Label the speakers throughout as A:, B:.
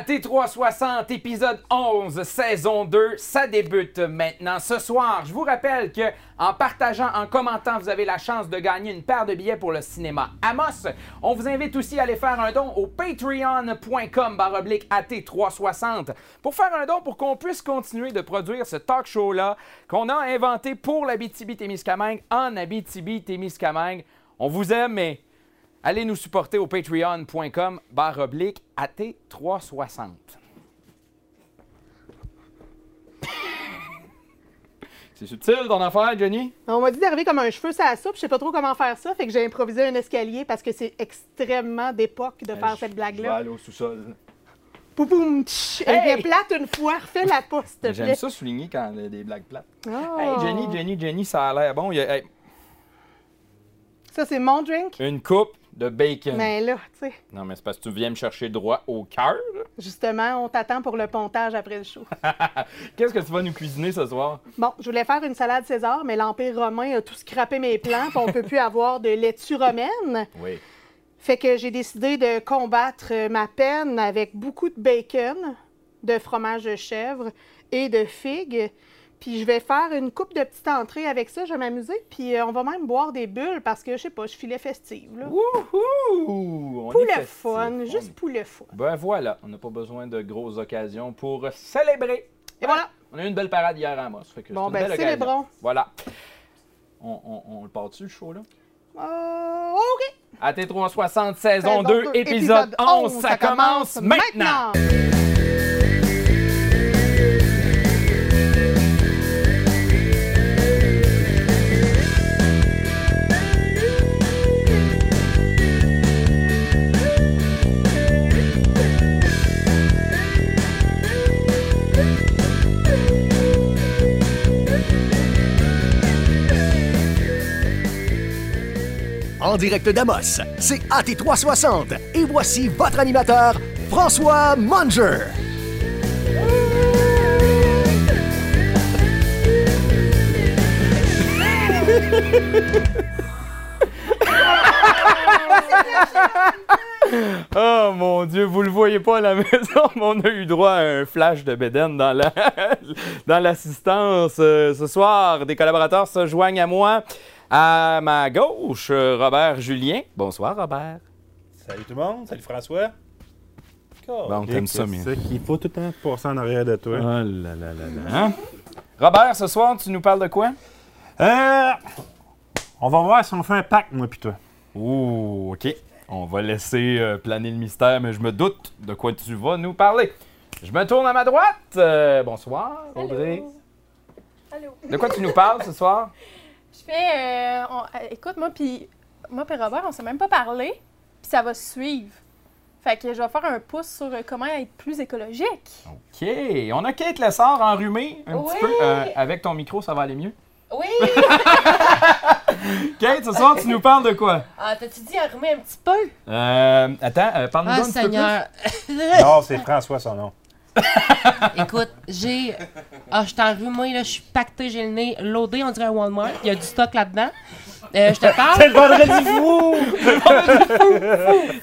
A: AT360, épisode 11, saison 2, ça débute maintenant ce soir. Je vous rappelle que en partageant, en commentant, vous avez la chance de gagner une paire de billets pour le cinéma Amos. On vous invite aussi à aller faire un don au patreon.com baroblique AT360 pour faire un don pour qu'on puisse continuer de produire ce talk show-là qu'on a inventé pour l'Abitibi-Témiscamingue en Abitibi-Témiscamingue. On vous aime, mais... Allez nous supporter au patreon.com barre oblique AT360. C'est subtil ton affaire, Johnny?
B: On m'a dit d'arriver comme un cheveu sur la soupe. Je sais pas trop comment faire ça. Fait que j'ai improvisé un escalier parce que c'est extrêmement d'époque
A: Euh,
B: de faire cette
C: Je vais
B: blague-là.
C: aller au sous-sol.
B: Poupoum, tch. Elle
A: Hey!
B: est plate une fois. Refais la pas, s'il te plaît.
C: J'aime ça souligner quand il y a des blagues plates.
B: Oh.
A: Hey, Jenny, Jenny, Jenny, ça a l'air bon. Il y a hey,
B: Ça, c'est mon drink.
A: une coupe de bacon.
B: Mais là, tu sais,
A: Non, mais c'est parce que tu viens me chercher droit au cœur. là.
B: justement, on t'attend pour le pontage après le show.
A: Qu'est-ce que tu vas nous cuisiner ce soir?
B: Bon, je voulais faire une salade César, mais l'Empire romain a tout scrappé mes plans, puis on peut plus avoir de laitue romaine.
A: Oui.
B: Fait que j'ai décidé de combattre euh, ma peine avec beaucoup de bacon, de fromage de chèvre et de figues. Puis je vais faire une coupe de petite entrée avec ça, je vais m'amuser. Puis euh, on va même boire des bulles parce que, je sais pas, je filet festive, là.
A: Wouhou! On
B: Pour
A: est
B: le
A: festif.
B: fun,
A: On-
B: juste pour le fun.
A: Ben voilà, on n'a pas besoin de grosses occasions pour célébrer.
B: Et voilà.
A: On a eu une belle parade hier à Amos. Fait que
B: Bon,
A: c'est une
B: ben,
A: belle occasion.
B: célébrons.
A: Voilà. On, on, on le part-tu, le show, là?
B: Euh, OK!
A: AT360, saison
B: Saison
A: 2,
B: deux,
A: épisode 11, ça commence maintenant!
D: En direct d'Amos, c'est AT360 et voici votre animateur, François Munger.
A: Oh mon Dieu, vous le voyez pas à la maison, mais on a eu droit à un flash de Beden dans la dans l'assistance euh, ce soir. Des collaborateurs se joignent à moi. À ma gauche, euh, Robert Julien. Bonsoir, Robert.
E: Salut tout le monde, salut François. Ben,
A: Bon, t'aimes ça, mais- Oh
E: C'est qu'il faut tout le temps passer en arrière de toi.
A: là là là hein? là. Robert, ce soir, tu nous parles de quoi?
E: Euh, on va voir si on fait un pack, moi puis toi.
A: Ouh, OK. On va laisser euh, planer le mystère, mais je me doute de quoi tu vas nous parler. Je me tourne à ma droite. Euh, bonsoir, Audrey.
F: Allô.
A: De quoi tu nous parles ce soir?
F: Je fais. euh, on- euh, écoute, moi puis moi puis Robert, on s'est même pas parlé, puis ça va suivre. Fait que je vais faire un pouce sur euh, comment être plus écologique.
A: OK. On a Kate Lessard enrhumée un petit
F: Oui.
A: peu. Euh, avec ton micro, ça va aller mieux.
F: Oui!
A: Kate, ce soir, tu nous parles de quoi?
F: ah, t'as-tu dit armer un petit peu?
A: Euh, attends, euh, parle-nous
G: Ah,
A: un petit peu
G: Seigneur.
E: Non, c'est François son nom.
G: Écoute, j'ai. Ah, je t'en moi, là, je suis pacté, j'ai le nez loadé, on dirait un Walmart. Il y a du stock là-dedans. Euh, je te parle,
E: C'est le vendredi fou!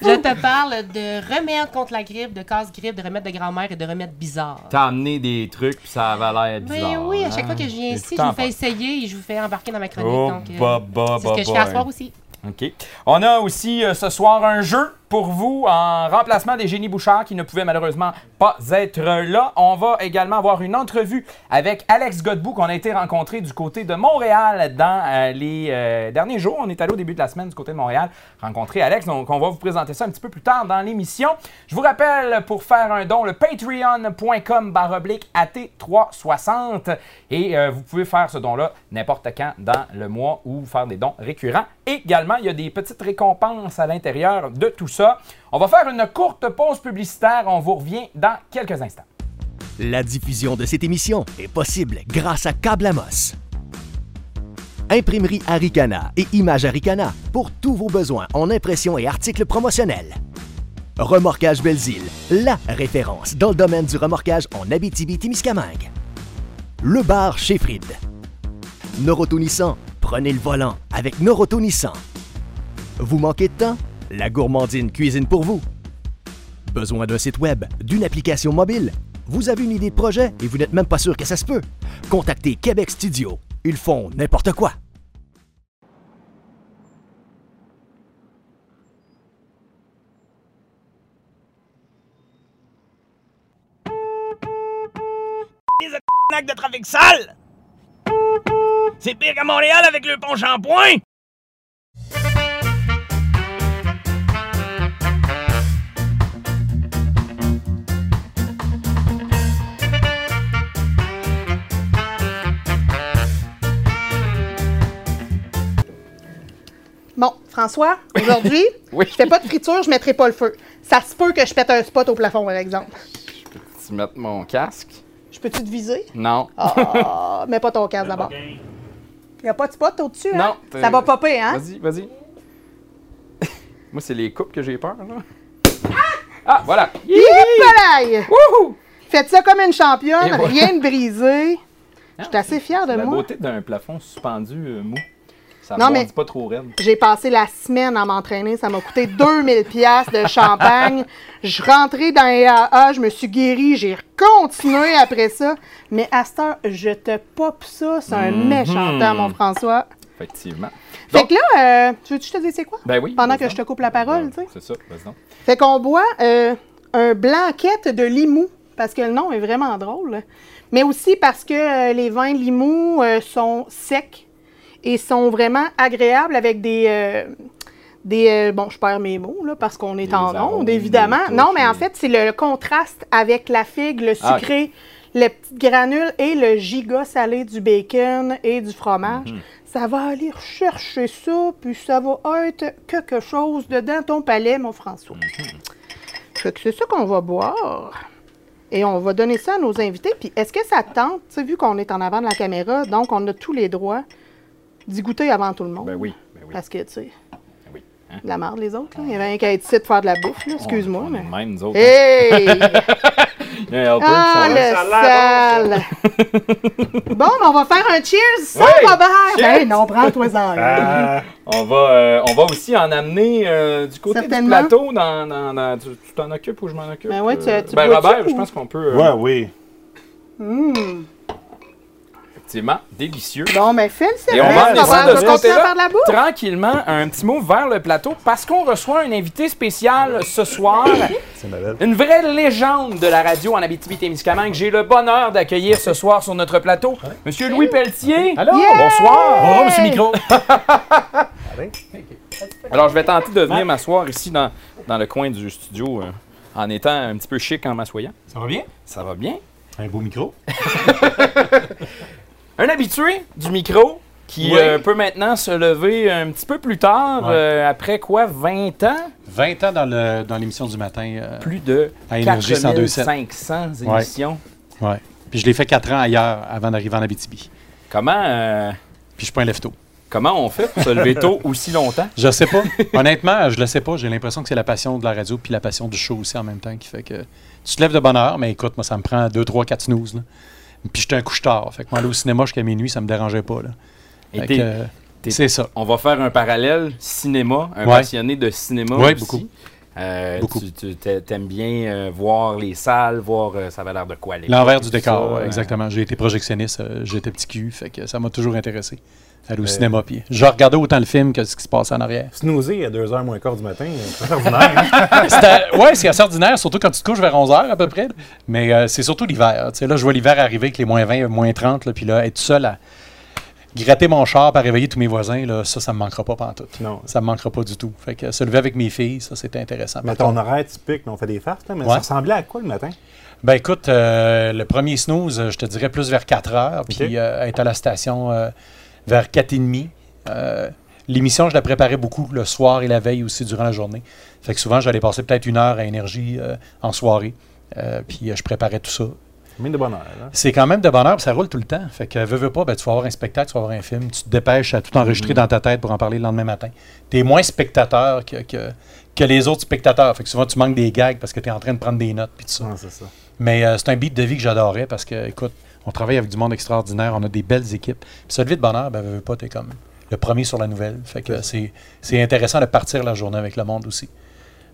G: je te parle de remèdes contre la grippe, de casse-grippe, de remèdes de grand-mère et de remèdes bizarres.
A: T'as amené des trucs, puis ça avait l'air
G: Mais
A: bizarre.
G: oui, à chaque
A: hein?
G: fois que je viens
A: J'ai
G: ici,
A: tout
G: je
A: le
G: vous
A: temps
G: fais
A: peur.
G: essayer et je vous fais embarquer dans ma chronique.
A: Oh,
G: donc, euh,
A: bah, bah,
G: c'est ce que je fais
A: bah,
G: à soir
A: bah.
G: aussi.
A: OK. On a aussi euh, ce soir un jeu pour vous en remplacement des génies Bouchard qui ne pouvaient malheureusement pas être là. On va également avoir une entrevue avec Alex Godbout qu'on a été rencontré du côté de Montréal dans euh, les euh, derniers jours. On est allé au début de la semaine du côté de Montréal rencontrer Alex. Donc, on va vous présenter ça un petit peu plus tard dans l'émission. Je vous rappelle pour faire un don le patreon.com baroblique AT360 et euh, vous pouvez faire ce don-là n'importe quand dans le mois ou faire des dons récurrents. Également, il y a des petites récompenses à l'intérieur de tout ça. On va faire une courte pause publicitaire. On vous revient dans quelques instants.
D: La diffusion de cette émission est possible grâce à Câble Amos. Imprimerie Aricana et Images Aricana pour tous vos besoins en impression et articles promotionnels. Remorquage Belzile, la référence dans le domaine du remorquage en Abitibi-Témiscamingue. Le bar chez Fried. Noroto Nissan, prenez le volant avec Noroto Nissan. Vous manquez de temps? La gourmandine cuisine pour vous. Besoin d'un site web, d'une application mobile? Vous avez une idée de projet et vous n'êtes même pas sûr que ça se peut? Contactez Québec Studio. Ils font n'importe quoi.
H: tabarnak de trafic sale! C'est pire qu'à Montréal avec le pont Shampoing!
B: Bon, François, aujourd'hui,
A: Oui.
B: je fais pas de friture, je mettrai pas le feu. Ça se peut que je pète un spot au plafond, par exemple.
A: Tu mets mon casque?
B: Je peux-tu te viser?
A: Non.
B: Ah, mets pas ton casque d'abord. Il a pas de spot au-dessus, hein?
A: Non, t'es-
B: Ça va popper, hein?
A: Vas-y, vas-y. Moi, c'est les coupes que j'ai peur, là. Ah, voilà.
B: Hip-holaï!
A: Wouhou!
B: Faites ça comme une championne,
A: Et voilà.
B: rien de brisé. Je suis assez fière de
C: La
B: moi.
C: beauté d'un plafond suspendu euh, mou. Ça
B: Non,
C: ne
B: mais-
C: mais... pas trop raide.
B: J'ai passé la semaine à m'entraîner. Ça m'a coûté 2000 pièces de champagne. Je rentrais dans les AA, je me suis guérie, j'ai continué après ça. Mais à cette heure, je te pop ça, c'est un méchant temps, mon François.
C: Effectivement.
B: Fait
C: Donc-
B: que là, euh, tu veux que je te dise c'est quoi?
C: Ben oui.
B: Pendant
C: vas-y
B: que
C: donc.
B: je te coupe la parole,
C: Ben,
B: tu sais.
C: C'est ça, vas-y donc.
B: Fait qu'on boit euh, un blanquette de Limoux, parce que le nom est vraiment drôle. Mais aussi parce que euh, les vins Limoux euh, sont secs et sont vraiment agréables avec des. euh, des euh, bon, je perds mes mots, là, parce qu'on est
C: Des
B: en
C: arômes,
B: onde, évidemment.
C: des
B: Non,
C: touches,
B: mais en
C: des-
B: fait, c'est le contraste avec la figue, le
C: Ah,
B: sucré, le petit granule et le giga salé du bacon et du fromage.
C: Mhm.
B: Ça va aller rechercher ça, puis ça va être quelque chose dedans ton palais, mon François.
C: Mhm.
B: Fait que c'est ça qu'on va boire. Et on va donner ça à nos invités. Puis est-ce que ça te tente, tu sais, vu qu'on est en avant de la caméra, donc on a tous les droits d'y goûter avant tout le monde?
C: Ben oui, ben oui.
B: Parce que, tu sais,
C: oui, hein?
B: de la merde, les autres. là. Il y avait un qui a été ici de faire de la bouffe, là. Excuse-moi,
C: On est
B: mais.
C: de Même nous autres. hein?
B: Hey!
C: Il y a un helper
B: Ah,
C: qui s'en va.
B: le sale! bon, mais on va faire un cheers sans
A: Ouais,
B: Robert!
A: cheers!
B: Ben non, prends-toi-en.
E: Euh,
A: On va, euh, on va aussi en amener euh, du côté du
B: Certainement.
A: plateau. Dans, dans- dans- tu tu t'en occupes ou je m'en occupe?
B: Ben ouais, tu-
A: Euh,
B: tu
A: ben
B: bois-tu
A: Robert,
B: ou-
A: je pense qu'on peut... euh,
E: ouais, oui.
A: Effectivement, délicieux.
B: Hum. Bon, mais fais le
A: Et on
B: service,
A: va
B: Robert,
A: en descendre de
B: on
A: ce
B: va continuer à
A: côté-là
B: faire de la bouffe.
A: tranquillement un petit mot vers le plateau parce qu'on reçoit un invité spécial ce soir.
E: C'est ma belle.
A: Une vraie légende de la radio en Abitibi-Témiscamingue. J'ai le bonheur d'accueillir ce soir sur notre plateau Monsieur Louis Pelletier. Allô, bonsoir.
E: Oh, monsieur Micro.
A: Alors, je vais tenter de venir m'asseoir ici dans, dans le coin du studio euh, en étant un petit peu chic en m'assoyant.
E: Ça va bien?
A: Ça va bien.
E: Un beau micro.
A: Un habitué du micro qui euh, peut maintenant se lever un petit peu plus tard,
I: Ouais.
A: euh, après quoi, 20 ans,
I: 20 ans dans le dans l'émission du matin. euh,
A: plus de
I: À Énergie 1027.
A: 4500
I: Ouais.
A: émissions.
I: ouais. Puis je l'ai fait 4 ans ailleurs avant d'arriver en Abitibi.
A: Comment, euh,
I: Puis je suis pas un lefto.
A: comment on fait pour se lever tôt aussi longtemps?
I: Je sais pas. Honnêtement, je le sais pas. J'ai l'impression que c'est la passion de la radio puis la passion du show aussi en même temps qui fait que tu te lèves de bonne heure, mais écoute, moi ça me prend 2 3 4 snooze là. Puis j'étais un couche-tard. Fait que moi aller au cinéma jusqu'à minuit, ça me dérangeait pas là.
A: Et
I: Fait
A: t'es-
I: que, euh,
A: t'es-
I: c'est ça.
A: On va faire un parallèle cinéma, un
I: Ouais.
A: passionné de cinéma.
I: Ouais,
A: aussi.
I: beaucoup.
A: Euh,
I: Beaucoup.
A: Tu, tu- t'a- t'aimes bien euh, voir les salles, voir euh, ça va l'air de quoi. les-
I: L'envers du
A: tout ça,
I: décor, ouais,
A: euh,
I: exactement. J'ai été projectionniste, euh, j'étais petit cul, fait que ça m'a toujours intéressé. Aller au cinéma, puis je regardais autant le film que ce qui se passe en arrière.
E: Snoozy à 2h moins quart du matin, euh, c'est extraordinaire. hein?
I: C'était- ouais, c'est assez ordinaire, surtout quand tu te couches vers 11h à peu près. Mais euh, c'est surtout l'hiver. Tu sais, là, je vois l'hiver arriver avec les moins 20, moins 30, là, puis là, être seul à gratter mon char par réveiller tous mes voisins, là, ça, ça me manquera pas pantoute.
E: Non.
I: Ça me manquera pas du tout. Fait que se lever avec mes filles, ça, c'était intéressant.
E: Mais
I: Par
E: ton
I: contre,
E: horaire typique, là, on fait des farces, là, mais
I: Ouais.
E: ça ressemblait à quoi le matin?
I: Ben écoute, euh, le premier snooze, euh, je te dirais plus vers 4 heures, puis
E: Ok.
I: euh, être à la station euh, vers 4 et demi. Euh, L'émission, je la préparais beaucoup le soir et la veille aussi durant la journée. Fait que souvent, j'allais passer peut-être une heure à énergie euh, en soirée. Euh, puis euh, je préparais tout ça.
E: Mine de bonheur. Là.
I: C'est quand même de bonheur, puis ça roule tout le temps. Fait que veux, veux pas, ben, tu vas avoir un spectacle, tu vas avoir un film, tu te dépêches à tout
E: Mm.
I: enregistrer dans ta tête pour en parler le lendemain matin. Tu es moins spectateur que, que, que les autres spectateurs. Fait que souvent, tu manques des gags parce que tu es en train de prendre des notes puis tout ça.
E: Non, c'est ça.
I: Mais euh, c'est un beat de vie que j'adorais parce que, écoute, on travaille avec du monde extraordinaire, on a des belles équipes. Puis celui de bonheur, ben, veux, veux pas, t'es comme le premier sur la nouvelle. Fait que c'est, c'est intéressant de partir la journée avec le monde aussi.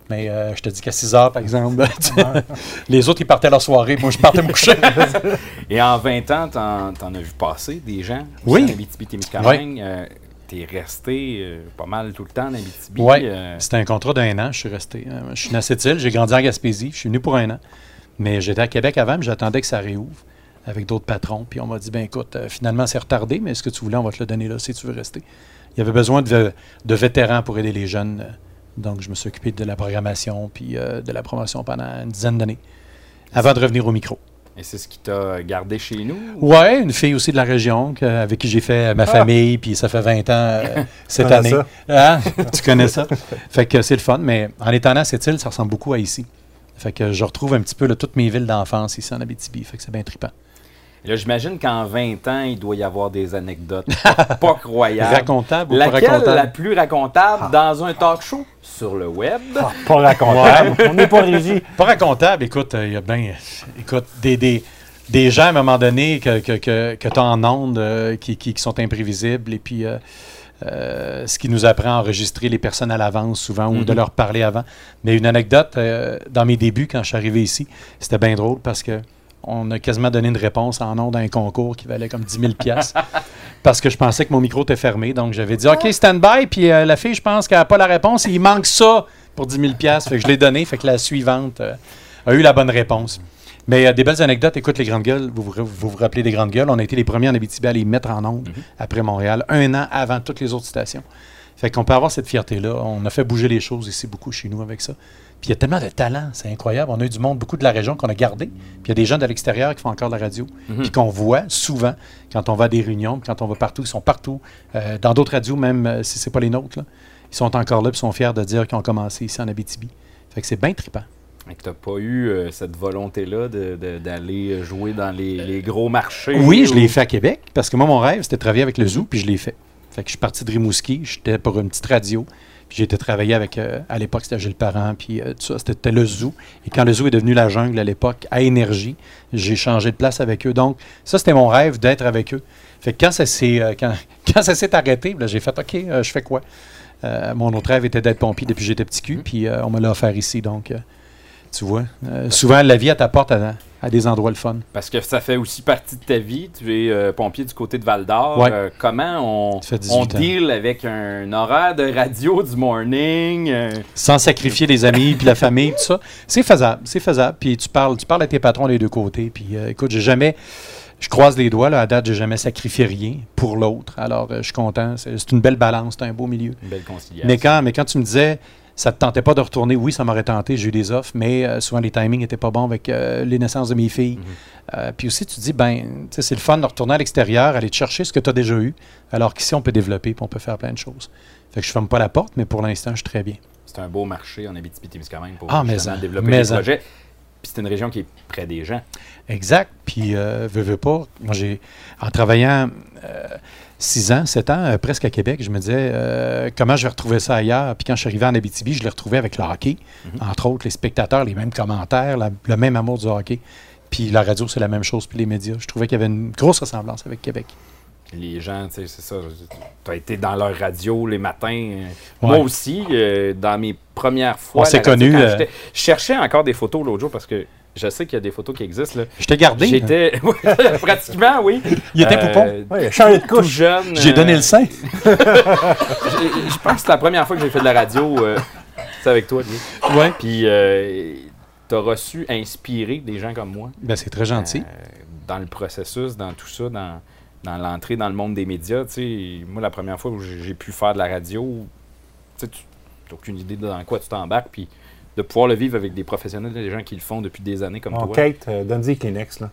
I: Mais euh, je te dis qu'à 6 heures, par exemple, tu- les autres, ils partaient leur soirée. Moi, je partais me coucher.
A: Et en 20 ans, t'en, t'en as vu passer des gens
I: Oui.
A: en Abitibi-Témiscamingue. Euh, t'es resté euh, pas mal tout le temps en Abitibi.
I: Oui,
A: euh,
I: c'était un contrat d'un an, je suis resté. Euh, Je suis né à Sept-Îles, j'ai grandi en Gaspésie, je suis venu pour un an. Mais j'étais à Québec avant, mais j'attendais que ça réouvre avec d'autres patrons. Puis on m'a dit, ben écoute, euh, finalement, c'est retardé, mais ce que tu voulais, on va te le donner là si tu veux rester. Il y avait besoin de, vé- de vétérans pour aider les jeunes. euh, Donc, je me suis occupé de la programmation puis euh, de la promotion pendant une dizaine d'années, avant de revenir au micro.
A: et c'est ce qui t'a gardé chez nous?
I: Ouais, une fille aussi de la région que- avec qui j'ai fait euh, ma famille, puis ça fait 20 ans euh, cette
E: Ah. connais
I: année.
E: ça.
I: Hein? tu connais ça. Fait que c'est le fun, mais en étant là à cette île, ça ressemble beaucoup à ici. Fait que je retrouve un petit peu là, toutes mes villes d'enfance ici en Abitibi. Fait que c'est bien trippant.
A: Et Là, j'imagine qu'en 20 ans, il doit y avoir des anecdotes pas- pas croyables.
I: Racontable ou pas Ah.
A: Laquelle
I: racontable?
A: la plus racontable dans un talk show sur le web?
I: Ah,
E: Pas racontable. On n'est pas régi.
I: Pas racontable, écoute, euh, il y a bien. Écoute, des, des, des gens à un moment donné que, que, que, tu as en ondes euh, qui, qui, qui sont imprévisibles et puis. euh, euh, ce qui nous apprend à enregistrer les personnes à l'avance souvent ou de
E: Mhm.
I: leur parler avant. Mais une anecdote, euh, dans mes débuts, quand je suis arrivé ici, c'était bien drôle parce que on a quasiment donné une réponse en nom d'un concours qui valait comme 10 000 piastres parce que je pensais que mon micro était fermé. Donc, j'avais dit « OK, stand-by », puis euh, la fille, je pense qu'elle n'a pas la réponse. Il manque ça pour 10 000 piastres. Fait que je l'ai donné. Fait que la suivante euh, a eu la bonne réponse. Mais euh, des belles anecdotes. Écoute, les Grandes Gueules, vous vous, ra- vous vous rappelez des Grandes Gueules. On a été les premiers en Abitibi à les mettre en ondes après Montréal, un an avant toutes les autres stations. Fait qu'on peut avoir cette fierté-là. On a fait bouger les choses ici beaucoup chez nous avec ça. Puis il y a tellement de talent, c'est incroyable. On a eu du monde, beaucoup de la région qu'on a gardé. Puis il y a des gens de l'extérieur qui font encore de la radio, puis qu'on voit souvent quand on va à des réunions, puis quand on va partout, ils sont partout, Euh, dans d'autres radios, même euh, si c'est pas les nôtres. là. Ils sont encore là, puis sont fiers de dire qu'ils ont commencé ici en Abitibi. Fait que c'est bien trippant.
A: Et que t'as pas eu euh, cette volonté-là de- de- d'aller euh, jouer dans les, les gros marchés?
I: Oui, je
A: ou-
I: l'ai fait à Québec parce que moi, mon rêve, c'était de travailler avec le zoo, puis je l'ai fait. Fait que je suis parti de Rimouski, j'étais pour une petite radio, puis j'ai été travailler avec, euh, à l'époque, c'était Gilles Parent, puis euh, tout ça, c'était le zoo. Et quand le zoo est devenu la jungle à l'époque, à Énergie, j'ai changé de place avec eux. Donc, ça, c'était mon rêve d'être avec eux. Fait que quand ça s'est, euh, quand, quand ça s'est arrêté, là, j'ai fait, OK, euh, je fais quoi? Euh, mon autre rêve était d'être pompier depuis que j'étais petit cul, puis euh, on me l'a offert ici, donc... euh, tu vois, euh, souvent la vie elle t'apporte à, à des endroits le fun.
A: Parce que ça fait aussi partie de ta vie. Tu es euh, pompier du côté de Val d'Or.
I: Ouais.
A: Euh, comment on,
I: Ça fait 18
A: on
I: ans.
A: deal avec un horaire de radio du morning? euh,
I: sans sacrifier les amis puis la famille tout ça c'est faisable c'est faisable puis tu parles tu parles à tes patrons des deux côtés puis euh, écoute j'ai jamais je croise les doigts là, à date j'ai jamais sacrifié rien pour l'autre alors euh, je suis content c'est c'est une belle balance c'est un beau milieu
A: une belle conciliation.
I: mais quand mais quand tu me disais ça te tentait pas de retourner oui ça m'aurait tenté j'ai eu des offres mais euh, souvent les timings étaient pas bons avec euh, les naissances de mes
A: Mhm.
I: filles Euh, puis aussi tu te dis ben tu sais, c'est le fun de retourner à l'extérieur aller te chercher ce que tu as déjà eu alors qu'ici on peut développer puis on peut faire plein de choses fait que je ferme pas la porte mais pour l'instant je suis très bien
A: C'est un beau marché en Abitibi-Témiscamingue pour
I: Ah, mais
A: justement
I: ça,
A: développer
I: mais
A: des
I: ça.
A: projets. Puis c'est une région qui est près des gens.
I: Exact. Puis, euh, veux, veux pas. Moi, j'ai, en travaillant 6 ans, 7 ans, euh, presque à Québec, je me disais euh, comment je vais retrouver ça ailleurs. Puis quand je suis arrivé en Abitibi, je l'ai retrouvé avec le hockey. Entre autres, les spectateurs, les mêmes commentaires, la- le même amour du hockey. Puis la radio, c'est la même chose. Puis les médias. Je trouvais qu'il y avait une grosse ressemblance avec Québec.
A: Les gens, tu sais, c'est ça. Tu as été dans leur radio les matins. Euh, Moi aussi, euh, dans mes premières fois.
I: On
A: la
I: s'est
A: radio,
I: connus,
A: quand
I: euh,
A: j'étais- Je cherchais encore des photos l'autre jour parce que je sais qu'il y a des photos qui existent. là.
I: Je t'ai gardé. hein.
A: J'étais. pratiquement, oui. Euh,
I: Il était poupon.
E: Euh, Ouais, il a changé de
A: Tout
E: couche.
A: jeune.
I: J'ai donné
A: euh,
I: le sein.
A: je je pense que c'est la première fois que j'ai fait de la radio. euh, c'est avec toi, Guy.
I: Ouais.
A: Puis, euh, t'as reçu, inspiré des gens comme moi
I: Ben, c'est très gentil.
A: euh, dans le processus, dans tout ça, dans, dans l'entrée dans le monde des médias. tu sais, moi, la première fois où j'ai j'ai pu faire de la radio, tu sais, tu t'as aucune idée de dans quoi tu t'embarques. Puis, de pouvoir le vivre avec des professionnels, des gens qui le font depuis des années comme
I: Ah,
E: Bon,
A: toi.
E: Kate, euh, donne-y Kleenex, là.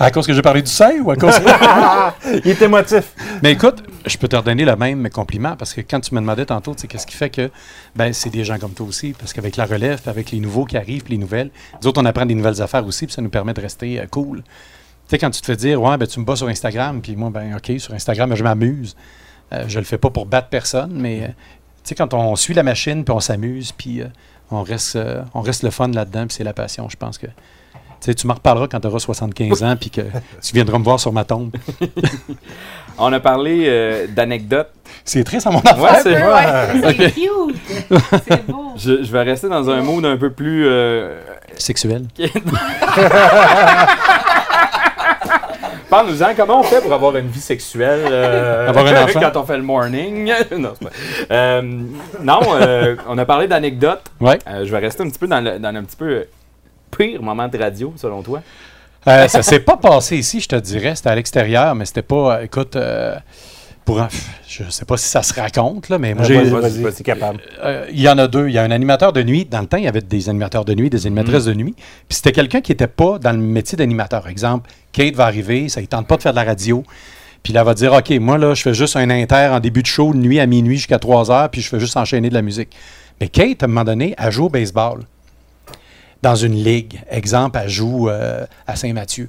I: À cause que j'ai parlé du sein ou à cause que-
E: Il est émotif.
I: Mais écoute, je peux te redonner le même compliment parce que quand tu me demandais tantôt, tu sais, qu'est-ce qui fait que ben c'est des gens comme toi aussi parce qu'avec la relève, puis avec les nouveaux qui arrivent, puis les nouvelles, nous autres on apprend des nouvelles affaires aussi, puis ça nous permet de rester euh, cool. Tu sais quand tu te fais dire ouais ben tu me bats sur Instagram, puis moi ben OK, sur Instagram je m'amuse. Euh, je le fais pas pour battre personne, mais euh, tu sais quand on suit la machine puis on s'amuse puis euh, on reste euh, on reste le fun là-dedans, puis c'est la passion, je pense que Tu sais, tu me reparleras quand tu auras 75 ans puis que tu viendras me voir sur ma tombe.
A: On a parlé euh, d'anecdotes.
I: C'est triste à mon
A: Ouais,
I: affaire.
A: c'est
C: C'est
A: Ok.
C: cute! C'est beau!
A: Je, je vais rester dans un mood un peu plus. euh,
I: Sexuel.
A: Parle-nous-en, comment on fait pour avoir une vie sexuelle euh,
I: Avoir un enfant.
A: quand on fait le morning? non, c'est pas. Euh, non, euh, on a parlé d'anecdotes.
I: Ouais.
A: Euh, je vais rester un petit peu dans, le- dans un petit peu euh, pire moment de radio, selon toi.
I: Euh, ça s'est pas passé ici, je te dirais. C'était à l'extérieur, mais c'était pas. euh, écoute, euh, pour un- je sais pas si ça se raconte, là, mais moi, j'ai.
E: Vas-y,
I: euh,
E: vas-y, t'es capable.
I: Il y en a deux. Il y a un animateur de nuit. Dans le temps, il y avait des animateurs de nuit, des
E: Mm.
I: animatrices de nuit. Puis c'était quelqu'un qui n'était pas dans le métier d'animateur. Exemple, Kate va arriver, ça ne tente pas de faire de la radio. Puis là, elle va dire OK, moi, là, je fais juste un inter en début de show, de nuit à minuit jusqu'à 3 heures, puis je fais juste enchaîner de la musique. Mais Kate, à un moment donné, elle joue au baseball dans une ligue. Exemple, elle joue euh, à Saint-Mathieu.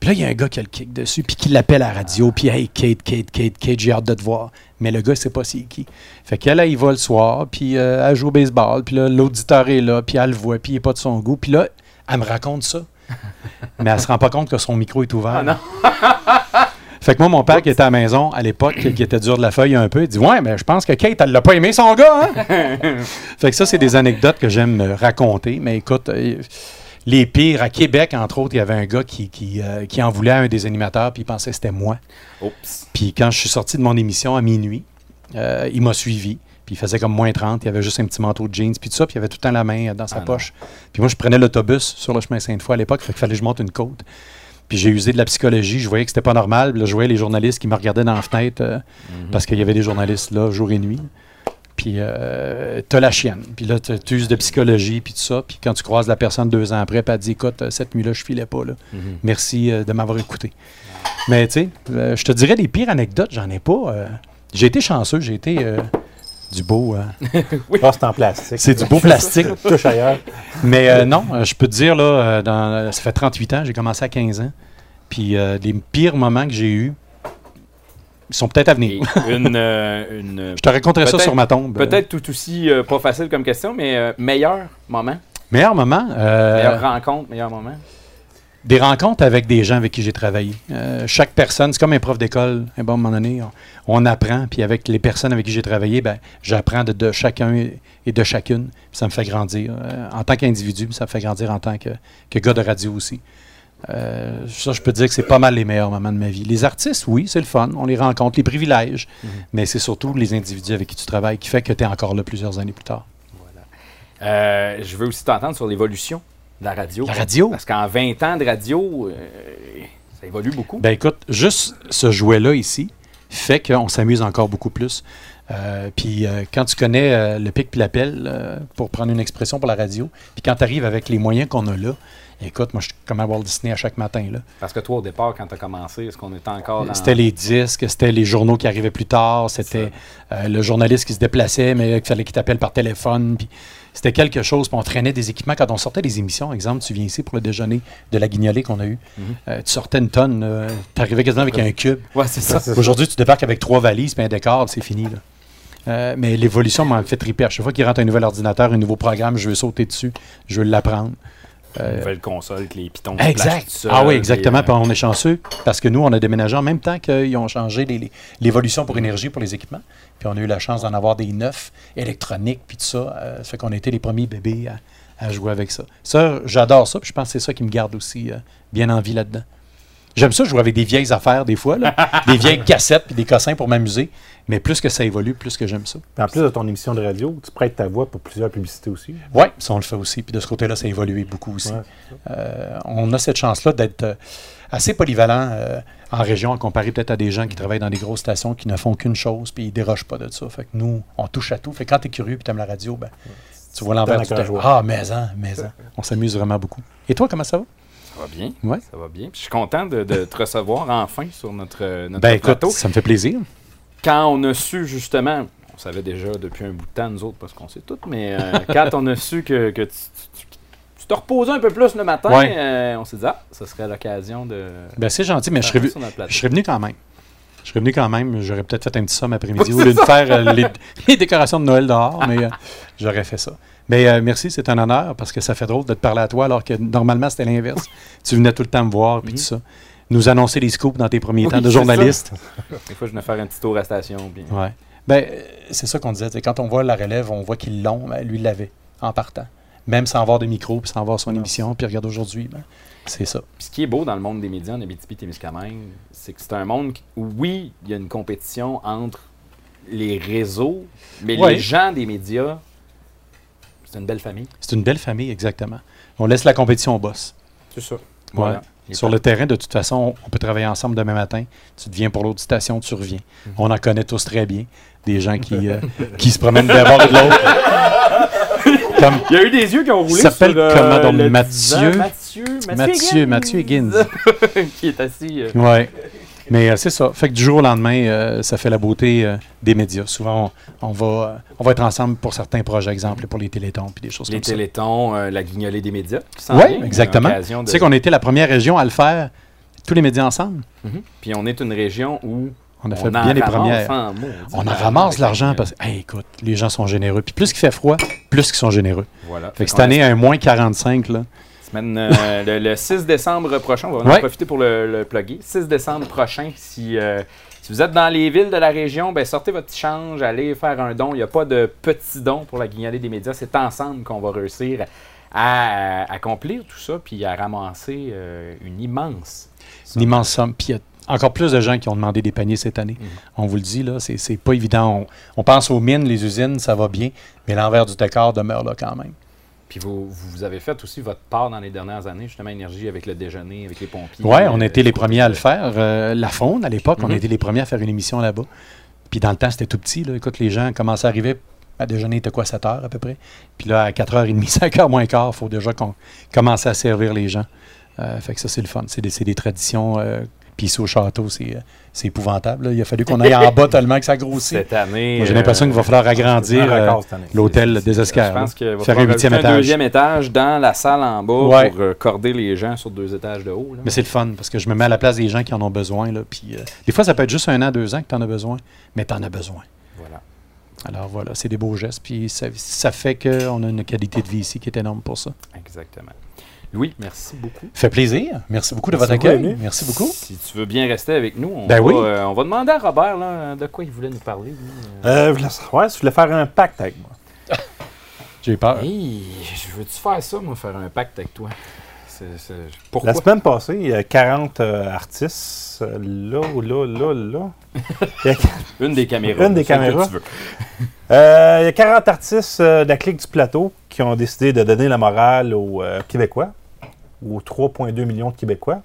I: Puis là, il y a un gars qui a le kick dessus, puis qui l'appelle à la radio, puis Hey, Kate, Kate, Kate, Kate, j'ai hâte de te voir. Mais le gars, il sait pas c'est qui. Fait qu'elle, elle y va le soir, puis euh, elle joue au baseball, puis là, l'auditeur est là, puis elle le voit, puis il n'est pas de son goût. Puis là, elle me raconte ça. Mais elle se rend pas compte que son micro est ouvert. Fait que moi, mon père qui était à la maison à l'époque, qui était dur de la feuille un peu, il dit Ouais, mais je pense que Kate, elle l'a pas aimé son gars, hein? Fait que ça, c'est des anecdotes que j'aime euh, raconter. Mais écoute, euh, les pires, à Québec, entre autres, il y avait un gars qui, qui, euh, qui en voulait à un des animateurs, puis il pensait que c'était moi.
A: Oups.
I: Puis quand je suis sorti de mon émission à minuit, euh, il m'a suivi. Puis il faisait comme moins 30. Il avait juste un petit manteau de jeans, puis tout ça. Puis il avait tout le temps la main euh, dans
A: Ah
I: sa
A: non.
I: poche. Puis moi, je prenais l'autobus sur le chemin Sainte-Foy à l'époque. Fait qu'il fallait que je monte une côte. Puis j'ai usé de la psychologie. Je voyais que c'était pas normal. Puis là, je voyais les journalistes qui me regardaient dans la fenêtre euh,
A: Mhm.
I: parce qu'il y avait des journalistes là jour et nuit. Puis euh, t'as la chienne. Puis là, tu tu uses de psychologie, puis tout ça. Puis quand tu croises la personne deux ans après, puis elle te dit Écoute, euh, cette nuit-là, je filais pas. Là.
A: Mhm.
I: Merci euh, de m'avoir écouté. Mais tu sais, euh, je te dirais les pires anecdotes, j'en ai pas. euh. j'ai été chanceux, j'ai été euh, du beau. euh,
E: Ah, c'est en plastique.
I: c'est du beau plastique.
E: Touche ailleurs.
I: Mais euh, non, euh, je peux te dire, là, euh, dans- euh, ça fait 38 ans, j'ai commencé à 15 ans. Puis euh, les pires moments que j'ai eus, ils sont peut-être à
A: Et
I: venir.
A: une. euh, une-
I: Je te raconterai ça
A: Peut-être-
I: sur ma tombe.
A: Peut-être tout aussi euh, pas facile comme question, mais euh, meilleur moment,
I: Euh, Meilleur moment. euh,
A: meilleure rencontre, meilleur moment.
I: Des rencontres avec des gens avec qui j'ai travaillé. Euh, chaque personne, c'est comme un prof d'école, à un bon moment donné, on, on apprend, puis avec les personnes avec qui j'ai travaillé, ben, j'apprends de, de chacun et- et de chacune. Puis ça me fait grandir euh, en tant qu'individu, puis ça me fait grandir en tant que, que gars de radio aussi. Euh, ça, je peux dire que c'est pas mal les meilleurs moments de ma vie. Les artistes, oui, c'est le fun, on les rencontre, les privilèges, mais c'est surtout les individus avec qui tu travailles qui fait que tu es encore là plusieurs années plus tard.
A: Euh, je veux aussi t'entendre sur l'évolution de la radio.
I: La radio?
A: Parce qu'en 20 ans de radio, euh, ça évolue beaucoup.
I: Ben écoute, juste ce jouet-là ici fait qu'on s'amuse encore beaucoup plus. Euh, puis euh, quand tu connais euh, le pic puis l'appel, euh, pour prendre une expression pour la radio, puis quand tu arrives avec les moyens qu'on a là, écoute, moi je suis comme à Walt Disney à chaque matin. là.
A: Parce que toi, au départ, quand tu as commencé, est-ce qu'on était encore dans...
I: C'était les disques, c'était les journaux qui arrivaient plus tard, c'était euh, le journaliste qui se déplaçait, mais il fallait qu'il t'appelle par téléphone. Puis c'était quelque chose. Puis on traînait des équipements quand on sortait des émissions. Exemple, tu viens ici pour le déjeuner de la guignolée qu'on a eu. tu sortais une tonne, tu arrivais quasiment avec un cube.
A: Mm-hmm. Ouais, c'est ça.
I: Aujourd'hui, tu débarques avec trois valises puis un décor, c'est fini. là. Euh, mais l'évolution m'a fait triper. À chaque fois qu'il rentre un nouvel ordinateur, un nouveau programme, je veux sauter dessus, je veux l'apprendre. Euh,
A: Une nouvelle console, que les pitons se placent tout
I: Exact.
A: seuls,
I: ah oui,
A: et,
I: exactement.
A: euh,
I: Puis on est chanceux parce que nous, on a déménagé en même temps qu'ils ont changé les- les- l'évolution pour énergie pour les équipements. Puis on a eu la chance d'en avoir des neufs électroniques, puis tout ça. Euh, ça fait qu'on a été les premiers bébés à, à jouer avec ça. Ça, j'adore ça. Puis je pense que c'est ça qui me garde aussi euh, bien en vie là-dedans. J'aime ça jouer avec des vieilles affaires des fois, là. des vieilles cassettes puis des cossins pour m'amuser. Mais plus que ça évolue, plus que j'aime ça.
E: En plus de ton émission de radio, tu prêtes ta voix pour plusieurs publicités aussi.
I: Oui, ça on le fait aussi. Puis de ce côté-là, ça a évolué beaucoup aussi.
E: Ouais,
I: Euh, on a cette chance-là d'être euh, assez polyvalent euh, en région, à comparer peut-être à des gens qui travaillent dans des grosses stations qui ne font qu'une chose, puis ils dérogent pas de ça. Fait que nous, on touche à tout. Fait que quand tu es curieux et tu aimes la radio, ben, tu vois l'envers
E: T'en as
I: du
E: qu'à
I: terrain.
E: jouer.
I: Ah, maison, maison. On s'amuse vraiment beaucoup. Et toi, comment ça va?
A: Ça va bien.
I: Ouais.
A: Ça va bien. Puis Je suis content de, de te recevoir enfin sur notre, euh, notre
I: Ben écoute,
A: plateau.
I: ça me fait plaisir.
A: Quand on a su justement, on savait déjà depuis un bout de temps, nous autres, parce qu'on sait tout, mais euh, quand on a su que, que tu, tu- tu- tu te reposais un peu plus le matin,
I: Ouais.
A: euh, on s'est dit, ah, ce serait l'occasion de.
I: Ben c'est gentil, mais je serais,
A: faire ça
I: vu-
A: sur notre plateau.
I: je serais venu quand même. Je serais venu quand même. J'aurais peut-être fait un petit somme
A: Oui,
I: après-midi au lieu de faire euh, les, les décorations de Noël dehors, mais euh, j'aurais fait ça. Mais euh, merci, c'est un honneur parce que ça fait drôle de te parler à toi alors que normalement c'était l'inverse. tu venais tout le temps me voir puis tout ça. Nous annoncer les scoops dans tes premiers
A: Oui,
I: temps de
A: c'est ça.
I: journaliste.
A: Des fois, je venais faire un petit tour à la station. Puis...
I: Ouais. Ben, euh, c'est ça qu'on disait. t'sais, Quand on voit la relève, on voit qu'ils l'ont. Ben, lui, il l'avait en partant. Même sans avoir de micro, puis sans avoir son émission. Puis regarde aujourd'hui, ben, c'est ça.
A: Puis ce qui est beau dans le monde des médias en Abitibi-Témiscamingue, c'est que c'est un monde où, oui, il y a une compétition entre les réseaux, mais
I: Ouais.
A: les gens des médias, c'est une belle famille.
I: C'est une belle famille, exactement. On laisse la compétition au boss.
A: C'est ça.
I: Ouais. Sur le terrain, de toute façon, on peut travailler ensemble demain matin. Tu te viens pour l'autre station, tu reviens. On en connaît tous très bien. Des gens qui, euh, qui se promènent d'un bord et de l'autre. Comme
A: Il y a eu des yeux qui ont roulé
I: Il s'appelle
A: sur, euh,
I: comment, donc,
A: le
I: Mathieu?
A: divan. Mathieu, Mathieu,
I: Mathieu,
A: Higgins.
I: Mathieu Higgins.
A: qui est assis. euh,
I: Ouais. Mais euh, c'est ça. Fait que du jour au lendemain, euh, ça fait la beauté euh, des médias. Souvent, on, on va, euh, on va être ensemble pour certains projets, exemple, pour les télétons puis des choses
A: les
I: comme ça.
A: télétons, euh, la guignolée des médias. qui s'en vient,
I: Oui,
A: une
I: exactement.
A: occasion de-
I: Tu sais qu'on était la première région à le faire, tous les médias ensemble.
A: Mhm. Puis on est une région où
I: On a fait
A: en
I: bien les
A: ramasse
I: premières.
A: en maudit.
I: On en
A: Avec
I: ramasse
A: la
I: l'argent
A: guignolée.
I: parce que, hey, écoute, les gens sont généreux. Puis plus qu'il fait froid, plus qu'ils sont généreux.
A: Voilà.
I: Fait que
A: qu'on
I: cette année, un moins 45, là.
A: Semaine, euh, le, le 6 décembre prochain, on va en
I: Ouais.
A: profiter pour le, le plugger. 6 décembre prochain, si, euh, si vous êtes dans les villes de la région, ben, sortez votre petit change, allez faire un don. Il n'y a pas de petit don pour la guignolée des médias. C'est ensemble qu'on va réussir à accomplir tout ça puis à ramasser euh, une immense.
I: C'est une immense somme. Puis il y a encore plus de gens qui ont demandé des paniers cette
A: Mhm.
I: année. On vous le dit, là, c'est, c'est pas évident. On, on pense aux mines, les usines, ça va bien, mais l'envers du décor demeure là quand même.
A: Puis vous, vous avez fait aussi votre part dans les dernières années, justement, énergie avec le déjeuner, avec les pompiers.
I: Oui, on
A: Euh,
I: était les
A: du côté
I: premiers
A: de-
I: à le faire. Euh, la faune, à l'époque, on
A: Mhm.
I: était les premiers à faire une émission là-bas. Puis dans le temps, c'était tout petit. Là. Écoute, les gens commençaient à arriver à déjeuner, il était quoi, 7 heures à peu près. Puis là, à 4h30, 5h moins quart, il faut déjà qu'on commence à servir les gens. Euh, fait que ça, c'est le fun. C'est des, c'est des traditions. euh, puis ici, au château, c'est, euh, c'est épouvantable. là. Il a fallu qu'on aille en bas tellement que ça grossit.
A: Cette année.
I: Moi, j'ai l'impression
A: euh,
I: qu'il va falloir agrandir
E: un record
I: euh,
E: cette année.
I: l'hôtel des
A: Je
I: escales.
A: pense qu'il
I: là.
A: va
I: Faire un
A: falloir
I: huitième
A: rajouter un
I: étage.
A: deuxième étage dans la salle en bas
I: Ouais.
A: pour euh, corder les gens sur deux étages de haut. là.
I: Mais c'est le fun parce que je me mets à la place des gens qui en ont besoin. Là, puis, euh, des fois, ça peut être juste un an, deux ans que tu en as besoin, mais tu en as besoin.
A: Voilà.
I: Alors voilà, c'est des beaux gestes. Puis ça, ça fait qu'on a une qualité de vie ici qui est énorme pour ça.
A: Exactement. Louis, merci beaucoup.
I: Fait plaisir. Merci beaucoup de
E: Merci
I: votre
E: beaucoup,
I: accueil.
E: Rémi.
I: Merci beaucoup.
A: Si tu veux bien rester avec nous, on,
I: Ben
A: va,
I: oui.
A: euh, on va demander à Robert là, de quoi il voulait nous parler. lui.
E: Euh, je voulais savoir si tu voulais faire un pacte avec moi.
I: J'ai peur.
A: Hey, je veux-tu faire ça, moi, faire un pacte avec toi? C'est- c'est- Pourquoi?
E: La semaine passée, il y a 40 euh, artistes. euh, Là, là, là, là. Il y a
A: Une des caméras.
E: Une des
A: celle que
E: caméras.
A: tu veux.
E: Euh, Il y a 40 artistes euh, de la clique du plateau qui ont décidé de donner la morale aux euh, Québécois, aux 3,2 millions de Québécois.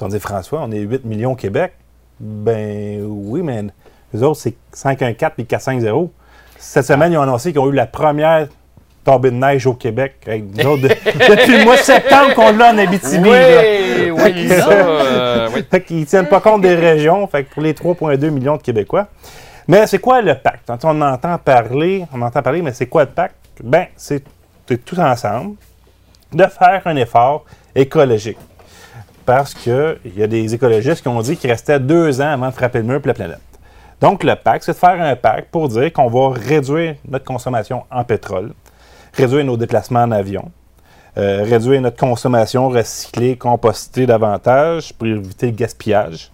E: Ils ont dit, François, on est 8 millions au Québec. Ben oui, mais les autres, c'est 514 puis 450. Cette semaine, ils ont annoncé qu'ils ont eu la première tombée de neige au Québec. Hey, nous autres, de- depuis le mois de septembre qu'on l'a en Abitibi. là.
A: Oui, oui, ça, euh, oui.
E: Fait qu'ils tiennent pas compte des régions, fait que pour les 3,2 millions de Québécois. Mais c'est quoi le pacte? Tu sais, On entend parler, on entend parler, mais c'est quoi le pacte? Ben, c'est de tout ensemble de faire un effort écologique. Parce qu'il y a des écologistes qui ont dit qu'il restait deux ans avant de frapper le mur pour la planète. Donc, le pacte, c'est de faire un pacte pour dire qu'on va réduire notre consommation en pétrole, réduire nos déplacements en avion, euh, réduire notre consommation, recycler, composter davantage pour éviter le gaspillage.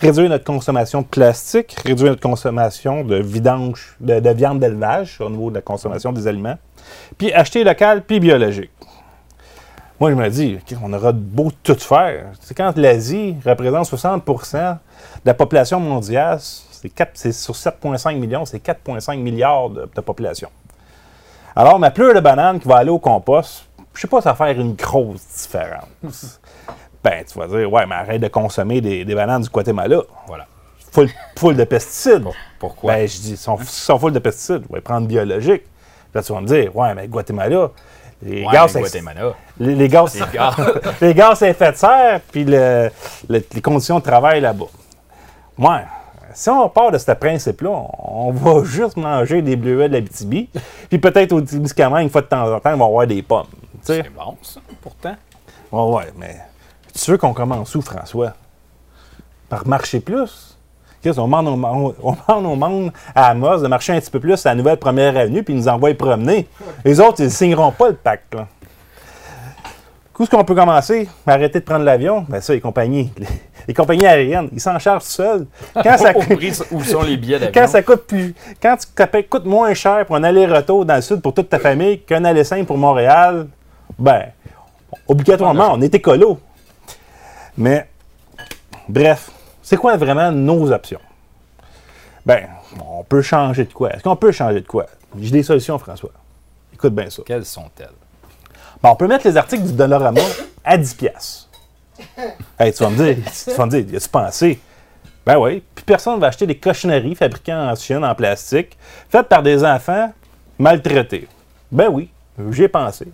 E: Réduire notre consommation de plastique, réduire notre consommation de vidange, de, de viande d'élevage au niveau de la consommation des aliments, puis acheter local puis biologique. Moi, je me dis, OK, on aura beau tout faire. C'est quand l'Asie représente 60 de la population mondiale, c'est quatre- c'est sur 7,5 millions, c'est 4,5 milliards de- de population. Alors, ma pleure de banane qui va aller au compost, je sais pas si ça va faire une grosse différence. ben, tu vas dire, ouais, mais arrête de consommer des, des bananes du Guatemala.
A: Voilà.
E: Full, full de pesticides.
A: Pourquoi?
E: Ben, je dis, ils sont, ils sont full de pesticides. Ouais, prendre biologique. Là, tu vas me dire, ouais, mais Guatemala, les
A: Ouais,
E: gaz.
A: mais
E: ex-
A: Guatemala.
E: Les, les gaz. les gaz à effet de serre, puis le- le- les conditions de travail là-bas. Ouais. Si on part de ce principe-là, on va juste manger des bleuets de la BTB, puis peut-être au Témiscamingue, une fois de temps en temps, on va avoir des pommes. tu sais.
A: C'est bon, ça, pourtant.
E: Ouais, ouais, mais tu veux qu'on commence où, François? Par marcher plus? Chris, on demande, au monde- on, demande au monde à Amos de marcher un petit peu plus à la nouvelle première avenue, puis ils nous envoient promener. Les autres, ils ne signeront pas le pacte. là. Où est-ce qu'on peut commencer? Arrêter de prendre l'avion? Ben ça, les compagnies. Les, les compagnies aériennes, ils s'en chargent seuls. Quand ça,
C: Au prix où sont les billets d'avion.
E: quand ça coûte plus. Quand tu- ça paye- coûte moins cher pour un aller-retour dans le sud pour toute ta famille qu'un aller simple pour Montréal, ben, obligatoirement, on est écolo. Mais, bref, c'est quoi vraiment nos options? Ben, on peut changer de quoi? Est-ce qu'on peut changer de quoi? J'ai des solutions, François. Écoute bien ça.
C: Quelles sont-elles?
E: Bon, on peut mettre les articles du Dollarama à 10 piastres. Hey, tu vas me dire, tu vas me dire, y a-tu pensé? Ben oui, puis personne ne va acheter des cochonneries fabriquées en Chine en plastique, faites par des enfants maltraités. Ben oui, j'ai pensé.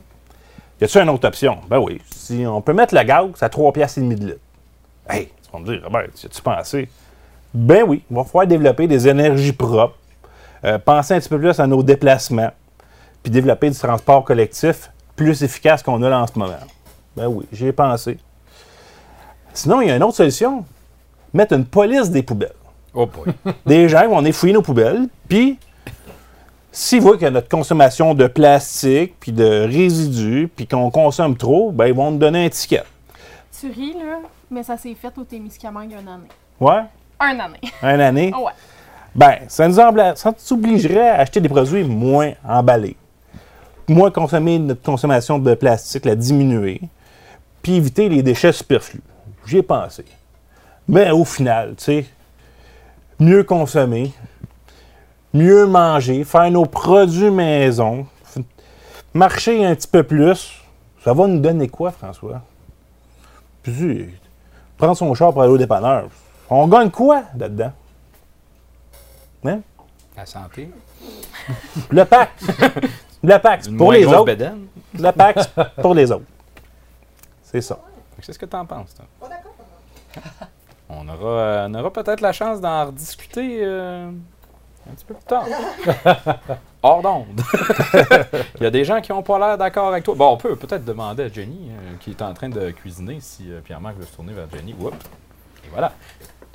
E: Y a-tu une autre option? Ben oui, si on peut mettre le gaz à 3 piastres et demi de litre. Hey, tu vas me dire, Robert, y a-tu pensé? Ben oui, on va falloir développer des énergies propres, euh, penser un petit peu plus à nos déplacements, puis développer du transport collectif plus efficace qu'on a là en ce moment. Ben oui, j'y ai pensé. Sinon, il y a une autre solution. Mettre une police des poubelles.
C: Oh boy.
E: Des gens qui vont aller fouiller nos poubelles, puis s'ils voient que notre consommation de plastique, puis de résidus, puis qu'on consomme trop, ben ils vont nous donner un ticket.
F: Tu ris, là, mais ça s'est fait au Témiscamingue une année.
E: Ouais,
F: Un année.
E: une année.
F: ouais.
E: Ben, ça nous, embla- ça nous obligerait à acheter des produits moins emballés, moins consommer notre consommation de plastique, la diminuer, puis éviter les déchets superflus. J'y ai pensé. Mais au final, tu sais, mieux consommer, mieux manger, faire nos produits maison, f- marcher un petit peu plus, ça va nous donner quoi, François? Puis, tu- prendre son char pour aller au dépanneur, on gagne quoi là-dedans? Hein?
C: La santé.
E: Le pacte. Le pacte
C: Une
E: pour
C: moins
E: les
C: grosse
E: autres.
C: bédaine.
E: Le pacte pour les autres. C'est ça.
C: Fait que C'est ce que tu en penses, toi. On aura, euh, on aura peut-être la chance d'en rediscuter euh, un petit peu plus tard. Hors d'onde. Il y a des gens qui n'ont pas l'air d'accord avec toi. Bon, on peut peut-être demander à Jenny, euh, qui est en train de cuisiner, si euh, Pierre-Marc veut se tourner vers Jenny. Oups. Et voilà.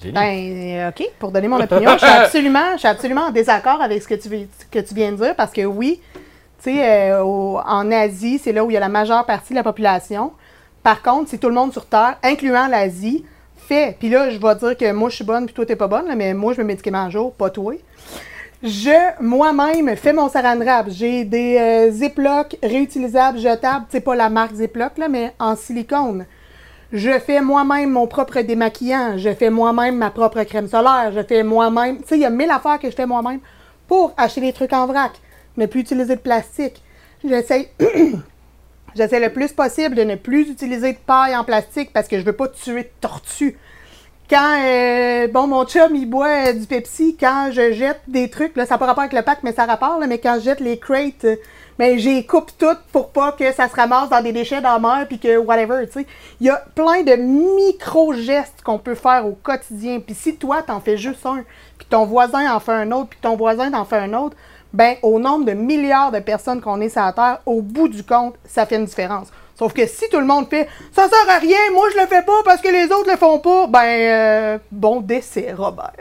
C: Jenny.
B: Ben, euh, OK, pour donner mon opinion, je suis absolument, je suis absolument en désaccord avec ce que tu, veux- que tu viens de dire parce que oui, tu sais, euh, au- en Asie, c'est là où il y a la majeure partie de la population. Par contre, si tout le monde sur Terre, incluant l'Asie, fait, puis là, je vais dire que moi, je suis bonne, puis toi, t'es pas bonne, là, mais moi, je me médicament à jour, pas toi. Je, moi-même, fais mon saran wrap. J'ai des euh, Ziploc réutilisables, jetables. C'est pas la marque Ziploc, là, mais en silicone. Je fais moi-même mon propre démaquillant. Je fais moi-même ma propre crème solaire. Je fais moi-même. Tu sais, il y a mille affaires que je fais moi-même pour acheter des trucs en vrac, ne plus utiliser de plastique. J'essaie. J'essaie le plus possible de ne plus utiliser de paille en plastique parce que je veux pas tuer de tortues quand euh, bon mon chum il boit euh, du Pepsi, quand je jette des trucs, là, ça n'a pas rapport avec le pack, mais ça a rapport, là, mais quand je jette les crates, euh, ben j'ai coupe toutes pour pas que ça se ramasse dans des déchets dans la mer puis que whatever, tu sais. Il y a plein de micro-gestes qu'on peut faire au quotidien. Puis si toi, t'en fais juste un, puis ton voisin en fait un autre, puis ton voisin en fait un autre, ben au nombre de milliards de personnes qu'on est sur la Terre, au bout du compte, ça fait une différence. Sauf que si tout le monde fait ça sert à rien, moi je le fais pas parce que les autres le font pas, ben euh, bon décès, Robert.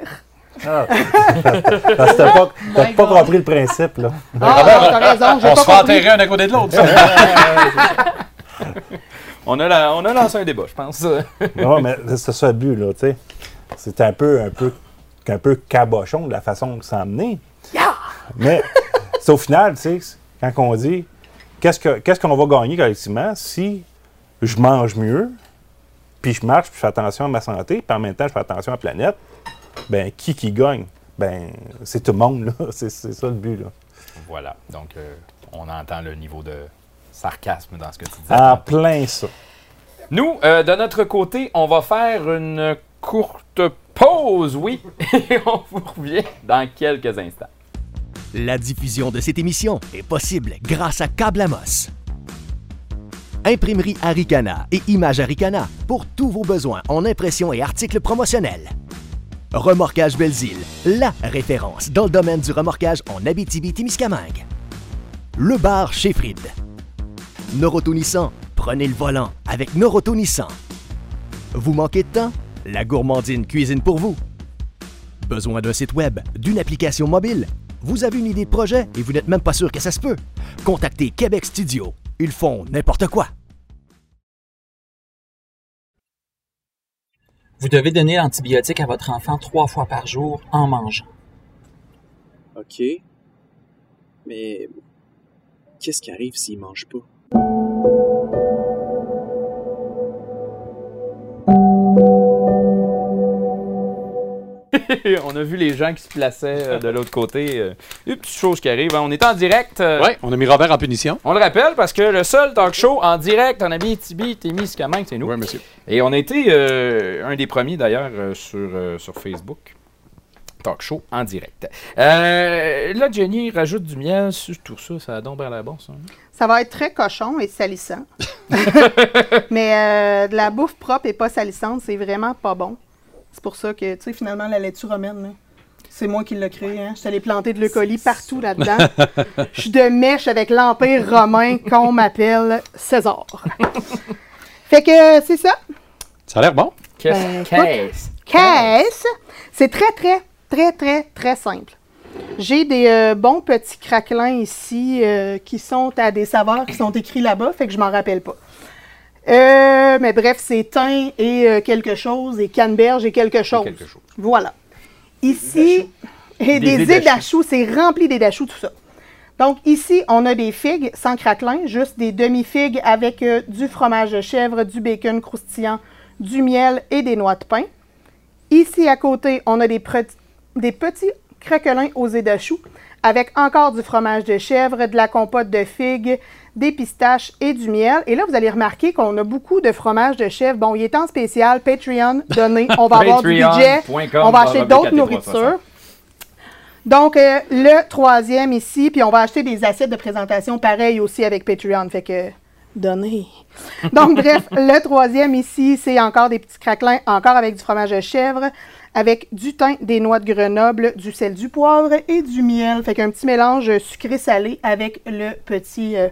B: Ah.
E: Parce que t'as pas, t'as
G: my
E: pas
G: God.
E: compris le principe, là.
B: Ah, non, t'as raison, j'ai
I: On
B: pas
I: se fait
B: compris.
I: enterrer un à côté de l'autre. ça.
C: On, a la- on a lancé un débat, je pense.
E: Non, Ah, mais c'est ça le but, là, tu sais. C'est un peu, un peu, un peu cabochon de la façon de s'en mener. Mais c'est au final, tu sais, c'est- quand on dit qu'est-ce que- qu'est-ce qu'on va gagner collectivement si je mange mieux, puis je marche, puis je fais attention à ma santé, puis en même temps, je fais attention à la planète, ben qui qui gagne? Ben, c'est tout le monde, là. C'est c'est ça le but, là.
C: voilà. Donc, euh, on entend le niveau de sarcasme dans ce que tu dis.
E: En plein ça.
C: Nous, euh, de notre côté, on va faire une courte pause, oui, et on vous revient dans quelques instants.
D: La diffusion de cette émission est possible grâce à Câble Amos. Imprimerie Aricana et Images Aricana pour tous vos besoins en impression et articles promotionnels. Remorquage Belzile, la référence dans le domaine du remorquage en Abitibi-Témiscamingue. Le bar chez Fried. Noroto Nissan, prenez le volant avec Noroto Nissan. Vous manquez de temps? La gourmandine cuisine pour vous. Besoin d'un site web, d'une application mobile? Vous avez une idée de projet et vous n'êtes même pas sûr que ça se peut? Contactez Québec Studio. Ils font n'importe quoi.
J: Vous devez donner l'antibiotique à votre enfant trois fois par jour en mangeant.
K: OK. Mais qu'est-ce qui arrive s'il mange pas?
A: on a vu les gens qui se plaçaient euh, de l'autre côté. euh, Une petite chose qui arrive. hein. On est en direct. euh,
I: Oui, on a mis Robert en punition.
A: On le rappelle parce que le seul talk show en direct en Abitibi, Témi, c'est nous.
I: Oui, monsieur.
A: Et on a été euh, un des premiers d'ailleurs euh, sur, euh, sur Facebook. Talk show en direct. Euh, là, Jenny rajoute du miel sur tout ça. Ça a donc bien hein. l'air bon, ça.
B: Ça va être très cochon et salissant. Mais euh, de la bouffe propre et pas salissante, c'est vraiment pas bon. C'est pour ça que, tu sais, finalement, la laitue romaine, là, c'est moi qui l'ai créée. Hein? Je suis allée planter de l'eucolie partout là-dedans. Je suis de mèche avec l'Empire romain qu'on m'appelle César. fait que euh, c'est ça.
I: Ça a l'air bon.
B: Ben,
A: Qu'est-ce
B: Qu'est-ce? C'est très, très, très, très, très simple. J'ai des euh, bons petits craquelins ici euh, qui sont à des saveurs qui sont écrits là-bas, fait que je m'en rappelle pas. Euh, mais bref, c'est thym et euh, quelque chose, et canneberge et quelque chose.
A: quelque chose.
B: Voilà. Ici, et
A: Des
B: des,
A: dés
B: îles d'achoux, c'est rempli des d'achoux, tout ça. Donc ici, on a des figues sans craquelin, juste des demi-figues avec euh, du fromage de chèvre, du bacon croustillant, du miel et des noix de pain. Ici, à côté, on a des, pre- des petits craquelins osés de choux avec encore du fromage de chèvre, de la compote de figues, des pistaches et du miel. Et là, vous allez remarquer qu'on a beaucoup de fromage de chèvre. Bon, il est en spécial, Patreon, donné, on va avoir du budget,
A: Patreon.com,
B: on va acheter
A: barre
B: d'autres
A: BKT360.
B: nourritures. Donc, euh, le troisième ici, puis on va acheter des assiettes de présentation pareil aussi avec Patreon. Fait que, donnez. Donc, bref, le troisième ici, c'est encore des petits craquelins, encore avec du fromage de chèvre, avec du thym, des noix de Grenoble, du sel, du poivre et du miel. Fait qu'un petit mélange sucré-salé avec le petit, euh,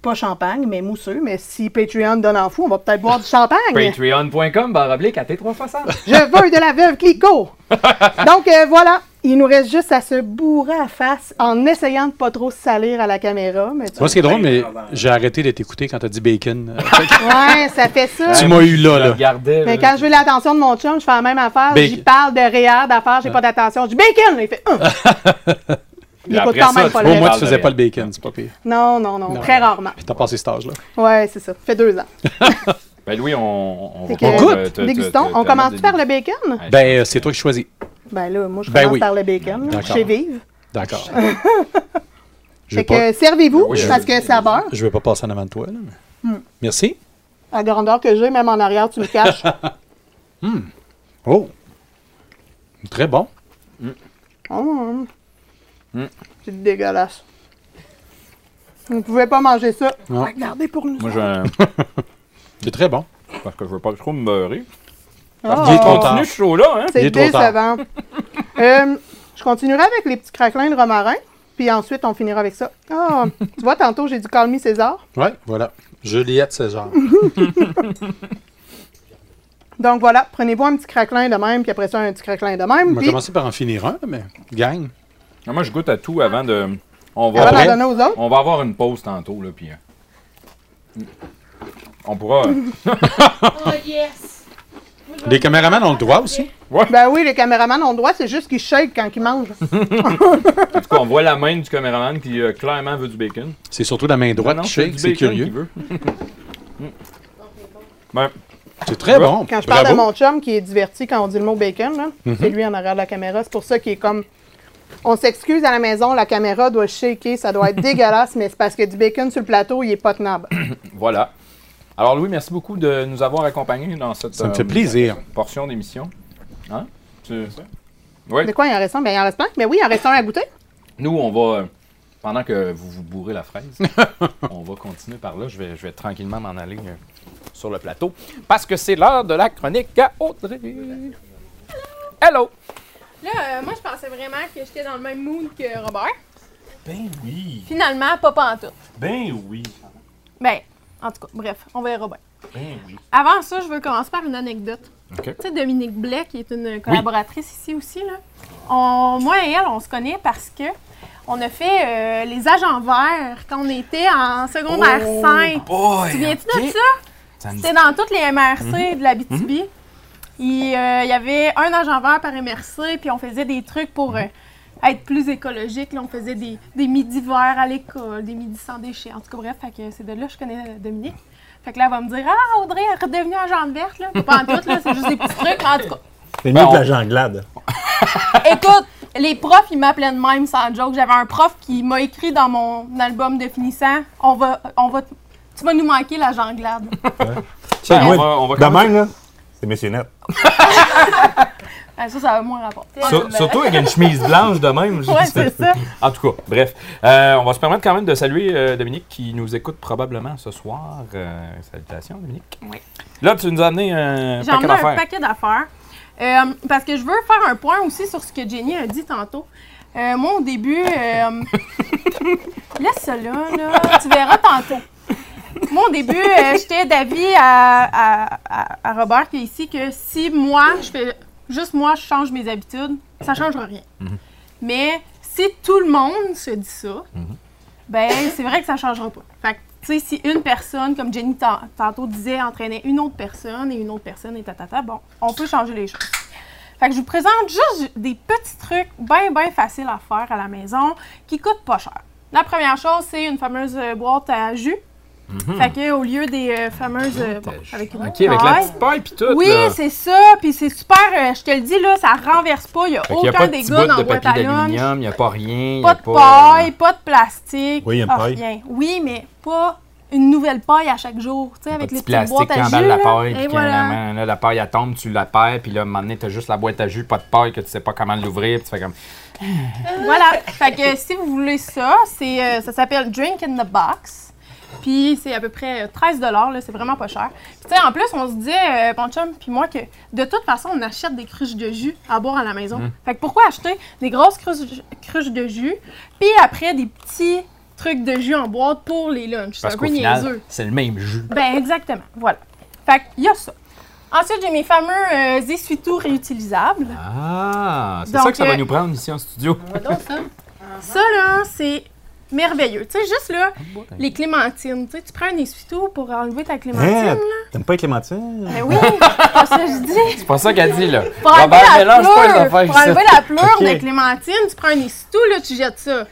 B: pas champagne, mais mousseux. Mais si Patreon donne en fou, on va peut-être boire du champagne.
A: Patreon.com, barre oblique, AT360.
B: Je veux de la veuve Clicquot! Donc euh, voilà, il nous reste juste à se bourrer à face en essayant de pas trop se salir à la caméra. Mais tu-
I: Moi, ce qui est drôle, mais j'ai arrêté de t'écouter quand t'as dit bacon.
B: Ouais, ça fait ça.
I: Tu m'as eu là,
A: Je
I: là. Ben-
A: regardais,
B: Mais
A: là.
B: quand je veux l'attention de mon chum, je fais la même affaire.
I: Bacon.
B: J'y parle de REER, d'affaires, j'ai pas d'attention. Je dis bacon! Il fait Hum! Il écoute
A: après
B: quand
A: ça,
B: même
A: tu
B: pas
I: Au
B: le
I: moins,
B: reste.
I: tu faisais pas le bacon, c'est pas pire.
B: Non, non, non,
I: Non.
B: Très rarement.
I: Puis t'as passé cet âge-là.
B: Ouais, c'est ça. Ça fait deux ans.
A: Ben Louis, on, on va
B: Fait
A: pas,
B: que,
A: euh, te- te-
B: dégustons.
A: te- te-
B: On
A: te-
B: commence
A: te-
B: par le bacon?
I: Ben, euh, c'est toi qui choisis.
B: Ben là, moi, je
I: Ben
B: commence
I: oui.
B: par le bacon. là. Je
I: D'accord.
B: sais vivre.
I: D'accord. Je vais
B: Euh, Fait
I: pas,
B: que servez-vous,
A: Oui, je-
B: parce que Hmm. ça beurre.
I: je vais pas passer en avant de toi. là, mais- Merci.
B: À la grandeur que j'ai, même en arrière, tu me caches.
I: Oh. Très bon.
B: Hum.
A: Hmm.
B: C'est dégueulasse. Vous ne pouvez pas manger ça.
I: Non.
B: Regardez pour nous.
A: Moi, je,
I: C'est très bon.
A: parce que je veux pas trop me beurrer.
B: Ah,
I: Il est trop tard.
A: Continue ce show-là, hein?
I: Il
B: C'est
I: est trop
B: décevant. Euh, je continuerai avec les petits craquelins de romarin, puis ensuite on finira avec ça. Ah, tu vois, tantôt j'ai du Call Me César.
I: Ouais, voilà. Juliette César.
B: Donc voilà, prenez-vous un petit craquelin de même, puis après ça un petit craquelin de
I: On
B: même.
I: va
B: Puis
I: commencer par en finir un, mais gagne.
A: Ah, Moi, je goûte à tout avant de. On va,
B: Ah, avant d'en
I: Après.
B: donner aux autres.
A: on va avoir une pause tantôt, là, puis. euh, On pourra. euh,
G: Oh yes!
I: Les caméramans ont le droit aussi.
B: Ben oui, les caméramans ont le droit, c'est juste qu'ils shake quand ils mangent.
A: En tout cas, on voit la main du caméraman qui euh, clairement veut du bacon.
I: C'est surtout la main droite
A: Non,
I: qui
A: du
I: shake, c'est
A: bacon qu'il
I: curieux.
A: veut. ben,
I: C'est très bon.
B: Quand je
I: Bravo. Mhm.
B: parle de mon chum qui est diverti quand on dit le mot bacon, là, c'est lui en arrière de la caméra. C'est pour ça qu'il est comme. On s'excuse à la maison, la caméra doit shaker, ça doit être dégueulasse, mais c'est parce que du bacon sur le plateau, il est pas tenable.
A: voilà. Alors, Louis, merci beaucoup de nous avoir accompagnés dans cette
I: Ça me
A: euh,
I: fait plaisir.
A: portion d'émission. Hein? Tu- Oui.
B: De quoi il en reste un? Ben, il en reste plein. Mais oui, il en reste un à goûter.
A: Nous, on va. euh, Pendant que vous vous bourrez la fraise, on va continuer par là. Je vais, je vais tranquillement m'en aller euh, sur le plateau. Parce que c'est l'heure de la chronique à Audrey. Hello!
F: Là, euh, moi, je pensais vraiment que j'étais dans le même mood que Robert. Ben oui. Finalement, pas pantoute.
E: Ben oui.
F: Ben, En tout cas, bref, on verra bien.
A: Ben oui.
F: Avant ça, je veux commencer par une anecdote.
A: OK.
F: Tu sais, Dominique Blais, qui est une collaboratrice ici aussi, là, on- moi et elle, on se connaît parce que on a fait euh, les agents verts quand on était en secondaire
A: Oh
F: 5.
A: boy,
F: tu viens-tu
A: OK. Mm-hmm.
F: de ça?
A: Ça me dit-
F: C'était dans toutes les MRC de la
I: Mhm.
F: BTB. Il euh, il y avait un agent vert par MRC, puis on faisait des trucs
A: Mhm.
F: pour euh, être plus écologique. Là, on faisait des, des midis verts à l'école, des midis sans déchets. En tout cas, bref, fait que c'est de là que je connais Dominique. Fait que là, elle va me dire Ah, Audrey elle est redevenue agent verte, là. Mais Pas en tout, là, c'est juste des petits trucs. En tout cas,
E: C'est mieux
A: Ben,
E: que
A: on-
E: la janglade.
F: Écoute, les profs, ils m'appelaient de même sans joke. J'avais un prof qui m'a écrit dans mon album de finissant On va. On va t- tu vas nous manquer la janglade.
A: Tiens,
E: Moi,
A: on va, on va
E: de
A: commencer-
E: même, là, c'est Monsieur Net.
F: Ah, ça, ça a moins rapport.
A: Sur- surtout avec une chemise blanche de même. je-
F: Ouais, c'est ça.
A: En tout cas, bref. Euh, on va se permettre quand même de saluer euh, Dominique qui nous écoute probablement ce soir. Euh, salutations, Dominique.
F: Oui.
A: Là, tu nous as amené un
F: J'en
A: paquet
F: ai un
A: d'affaires.
F: paquet d'affaires. Euh, parce que je veux faire un point aussi sur ce que Jenny a dit tantôt. Euh, moi, au début, euh, laisse ça là, là, tu verras tantôt. Moi, au début, euh, j'étais d'avis à, à- à- à Robert qui est ici que si moi, je fais juste moi, je change mes habitudes, ça ne changera rien.
A: Mhm.
F: Mais si tout le monde se dit ça, ben c'est vrai que ça changera pas. Fait que, tu sais, si une personne, comme Jenny tan- tantôt disait, entraînait une autre personne et une autre personne et tatata, bon, on peut changer les choses. Fait que je vous présente juste des petits trucs bien, bien faciles à faire à la maison qui coûtent pas cher. La première chose, c'est une fameuse euh, boîte à jus.
A: Hmm.
F: Fait que au lieu des euh, fameuses. euh, bon, avec une
A: Ok, Mhm. avec la
F: paille.
A: petite paille puis tout.
F: Oui,
A: là.
F: c'est ça. Puis c'est super. euh, je te le dis, là, ça renverse pas. Il n'y a
A: Fait qu'il n'y a
F: aucun
A: pas de petit
F: dégât
A: bout
F: dans
A: de
F: la boîte
A: papier
F: à lunch.
A: d'aluminium, il n'y a pas rien. il y
F: Pas
A: a
F: de paille, pas de plastique.
E: Oui, il y a une
F: ah,
E: paille.
F: rien. Oui, mais pas une nouvelle paille à chaque jour. Tu sais,
A: Pas de
F: avec les
A: petit
F: petites
A: plastique
F: boîtes
A: qui
F: à jus.
A: emballe la
F: là.
A: paille,
F: Et
A: puis que
F: voilà.
A: là, là, la paille, elle tombe, tu la perds, puis là, à un moment donné, t'as juste la boîte à jus, pas de paille, que tu sais pas comment l'ouvrir, puis tu fais comme...
F: voilà. Fait que si vous voulez ça, c'est, euh, ça s'appelle Drink in the Box. Puis c'est à peu près 13 là, c'est vraiment pas cher. Puis tu sais, en plus, on se disait, euh, mon chum puis moi, que de toute façon, on achète des cruches de jus à boire à la maison.
A: Mm.
F: Fait que pourquoi acheter des grosses cruches, cruches de jus, puis après des petits trucs de jus en boîte pour les lunchs? C'est
A: Parce
F: un peu
A: qu'au
F: niaiseux.
A: final, c'est le même jus.
F: Ben, exactement. Voilà. Fait qu'il y a ça. Ensuite, j'ai mes fameux euh, essuie-tout réutilisables.
A: Ah, c'est
F: Donc,
A: ça que ça va
F: euh,
A: nous prendre ici en studio.
G: Moi donc, ça.
F: Ça, là, c'est merveilleux. Tu sais, juste là, les clémentines. Tu sais, tu prends un essuie-tout pour enlever ta
E: Hein?
F: clémentine.
E: T'aimes pas être Clémentine?
F: Ben oui, c'est ça que je dis.
A: C'est pas ça qu'elle dit, là.
F: Pour enlever
A: Robert,
F: la
A: mélange pas les
F: pleure,
A: affaires
F: pour enlever
A: ici.
F: la pleure
E: Ok.
F: de clémentine, tu prends un essuie-tout, là, tu jettes ça.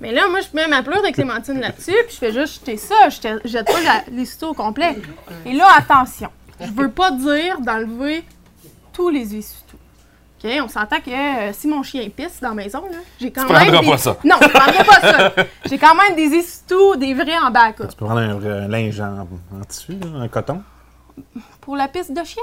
F: Mais là, moi, je mets ma pleure de clémentine là-dessus, puis je fais juste jeter ça. Je te- jette pas la- l'essuie-tout au complet. Et là, attention, je veux pas dire d'enlever tous les essuie-tout. OK, on s'entend que euh, si mon chien pisse dans la maison, là, j'ai quand
A: Tu
F: même.
A: prendras
F: des-
A: pas ça.
F: Non, je prendrai pas ça. J'ai quand même des essuie-tout, des vrais en bac.
E: Tu peux prendre un, un linge en, en tissu, là, un coton.
F: Pour la piste de chien?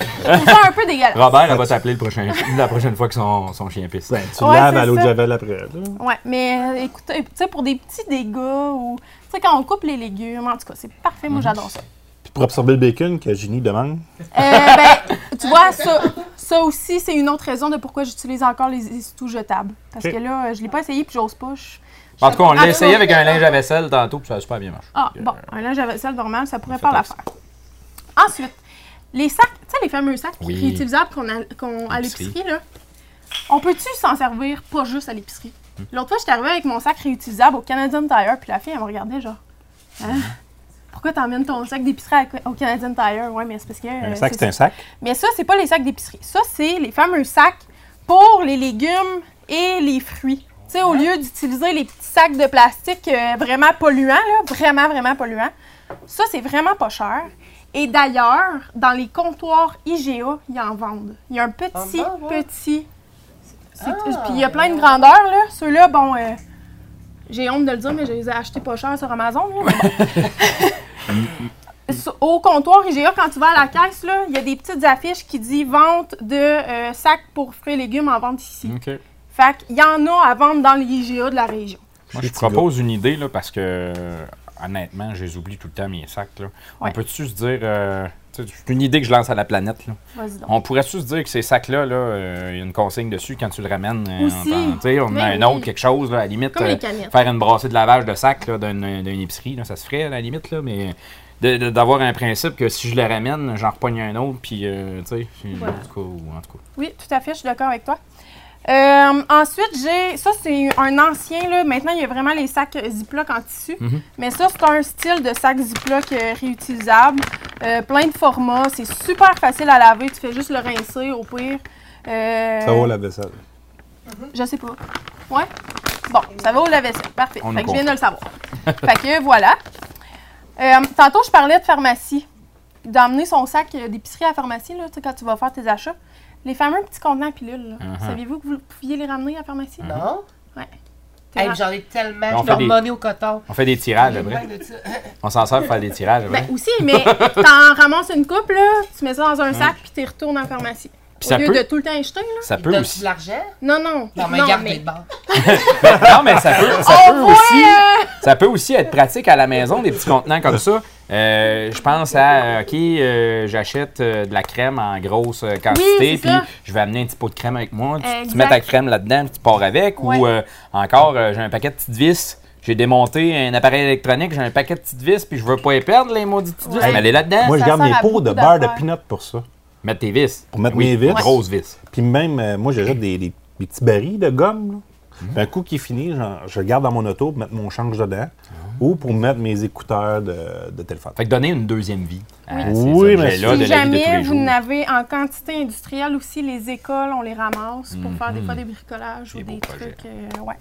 F: Je trouve ça un peu dégueulasse.
A: Robert, elle va t'appeler le prochain- la prochaine fois que son, son chien pisse.
E: Ben, tu
F: Ouais,
E: laves
F: c'est
E: à l'eau de
F: ça.
E: Javel après. là.
F: Ouais, mais euh, écoute, euh, tu sais, pour des petits dégâts ou. Tu sais, quand on coupe les légumes, en tout cas, c'est parfait, moi j'adore ça.
E: Puis pour absorber le bacon que Ginny demande.
F: Euh, ben, tu vois, ça, ça aussi, c'est une autre raison de pourquoi j'utilise encore les essuie-tout jetables. Parce
E: Ok.
F: que là, euh, je l'ai pas essayé puis j'ose pas. je- je
A: En tout cas, on l'a
F: savais-
A: essayé avec un linge à vaisselle tantôt, puis ça a super bien marché.
F: Ah, bon, un linge à vaisselle normal, ça pourrait
A: Fait
F: faire
A: un
F: l'affaire. Ensuite, les sacs, tu sais, les fameux sacs
A: Oui.
F: réutilisables qu'on a, qu'on- à
A: Épicerie.
F: l'épicerie, là, on peut-tu s'en servir pas juste à l'épicerie? L'autre fois, j'étais arrivée avec mon sac réutilisable au Canadian Tire, puis la fille, elle me regardait genre, Hein? Pourquoi t'emmènes ton sac d'épicerie à- au Canadian Tire? Ouais, mais c'est parce que.
E: Un
F: euh,
E: sac,
F: c'est-
E: c'est un sac.
F: mais ça, c'est pas les sacs d'épicerie. Ça, c'est les fameux sacs pour les légumes et les fruits. Tu sais, au lieu d'utiliser les petits sacs de plastique euh, vraiment polluants, là, vraiment, vraiment polluants, ça, c'est vraiment pas cher. Et d'ailleurs, dans les comptoirs IGA, ils en vendent. Il y a un petit,
G: Ah bon, ouais. Ah,
F: petit. c'est- Puis il y a plein de grandeurs, là. Ceux-là, bon, euh, j'ai honte de le dire, mais je les ai achetés pas cher sur Amazon. là, sur- au comptoir IGA, quand tu vas à la caisse, là, il y a des petites affiches qui disent vente de euh, sacs pour fruits et légumes en vente ici.
A: OK.
F: Fait qu'il y en a à vendre dans les IGA de la région.
A: Moi, je propose une idée, là, parce que euh, honnêtement, je les oublie tout le temps, mes sacs. Là. On
F: Ouais.
A: peut-tu se dire, euh, tu C'est une idée que je lance à la planète. là.
F: Vas-y donc.
A: On pourrait tous dire que ces sacs-là, là, euh, il y a une consigne dessus quand tu le ramènes. euh,
F: Aussi.
A: en- en- tu sais, on en a
F: Mais
A: un autre,
F: oui.
A: quelque chose. Là, à la limite, euh,
F: Comme les canettes.
A: faire une brassée de lavage de sac là, d'une d'une épicerie, là, ça se ferait à la limite. Là, mais de- de- d'avoir un principe que si je le ramène, j'en repogne un autre. Puis, euh, tu sais, puis-
F: Voilà.
A: en tout cas. ou- en tout cas.
F: Oui, tout à fait, je suis d'accord avec toi. Euh, ensuite, j'ai. Ça, c'est un ancien, là. Maintenant, il y a vraiment les sacs euh, Ziploc en tissu.
A: Mhm.
F: Mais ça, c'est un style de sac Ziploc euh, réutilisable. Euh, plein de formats. C'est super facile à laver. Tu fais juste le rincer, au pire. Euh,
E: Ça vaut la vaisselle.
F: Je sais pas. Ouais? Bon, ça va au lave-vaisselle. Parfait.
E: On
F: fait
E: nous
F: que je viens de le savoir. fait que voilà. Euh, tantôt, je parlais de pharmacie. D'emmener son sac euh, d'épicerie à la pharmacie, là, tu sais, quand tu vas faire tes achats. Les fameux petits contenants à pilules, là.
A: Uh-huh.
G: Mhm.
F: saviez-vous que vous pouviez les ramener à la pharmacie?
G: Non.
F: Ouais.
G: Hey, j'en ai tellement,
A: On
G: Euh, je
A: fait
G: leur
A: des-
G: monnaie au coton.
A: On fait des tirages,
G: J'ai
A: après.
G: plein de ça.
A: On s'en sert pour faire des tirages, après.
F: Ben aussi, mais t'en ramasses une coupe, là, tu mets ça dans un sac, puis tu retournes en pharmacie.
A: Puis
F: au
A: ça
F: lieu
A: peut-
F: de tout le temps acheter, là.
A: Ça peut aussi.
G: l'argent?
F: Non, non.
G: Non, mais
F: non,
G: garde
F: mais-
G: les bancs.
A: non, mais ça peut, ça
F: On
A: peut
F: voit,
A: aussi.
F: euh,
A: Ça peut aussi être pratique à la maison, des petits contenants comme ça. Euh, je pense à, euh, OK, euh, j'achète euh, de la crème en grosse euh, quantité,
F: c'est
A: puis
F: ça.
A: je vais amener un petit pot de crème avec moi. Tu, tu
F: Exact.
A: mets ta crème là-dedans, puis tu pars avec.
F: Ouais.
A: Ou euh, encore, euh, j'ai un paquet de petites vis. J'ai démonté un appareil électronique, j'ai un paquet de petites vis, puis je veux pas les perdre, les maudites petites vis.
F: Ouais.
A: Mais elle est là-dedans.
E: Moi, je
F: ça
E: garde
F: sert
E: mes
F: à
E: pots de
F: beaucoup
E: beurre de
F: d'affaires.
E: peanut pour ça.
A: Mettre tes vis.
E: Pour mettre
A: Oui,
E: mes vis.
A: Grosses vis.
E: Puis même, euh, moi, j'achète des, des- des petits barils de gomme. là.
A: Mm-hmm.
E: Puis Un coup qui est fini, j'en- je le garde dans mon auto pour mettre mon change dedans ou pour mettre mes écouteurs de, de téléphone.
A: Ah. Fait que donner une deuxième vie à ces
E: Oui, mais
A: objets-là
E: si
A: de
F: Si
A: la vie de tous
F: jamais
A: les
F: vous
A: jours.
F: n'avez en quantité industrielle aussi, les écoles, on les ramasse pour
A: Mm-hmm.
F: faire des fois des bricolages ou des trucs. euh, ouais.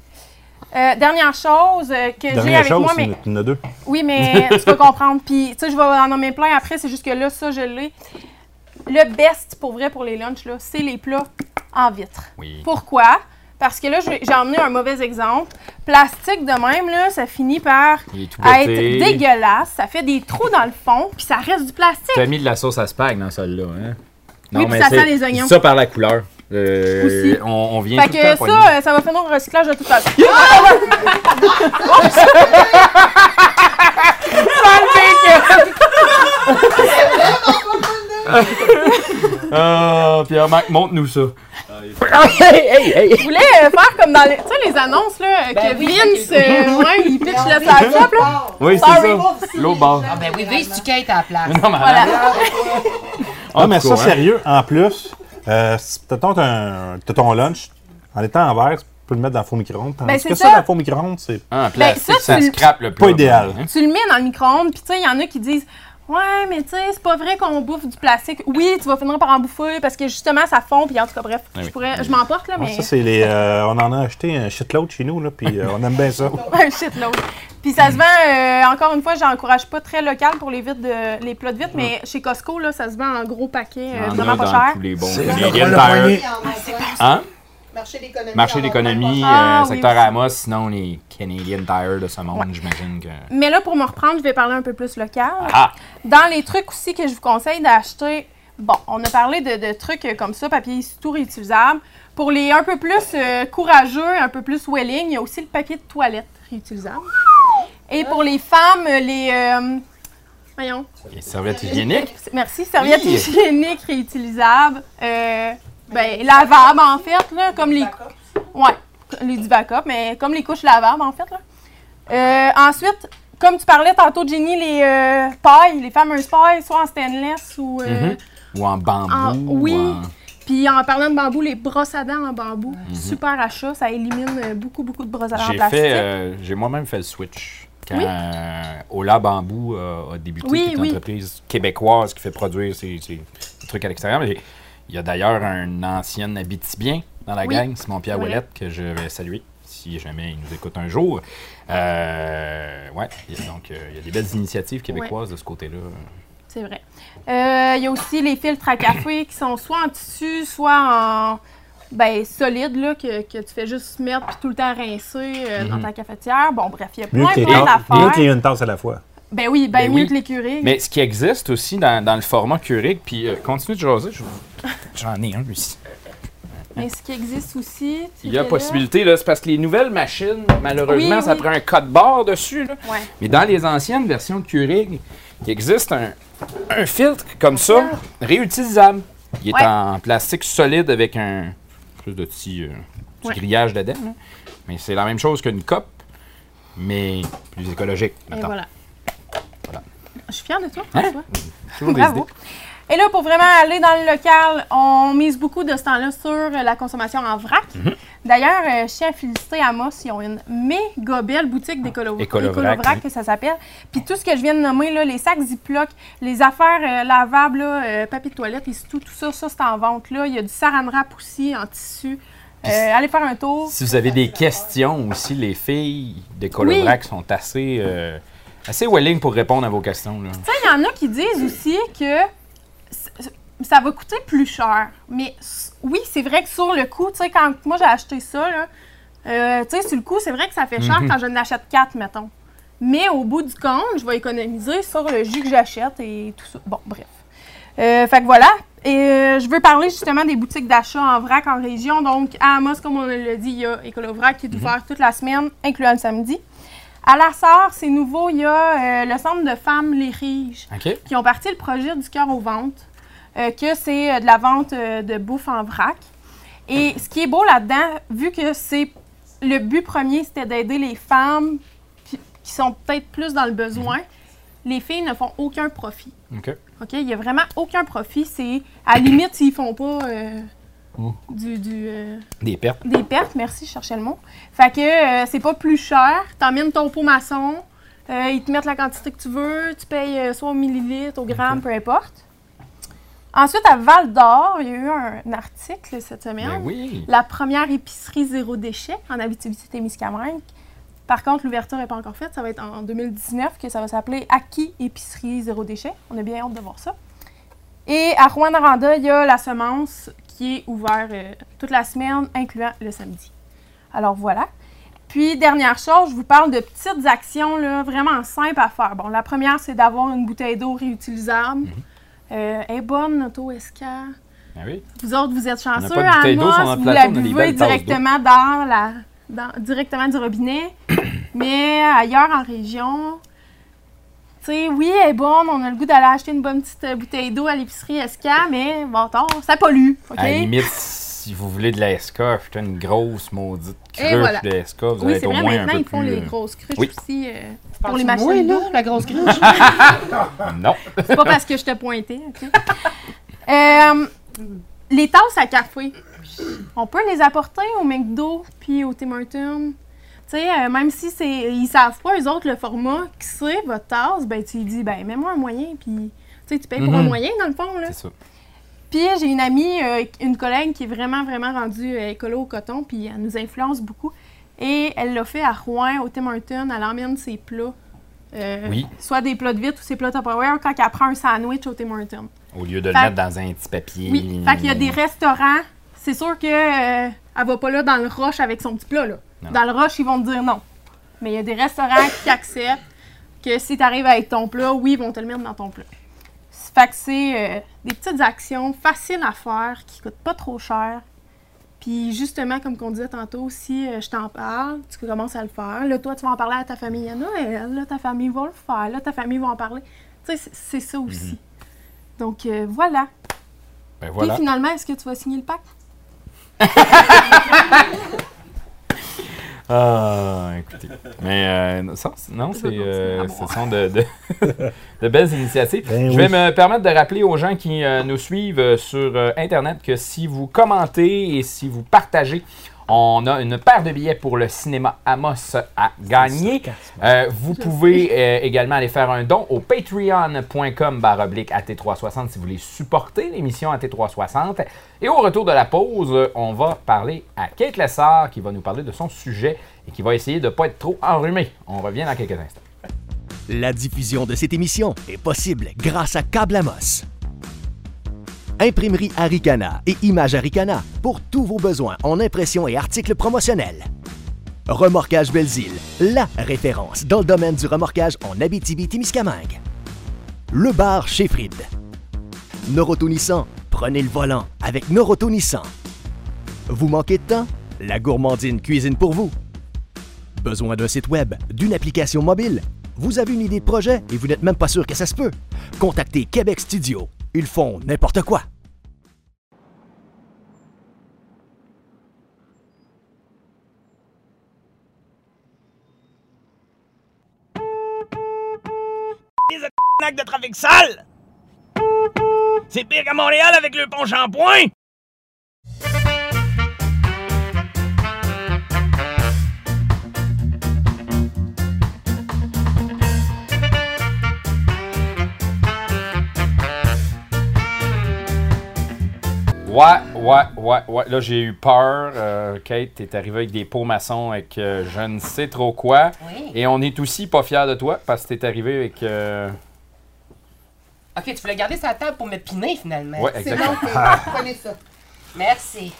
F: Euh, dernière chose euh, que j'ai
E: Dernière
F: avec
E: chose,
F: moi,
E: tu
F: mais
E: en- tu en as deux.
F: oui, mais tu peux comprendre. Puis, tu sais, je vais en nommer plein après, c'est juste que là, ça, je l'ai. Le best pour vrai pour les lunchs, là, c'est les plats en vitre.
A: Oui.
F: Pourquoi? Parce que là, j'ai j'ai emmené un mauvais exemple. Plastique de même, là, ça finit par
A: Il est tout
F: être
A: botté.
F: dégueulasse. Ça fait des trous dans le fond, puis ça reste du plastique.
A: T'as mis de la sauce à spag dans celle-là, hein?
F: Oui, puis ça
A: c'est-
F: sent les oignons.
A: Ça par la couleur. Euh,
F: Aussi.
A: On, on vient
F: Fait
A: tout le
F: que
A: temps poigner.
F: ça, euh, ça va finir au recyclage de tout à l'heure.
A: Ah, Pierre-Marc, montre-nous ça. Ah,
F: Je voulais euh, faire comme dans les, tu sais, les annonces, là, euh, que
G: Ben oui,
F: Vince,
G: ok.
F: euh, ouais, il pitch le flap-flap, là.
A: Oui, c'est
F: Sorry.
A: ça. L'autre bord.
G: Ah, ben oui, vise du cake à la place.
A: Non, mais
F: Voilà.
E: Ah, mais
A: tout
E: ça,
A: cas, hein.
E: sérieux, en plus, euh, si t'as ton, t'as ton lunch, en étant en verre, tu peux le mettre dans le four micro-ondes. Tandis
F: Ben, c'est
E: que ça,
F: ça.
E: dans le four micro-ondes, c'est
A: Ah, plastique,
F: Ben, ça,
A: ça,
F: tu-
A: scrape le
E: pas
A: plat,
E: idéal.
A: hein.
F: Tu le mets dans le micro-ondes, puis tu sais, il y en a qui disent Ouais, mais tu sais, c'est pas vrai qu'on bouffe du plastique. Oui, tu vas finir par en bouffer parce que justement, ça fond, puis en tout cas, bref,
A: Ah
F: je
A: oui.
F: pourrais, je m'emporte,
G: Ah,
F: là,
E: Ouais,
F: mais.
E: ça, c'est les. euh, on en a acheté un shitload chez nous, là, puis euh, on aime bien ça.
F: un shitload. Puis ça
A: Mm.
F: se vend, euh, encore une fois, j'encourage pas très local pour les, vitres de, les plats de vitres, mais chez Costco, là, ça se vend en gros paquet, euh,
A: On en a
F: vraiment pas
A: dans
F: cher.
A: tous les bons.
E: C'est
A: Les
E: vrai,
A: Little
E: on l'a
A: Tires.
E: poigné.
A: Hein?
L: Marché d'économie.
A: Marché d'économie,
F: Ah,
A: euh,
F: oui,
A: secteur
F: oui.
A: Amos, sinon les Canadian Tire de ce monde, j'imagine que.
F: Mais là, pour me reprendre, je vais parler un peu plus local.
A: Ah!
F: Dans les trucs aussi que je vous conseille d'acheter, bon, on a parlé de, de trucs euh, comme ça, papier issu, tout réutilisable. Pour les un peu plus euh, courageux, un peu plus welling, il y a aussi le papier de toilette réutilisable. Et pour les femmes, euh, les. euh, voyons.
A: Les serviettes hygiéniques.
F: Merci, serviettes
A: Oui.
F: hygiéniques réutilisables. euh, ben, lavables, en fait, là, comme les. Ouais, les divacop, mais comme les couches lavables, en fait. Là. Euh, ensuite, comme tu parlais tantôt, Jenny, les euh, pailles, les fameuses pailles, soit en stainless ou. euh,
A: Mhm. Ou en bambou.
F: en- oui.
A: ou en-
F: Puis en parlant de bambou, les brosses à dents en bambou, super achat, ça élimine euh, beaucoup, beaucoup de brosses à dents en
A: Mm-hmm. J'ai
F: plastique.
A: fait, euh, j'ai moi-même fait le switch quand
F: Oui.
A: euh, Ola Bambou euh, a débuté,
F: Oui,
A: qui est une
F: oui.
A: entreprise québécoise qui fait produire ses, ses- ses trucs à l'extérieur. Mais il y a d'ailleurs un ancien Abitibien dans la
F: Oui.
A: gang, Simon Pierre
F: Voilà.
A: Ouellette, que je vais saluer si jamais il nous écoute un jour. Euh, ouais, il y a- donc euh, il y a des belles initiatives québécoises de ce côté-là.
F: C'est vrai. Euh, Il y a aussi les filtres à café qui sont soit en tissu, soit en ben, solide, là, que, que tu fais juste mettre puis tout le temps rincer euh,
A: Mhm.
F: dans ta cafetière. Bon, bref, il y a
E: Mieux
F: plein,
E: qu'il y ait
F: plein
E: mieux qu'il y
F: d'affaires.
E: ait une tasse à la fois.
F: Ben oui, ben,
A: Ben
F: mieux
A: oui.
F: que les curés.
A: Mais ce qui existe aussi dans, dans le format Keurig, puis euh, continue de jaser, je vous- j'en ai un aussi.
F: Mais ce qui existe aussi. tu
A: Il y a
F: fais là.
A: possibilité, là, c'est parce que les nouvelles machines, malheureusement,
F: Oui,
A: ça
F: oui.
A: prend un code barre dessus. là.
F: Ouais.
A: Mais dans les anciennes versions de Keurig, il existe un, Un filtre comme ça, réutilisable. Il est
F: Ah. Ouais.
A: en plastique solide avec un espèce de petit, euh, petit
F: Ouais.
A: grillage dedans. là. Mais c'est la même chose qu'une coupe, mais plus écologique.
F: Et
A: mettons.
F: voilà. Je suis fière de toi,
A: Hein?
F: François.
A: Toujours des
F: Bravo.
A: idées.
F: Et là, pour vraiment aller dans le local, on mise beaucoup de ce temps-là sur euh, la consommation en vrac.
A: Mhm.
F: D'ailleurs, euh, je tiens à féliciter Amos, ils ont une méga belle boutique d'écolo-
A: Écolovrac,
F: d'écolovrac,
A: Ah, oui.
F: que ça s'appelle. Puis tout ce que je viens de nommer, là, les sacs Ziploc, les affaires euh, lavables, là, euh, papier de toilette, et tout, tout ça, ça c'est en vente. Là. Il y a du saran wrap aussi en tissu.
A: Puis
F: Euh,
A: si-
F: allez faire un tour.
A: Si vous avez des questions aussi, les filles de Colobrac sont assez, euh, assez willing pour répondre à vos questions. là.
F: Tu sais, il y en a qui disent aussi que c- ça va coûter plus cher. Mais s- oui, c'est vrai que sur le coup, tu sais, quand moi j'ai acheté ça, là, euh, tu sais, sur le coup, c'est vrai que ça fait cher
G: Mhm.
F: quand je n'achète quatre, mettons. Mais au bout du compte, je vais économiser sur le jus que j'achète et tout ça. Bon, bref. Euh, fait que voilà. Et euh, je veux parler justement des boutiques d'achat en vrac en région. Donc, à Amos, comme on l'a dit, il y a Écolovrac qui est ouvert toute la semaine, incluant le samedi. À la Sarre, c'est nouveau, il y a euh, le centre de femmes Les Riges
A: OK.
F: qui ont parti le projet du cœur aux ventes, euh, que c'est euh, de la vente euh, de bouffe en vrac. Et ce qui est beau là-dedans, vu que c'est le but premier, c'était d'aider les femmes qui, qui sont peut-être plus dans le besoin, les filles ne font aucun profit.
A: OK.
F: OK? Il n'y a vraiment aucun profit. C'est à la limite s'ils font pas euh, du. du, euh,
A: Des pertes.
F: des pertes, merci, je cherchais le mot. Fait que euh, c'est pas plus cher. T'emmènes ton pot maçon, euh, ils te mettent la quantité que tu veux, tu payes euh, soit au millilitre, au gramme, peu importe. Ensuite, à Val d'Or, il y a eu un article cette semaine.
G: Ben oui.
F: La première épicerie zéro déchet en Abitibi-Témiscamingue. Par contre, l'ouverture n'est pas encore faite. Ça va être en 2019 que ça va s'appeler Acquis Épicerie Zéro Déchet. On a bien hâte de voir ça. Et à Rouen-Noranda, il y a la semence qui est ouverte euh, toute la semaine, incluant le samedi. Alors voilà. Puis, dernière chose, je vous parle de petites actions là, vraiment simples à faire. Bon, la première, c'est d'avoir une bouteille d'eau réutilisable.
G: Mm.
F: Euh, elle est bonne, notre eau SK.
A: Ah oui.
F: Vous autres, vous êtes chanceux.
A: On n'a pas de bouteille d'eau sur
F: Amos,
A: notre
F: vous
A: plateau,
F: la
A: on a des
F: buvez
A: belles tasses d'eau.
F: directement dans la, dans- directement du robinet. Mais ailleurs en région, tu sais, oui, elle est bonne. On a le goût d'aller acheter une bonne petite euh, bouteille d'eau à l'épicerie SK, mais bon, attends, ça pollue. OK?
A: À la limite, si vous voulez de la SK, achetez une grosse maudite
F: Et
A: cruche
F: voilà.
A: de SK. Vous
F: oui,
A: allez
F: c'est
A: être au
F: vrai,
A: moins un
F: maintenant,
A: peu
F: ils font
A: plus,
F: les
A: euh,
F: grosses cruches
A: oui.
F: aussi euh, pour
G: Parles-tu
F: les
G: de
F: machines.
G: moi, là,
F: d'eau.
G: la grosse cruche?
A: Non.
F: C'est pas parce que je te pointais, OK? Euh, les tasses à café, on peut les apporter au McDo puis au Tim Hortons. Tu sais, euh, même si c'est, ils savent pas, eux autres, le format qui c'est, votre tasse, ben tu lui dis, ben mets-moi un moyen, puis tu sais, tu payes pour un
A: Mhm.
F: moyen, dans le fond, là.
A: C'est ça.
F: Puis j'ai une amie, euh, une collègue qui est vraiment, vraiment rendue euh, écolo au coton, puis elle nous influence beaucoup. Et elle l'a fait à Rouen, au Tim Hortons, elle emmène ses plats. euh,
A: Oui.
F: Soit des plats de vitre ou ses plats Tupperware quand elle prend un sandwich au Tim Hortons.
A: Au lieu de le
F: Fait-
A: mettre dans un petit papier.
F: Oui, fait qu'il y a des restaurants, c'est sûr que euh, elle va pas là dans le rush avec son petit plat là.
A: Non.
F: Dans le rush, ils vont te dire non. Mais il y a des restaurants qui acceptent que si tu arrives avec ton plat, oui, ils vont te le mettre dans ton plat. Fait que c'est euh, des petites actions faciles à faire qui coûtent pas trop cher. Puis justement, comme qu'on disait tantôt, si euh, je t'en parle, tu commences à le faire. Là, toi, tu vas en parler à ta famille à Noël. Là, ta famille va le faire. Là, ta famille va en parler. Tu sais, c'est- c'est ça aussi. Donc euh, voilà.
A: Mhm. Ben voilà.
F: Puis finalement, est-ce que tu vas signer le pacte?
A: Ah, écoutez. Mais euh, ça, c'est- non, c'est,
F: Ah,
A: euh, ce sont de, de, de belles initiatives.
H: Ben
A: Je vais
H: oui.
A: me permettre de rappeler aux gens qui euh, nous suivent euh, sur euh, Internet que si vous commentez et si vous partagez, on a une paire de billets pour le cinéma Amos à gagner. Euh, vous pouvez euh, également aller faire un don au patreon.com baroblique AT360 si vous voulez supporter l'émission AT360. Et au retour de la pause, euh, on va parler à Kate Lessard qui va nous parler de son sujet et qui va essayer de ne pas être trop enrhumée. On revient dans quelques instants.
D: La diffusion de cette émission est possible grâce à Câble Amos. Imprimerie Aricana et Images Aricana pour tous vos besoins en impressions et articles promotionnels. Remorquage Belzile, la référence dans le domaine du remorquage en Abitibi-Témiscamingue. Le bar chez Fried. Noroto Nissan, prenez le volant avec Noroto Nissan. Vous manquez de temps? La gourmandine cuisine pour vous. Besoin d'un site web, d'une application mobile? Vous avez une idée de projet et vous n'êtes même pas sûr que ça se peut? Contactez Québec Studio. Ils font n'importe quoi.
H: Les actes de trafic sale! C'est pire qu'à Montréal avec le pont Shampoing!
A: Ouais, ouais, ouais, ouais. Là, j'ai eu peur. Euh, Kate, t'es arrivée avec des pots maçons avec euh, je ne sais trop quoi.
G: Oui.
A: Et on est aussi pas fiers de toi parce que t'es arrivée avec. euh,
G: Ok, tu voulais garder sa table pour me piner finalement.
A: Ouais,
B: C'est
A: exactement.
B: bon, c'est- prenez ça.
G: Merci.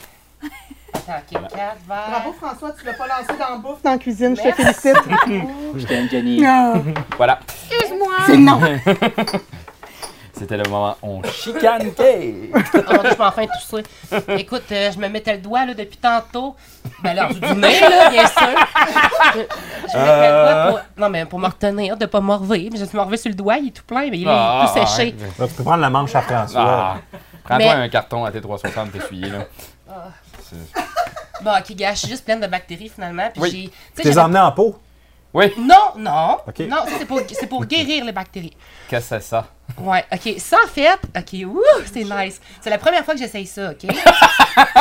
G: Attends, ok, quatre verres.
B: Bravo François, tu l'as pas lancé dans la bouffe, dans la cuisine, je te
G: Merci.
B: félicite.
C: Je t'aime, Johnny.
B: Ah.
A: Voilà.
F: Excuse-moi.
B: C'est non.
A: C'était le moment. On chicane Kate.
G: Oh mon Dieu, je peux enfin tousser. Écoute, euh, je me mettais le doigt là, depuis tantôt. Ben alors, du nez, là, bien sûr. Je, je me mettais le
A: Euh.
G: doigt pour. Non, mais pour me retenir, de pas morver. Mais je me suis morvé sur le doigt, il est tout plein, mais il est
A: Ah,
G: tout séché.
A: ouais.
E: Tu peux prendre la manche à
A: Ah,
E: François.
A: Prends-toi
G: Mais- Ah.
A: un carton à T360 t'essuyer, là. C'est-
G: Bon, ok, gars, je suis juste pleine de bactéries finalement. Puis
A: Oui.
G: j'ai. tu sais,
E: Tu les
G: j'avais-
E: emmenés en pot.
A: Oui,
G: Non, non.
E: Ok.
G: Non, ça, c'est pour, c'est pour guérir les bactéries.
A: qu'est-ce que c'est ça?
G: Ouais, ok. Ça, en fait, ok, ouh, c'est nice. C'est la première fois que j'essaye ça, ok?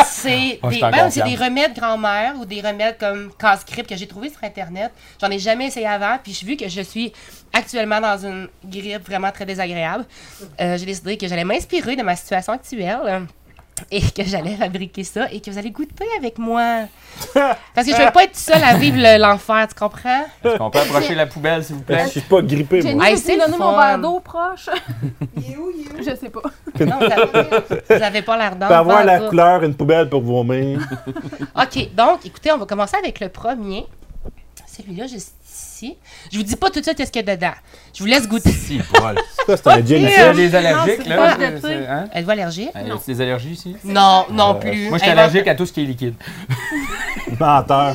G: c'est
A: Oh, je
G: des,
A: suis en
G: ben, c'est des
A: confiance.
G: remèdes grand-mère ou des remèdes comme casse-crip que j'ai trouvé sur Internet. J'en ai jamais essayé avant, puis j'ai vu que je suis actuellement dans une grippe vraiment très désagréable. Euh, j'ai décidé que j'allais m'inspirer de ma situation actuelle. euh, Et que j'allais fabriquer ça et que vous allez goûter avec moi. Parce que je vais pas être toute seule à vivre le- l'enfer, tu comprends?
A: Est-ce qu'on peut approcher la poubelle, s'il vous
E: Je
A: plaît?
E: suis pas grippé,
F: Jenny,
E: moi.
G: Hey,
F: peux-tu
G: c'est
F: me
G: le
F: donner mon
G: fun.
F: verre d'eau proche?
B: Il est où, il est où?
F: Je sais pas.
G: Non, vous avez, vous avez pas l'air d'en
E: Tu peux avoir
G: pas
E: la
G: en tout.
E: couleur, une poubelle pour vomir.
G: OK, donc, écoutez, on va commencer avec le premier. Celui-là, juste ici. Je vous dis pas tout de suite qu'est-ce qu'il y a dedans. Je vous laisse goûter.
A: Si, Paul.
E: Ça, c'est un gin.
A: C'est des allergiques,
F: c'est
A: là?
F: pas de
A: c'est-
F: thé.
A: c'est- hein?
G: Êtes-vous allergique?
A: Hey, y a-t-il des allergies ici?
G: Non, non plus.
A: Euh, Moi, je suis
G: Elle va-
A: allergique à tout ce qui est liquide.
E: Menteur.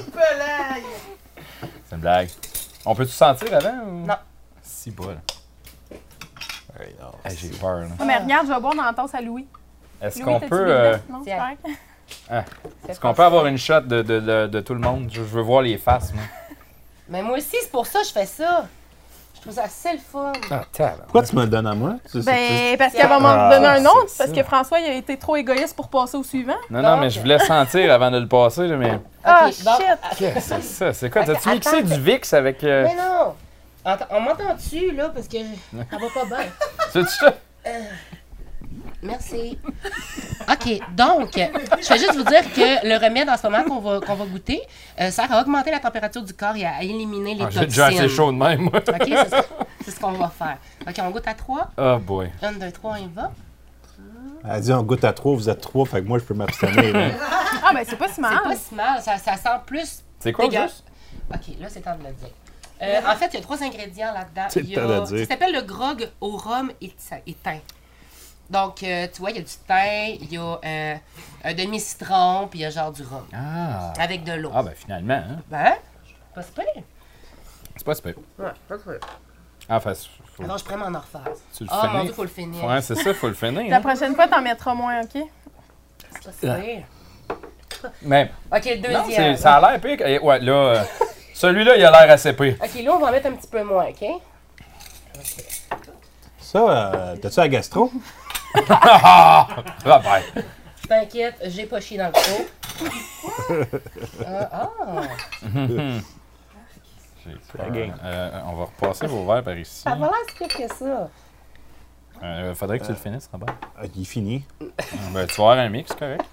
A: C'est une blague. On peut-tu sentir avant? Ou...
G: Non.
A: Si, Paul. Hey, J'ai peur, là.
F: Non, mais regarde, je vais boire dans la tasse à Louis.
A: Est-ce
F: Louis,
A: qu'on
F: t'as-tu
A: peut,
F: des
A: euh,
F: dents? Non,
G: Tiens.
F: c'est correct.
A: Ah. est-ce qu'on peut avoir une shot de, de- de- de tout le monde? Je, je veux voir les faces, moi.
G: Mais moi aussi, c'est pour ça que je fais ça. Je trouve ça assez le fun.
A: Ah,
E: Pourquoi tu me le donnes à moi? Tu- tu-
F: Ben, parce qu'elle va
E: Ah,
F: m'en donner un autre,
A: c'est
F: parce
A: ça.
F: que François, il a été trop égoïste pour passer au suivant.
A: Non, non, mais je voulais sentir avant de le passer, là, mais...
F: Ah,
G: Ok,
F: shit!
G: bon.
A: C'est ça, c'est quoi?
G: Attends,
A: T'as-tu mixé
G: attends.
A: du VIX avec... euh,
G: Mais non! Attends, on m'entend-tu, là? Parce que je- ça va pas bien.
A: sais-tu ça?
G: Euh, Merci. OK, donc, je vais juste vous dire que le remède en ce moment qu'on va, qu'on va goûter euh, sert à augmenter la température du corps et à éliminer les
A: Ah, J'ai
G: toxines.
A: déjà assez chaud de même, moi.
G: OK, c'est ça- c'est ce qu'on va faire. OK, on goûte à trois.
A: Oh boy.
G: Un, deux, trois, on y va.
E: Elle dit on goûte à trois, vous êtes trois, fait que moi je peux m'abstenir. hein.
F: Ah, ben, c'est pas si
G: C'est
F: mal.
G: pas si mal, ça, ça sent plus.
A: C'est quoi,
G: dégueu.
A: juste?
G: OK, là, c'est temps de le dire. Euh, en fait, il y a trois ingrédients là-dedans.
E: C'est le
G: Il y a-
E: temps de le dire.
G: Ça s'appelle le grog au rhum et, ti- et thym. Donc, euh, tu vois, il y a du thym, il y a euh, un demi-citron, puis il y a genre du rhum.
A: Ah.
G: Avec de l'eau.
A: Ah, ben finalement, hein?
G: Ben, pas super.
A: C'est pas super.
G: Ouais, pas super.
A: Ah, fait, faut- faut-
G: Attends, je pourrais m'en refaire.
A: tu le
G: Ah, mon
A: finis.
G: Dieu, faut le finir.
A: Ouais, c'est ça, faut le finir.
F: La
A: hein.
F: prochaine fois, t'en mettras moins, OK?
G: C'est pas super.
A: Mais
G: OK, le
A: non, c'est-
G: deuxième.
A: ça a l'air pire. que- eh, ouais, là, euh, celui-là, il a l'air assez pire.
G: OK, là, on va en mettre un petit peu moins, OK?
E: Ça, euh, t'as-tu la gastro?
A: Robert.
G: T'inquiète, j'ai pas chié dans le pot. Ah, ah!
A: J'ai peur. Euh, on va repasser vos verres par ici.
G: Ça va l'air si pire que ça.
A: Euh, faudrait que tu le finisses, Robert.
E: Ah, il est fini.
A: Ben, tu vas avoir un mix, correct.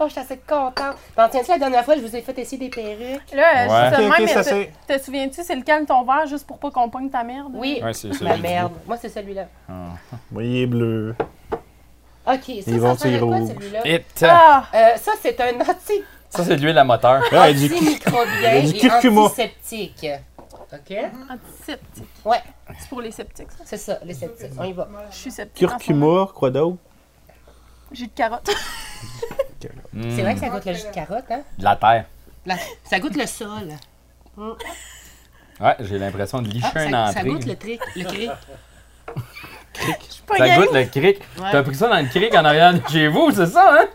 G: Oh, je suis assez contente. T'en tiens-tu la dernière fois, je vous ai fait essayer des perruques?
F: Là, euh,
A: Ouais.
F: je
E: Ok, ok,
F: mais
E: ça,
F: te-
E: c'est-
F: te souviens-tu, c'est lequel ton verre, juste pour pas qu'on pogne ta merde?
G: Oui,
A: Ouais, c'est
G: ma
A: celui du
G: merde. Moi, c'est celui-là.
E: Moi, Ah. il est bleu.
G: OK, ça,
E: Ils
G: ça
E: vont
G: sert à
E: tirer
G: quoi,
E: au-
G: celui-là?
A: Et,
F: Ah!
G: Euh, ça, c'est un anti-
A: ça, c'est de l'huile à moteur.
E: Ah, il dit
G: antimicrobien
E: du
G: et
E: curcuma.
G: antiseptique. OK?
F: Antiseptique.
G: Ouais,
F: C'est pour les sceptiques, ça.
G: c'est ça, les sceptiques. On y va.
F: Je suis sceptique. en ce
G: Ah,
F: moment.
E: curcuma, quoi d'autre?
F: Jus de carotte.
G: C'est vrai que ça goûte le jus de carotte, hein?
A: De la terre.
F: Mm.
G: La- Ça goûte le sol.
A: Ouais, j'ai l'impression de licher
G: Ah,
A: un
G: ça,
A: entrée.
G: ça goûte le trick, le cri.
A: Ça goûte le cric.
G: Ouais.
A: T'as pris ça dans le cric en arrière de chez vous, c'est ça, hein?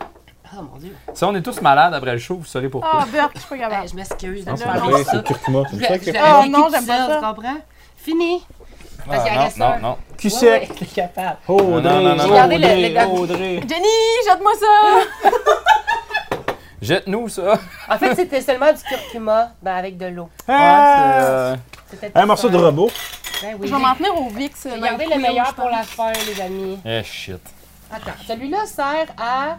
G: Oh mon dieu. Ben,
A: Si on est tous malades après le show, vous saurez pourquoi.
F: Ah, Bert, je suis pas capable.
G: Je m'excuse. je
A: Non, c'est
G: vais
A: pas
G: arrêter
A: vrai,
G: ça.
A: c'est le curcuma, c'est
G: Je
A: pour
G: vais-
A: ça que-
G: je vais
F: Oh
G: arrêter
F: non,
G: tout
F: j'aime pas
G: Tu
F: ça.
G: comprends? Fini. Parce qu'il y a
A: Ah, non,
G: la sœur.
A: non, non.
E: Cul
G: Ouais,
E: sec.
G: ouais, t'es capable.
E: Oh,
A: Non,
E: Audrey,
A: non, non, non,
E: oh,
G: Regardez le-
E: Audrey,
G: le-
E: oh, Audrey.
F: Jenny, jette-moi ça!
A: Jette-nous ça.
G: En fait, c'était seulement du curcuma ben, avec de l'eau.
A: Ouais, c'est,
E: Ah!
A: euh,
G: C'était
E: Un morceau de
G: ça.
E: robot.
G: Ben oui.
F: Je vais m'en tenir au VIX. euh, dans
G: Regardez
F: couillon,
G: le meilleur
F: je
G: pour la
F: pense.
G: fin, les amis.
A: Eh, shit.
G: Attends, celui-là sert à. Ah,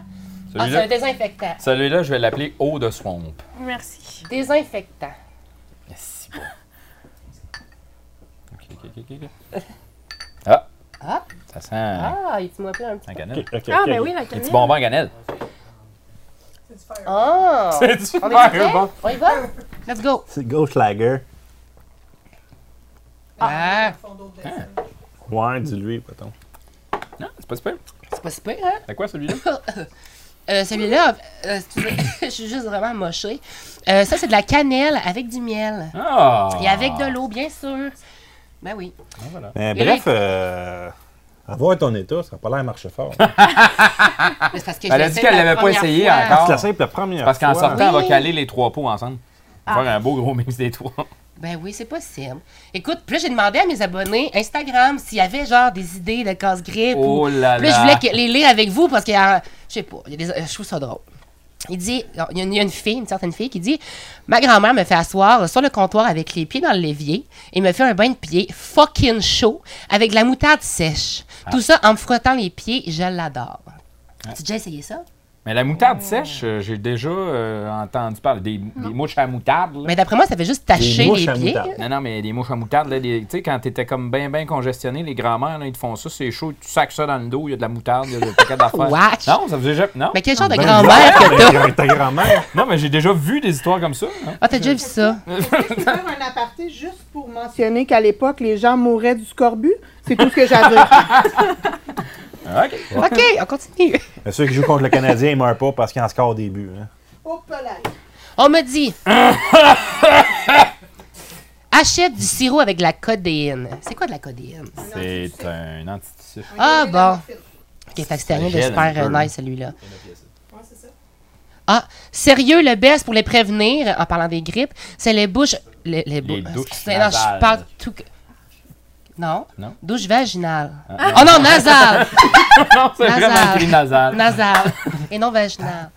G: c'est
A: Celui-là,
G: un désinfectant.
A: celui-là, je vais l'appeler eau de swamp.
F: Merci.
G: Désinfectant.
A: Eh, si bon. Ok, ok, ok, ok. ok. Ah!
G: Ah.
A: Ça sent un
G: Ah, il tu m'as pris un petit.
A: cannelle.
E: Ok, ok,
F: Ah,
E: ok.
F: ben oui, la
A: Un petit
F: cannelle.
A: bonbon à cannelle.
G: Ah!
A: C'est du
G: On est
A: fire,
G: prêts?
A: bon.
G: On y va? Let's go!
E: Hmm. C'est Goldschlager.
G: Ah!
E: Ouais, dis-lui, mettons.
A: Non, c'est pas super.
G: C'est pas si pire, hein?
A: C'est quoi celui-là?
G: Euh, Celui-là, euh, excusez, je suis juste vraiment mochée. Euh, ça, c'est de la cannelle avec du miel.
A: Ah!
G: Et avec de l'eau, bien sûr. Ben oui.
E: Mais
G: Eric.
E: bref, euh, avoir ton état, ça n'a pas l'air de marcher fort. C'est
G: Mais c'est parce que je
A: Elle a
G: l'ai
A: dit
G: fait
A: qu'elle
G: la
A: l'avait pas
G: première
A: essayé
G: fois.
A: encore.
E: Ah, la simple première
A: Parce qu'en
E: fois.
A: sortant, on va
G: Oui. Ah.
A: caler les trois pots ensemble. On va Faire un beau gros mix des trois.
G: Ben oui, c'est possible. Écoute, plus j'ai demandé à mes abonnés Instagram s'il y avait genre des idées de casse-grippe ou
A: Oh là
G: Puis là,
A: là.
G: je voulais que- les lire avec vous parce que, euh, je sais pas, il y a des- euh, je trouve ça drôle. Il dit, il y, a une, il y a une fille, une certaine fille, qui dit Ma grand-mère me fait asseoir sur le comptoir avec les pieds dans le lévier et me fait un bain de pieds fucking chaud avec de la moutarde sèche. Tout ça en me frottant les pieds, je l'adore. Tu as déjà essayé ça?
A: Mais la moutarde sèche, euh, j'ai déjà euh, entendu parler des, des mouches à moutarde. là.
G: Mais d'après moi, ça fait juste
E: Des
G: tacher
E: mouches
G: les
E: à
G: pieds.
E: moutarde.
A: Non, non, mais les mouches à moutarde, là, les- tu sais, quand t'étais comme bien, bien congestionné, les grands-mères, là, ils te font ça, c'est chaud, tu sacs ça dans le dos, il y a de la moutarde, il y a des paquets d'affaires.
G: Wesh.
A: Non, ça faisait jamais. Non,
G: Mais quel genre de grand-mère que t'as?
E: Ben, Ta grand-mère.
A: non mais j'ai déjà vu des histoires comme ça. hein.
G: Ah, t'as déjà vu ça?
B: Je peux faire un aparté juste pour mentionner qu'à l'époque, les gens mouraient du scorbut. C'est tout ce que j'avais.
A: OK.
G: OK, on continue.
E: Mais Ceux qui jouent contre le Canadien, ils meurent pas parce qu'ils en score des buts. hein.
B: Hop là.
G: On me dit. Achète du sirop avec de la codéine. C'est quoi de la codéine?
A: C'est un antitusif.
G: Ah bon. Ok, fait que c'était rien de
A: gèle un
G: super
A: peu,
G: euh,
A: là.
G: nice celui-là. Ah, sérieux, le best pour les prévenir, en parlant des grippes, c'est les bouches. Les, les, bou- euh,
A: Les douches
G: c'est- Non,
A: nasales.
G: je parle tout. que- Non?
A: Non.
G: Douche vaginale.
A: Ah,
G: oh non, nasale!
F: Euh,
A: Non, c'est
G: Nasal.
A: vraiment écrit nasal.
G: nasale. Et non vaginale.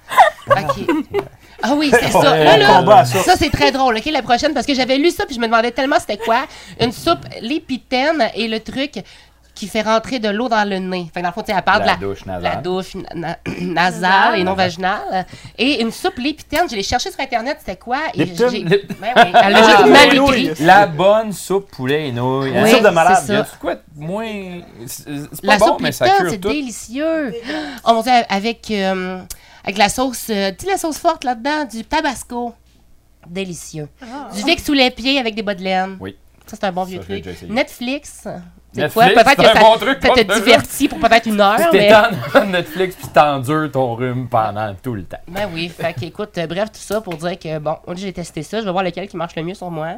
G: OK. Ah oui, c'est ça.
E: Ouais,
G: Là,
E: on
G: là,
E: combat à ça.
G: ça, c'est très drôle. OK, la prochaine, parce que j'avais lu ça, puis je me demandais tellement c'était quoi. Une soupe, l'épitaine et le truc qui fait rentrer de l'eau dans le nez. Fait que dans le fond, tu sais, à part de
A: La
G: la,
A: douche nasale.
G: la douche na- na- nasale et non vaginale. Et une soupe l'épitaine, je l'ai cherché sur Internet, c'était quoi? Et
E: Lipton?
G: j'ai...
A: Lip- Ah,
G: Ben oui, elle l'a juste mal écrit.
A: La bonne soupe poulet et nouilles. hein.
G: Oui,
E: soupe de malade,
G: c'est
A: Y a
G: ça.
A: du quoi de moins. C'est c'est
G: La
A: pas bon,
G: soupe
A: mais ça
G: Lipton,
A: cure
G: c'est
A: tout.
G: délicieux. On montait avec, euh, avec la sauce, euh, tu sais, la sauce forte là-dedans, du tabasco. Délicieux. Du fixe sous les pieds avec des bas de laine.
A: Oui.
G: Ça, c'est un bon vieux
A: Ça, je l'ai
G: truc.
A: déjà essayé.
G: Netflix. C'est
A: Netflix,
G: quoi? Peut-être
A: c'est
G: que
A: un
G: ça,
A: bon truc
G: ça
A: pour
G: te
A: deux
G: divertit pour peut-être une heure, mais...
A: T'étends devant Netflix puis t'endures ton rhume pendant tout le temps.
G: Ben oui, fait qu'écoute, euh, bref, tout ça pour dire que, bon, moi, j'ai testé ça, je vais voir lequel qui marche le mieux sur moi.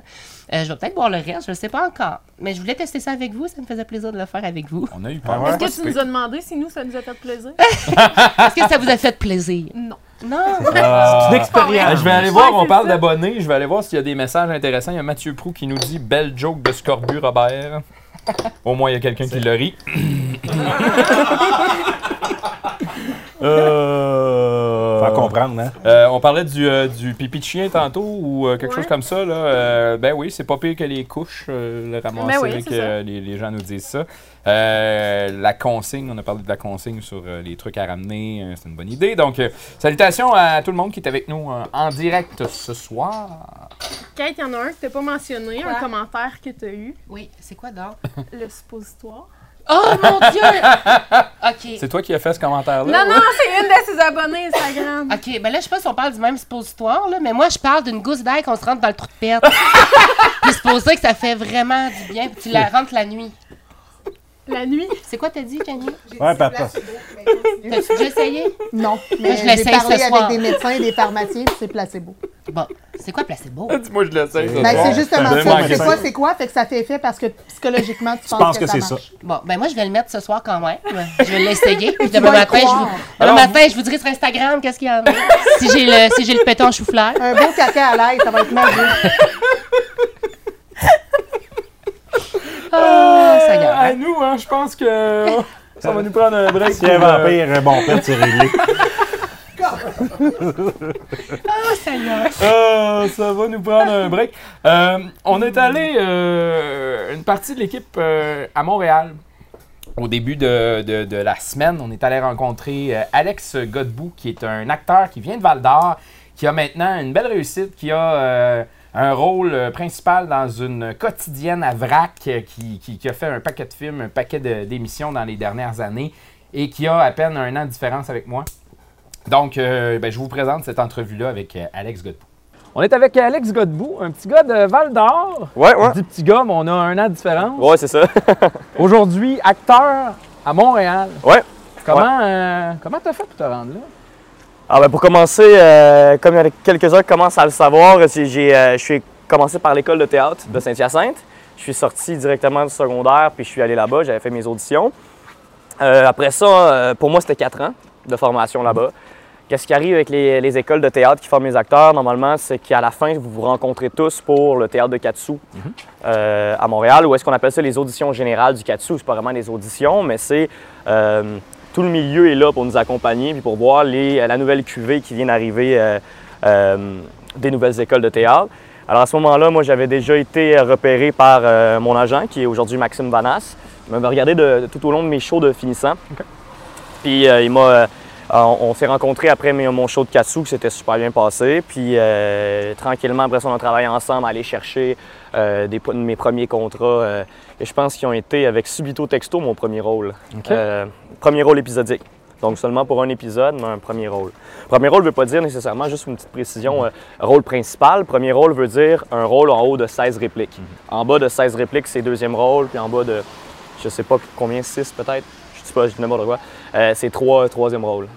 G: Euh, je vais peut-être boire le reste, je ne sais pas encore. Mais je voulais tester ça avec vous, ça me faisait plaisir de le faire avec vous.
A: On a eu peur.
E: ouais?
F: Est-ce que tu nous as demandé si nous, ça nous a fait plaisir?
G: Est-ce que ça vous a fait plaisir?
F: Non.
G: Non!
E: C'est une
A: Ah,
E: expérience.
A: je vais aller
F: Ouais,
A: voir,
F: c'est
A: on parle
F: ça.
A: d'abonnés, je vais aller voir s'il y a des messages intéressants. Il y a Mathieu Prou qui nous dit Belle joke de Scorbu, Robert. Au moins, il y a quelqu'un qui le rit.
E: Euh... Faut comprendre, hein?
A: Euh, on parlait du, euh, du pipi de chien tantôt ou euh, quelque chose comme ça. Là. Euh, ben oui, c'est pas pire que les couches, euh, le ramasser
F: Ben oui,
A: que
F: c'est ça.
A: euh, les, les gens nous disent ça. Euh, la consigne, on a parlé de la consigne sur euh, les trucs à ramener, euh, c'est une bonne idée. Donc, euh, salutations à tout le monde qui est avec nous euh, en direct ce soir.
F: Kate, il y en a un que t'as pas mentionné, un
G: Quoi?
F: commentaire que t'as eu,
G: Oui, c'est quoi donc?
F: le suppositoire.
G: Oh mon Dieu! OK.
A: C'est toi qui as fait ce commentaire-là?
F: Non, non, c'est une de ses abonnées Instagram.
G: OK, ben là, je sais pas si on parle du même suppositoire, là, mais moi, je parle d'une gousse d'ail qu'on se rentre dans le trou de perte. Puis c'est pour ça que ça fait vraiment du bien, puis tu la rentres la nuit.
F: La nuit,
G: C'est quoi t'as dit, Kanye?
E: Ouais, papa.
G: T'as-tu déjà essayé?
B: Non, mais
G: je
B: je
G: l'essaye
B: j'ai parlé
G: ce
B: avec
G: soir.
B: des médecins et des pharmaciens, puis c'est placebo.
G: Bon, c'est quoi placebo?
A: Dis-moi, je le sais.
B: Ben, c'est justement ça. Tu sais pas c'est quoi, fait que ça fait effet parce que psychologiquement, tu, penses que, ça marche.
G: Bon, ben moi, je vais le mettre ce soir quand même. Je vais l'essayer. Puis demain
B: vas y
G: matin, je vous,
B: croire.
G: demain
B: Alors,
G: matin, je vous dirai sur Instagram qu'est-ce qu'il y en a. si j'ai le, si j'ai le péton chou-fleur.
B: Un beau caca à l'ail, ça va être magique.
G: Ah, Seigneur.
A: À nous, hein, je pense que ça va nous prendre un break.
E: Si un
A: pour, euh,
E: vampire, un bon père, c'est réglé.
F: Ah,
G: Oh, Seigneur.
A: Euh, ça va nous prendre un break. Euh, on est allé euh, une partie de l'équipe euh, à Montréal. Au début de, de- de la semaine, on est allé rencontrer euh, Alex Godbout, qui est un acteur qui vient de Val d'Or, qui a maintenant une belle réussite, qui a euh, un rôle euh, principal dans une quotidienne à Vrac, euh, qui, qui- qui a fait un paquet de films, un paquet de- d'émissions dans les dernières années, et qui a à peine un an de différence avec moi. Donc, euh, ben, je vous présente cette entrevue-là avec euh, Alex Godbout. On est avec Alex Godbout, un petit gars de Euh, Val d'Or.
M: Ouais, ouais.
A: Je dis petit gars, mais on a un an de différence.
M: Ouais, c'est ça.
A: Aujourd'hui, acteur à Montréal.
M: Ouais.
A: Comment euh, comment t'as fait pour te rendre là?
M: Ah ben pour commencer, euh, comme il y en a quelques-uns qui commencent à le savoir, c'est- j'ai, euh, je suis commencé par l'école de théâtre de Saint-Hyacinthe. Je suis sorti directement du secondaire, puis je suis allé là-bas, j'avais fait mes auditions. Euh, après ça, euh, pour moi, c'était quatre ans de formation là-bas. Qu'est-ce qui arrive avec les, les écoles de théâtre qui forment les acteurs, normalement, c'est qu'à la fin, vous vous rencontrez tous pour le théâtre de Katsu euh, à Montréal, ou est-ce qu'on appelle ça les auditions générales du Katsu? C'est pas vraiment des auditions, mais c'est euh, tout le milieu est là pour nous accompagner puis pour voir les- euh, la nouvelle cuvée qui vient d'arriver euh, euh, des nouvelles écoles de théâtre. Alors à ce moment-là, moi j'avais déjà été repéré par euh, mon agent qui est aujourd'hui Maxime Vanas. Il m'avait regardé de- tout au long de mes shows de finissant. Puis euh, il m'a. euh, on on s'est rencontrés après mes- mon show de Katsu, que c'était super bien passé. Puis euh, tranquillement, après ça, on a travaillé ensemble à aller chercher euh, des, po- mes premiers contrats. euh, et je pense qu'ils ont été avec Subito Texto, mon premier rôle.
N: OK.
M: Euh, premier rôle épisodique. Donc seulement pour un épisode, mais un premier rôle. Premier rôle ne veut pas dire nécessairement, juste une petite précision, euh, rôle principal. Premier rôle veut dire un rôle en haut de 16 répliques. En bas de 16 répliques, c'est deuxième rôle, puis en bas de, je sais pas combien, 6 peut-être, je sais pas, je dis n'importe quoi, Euh, c'est trois, troisième rôle.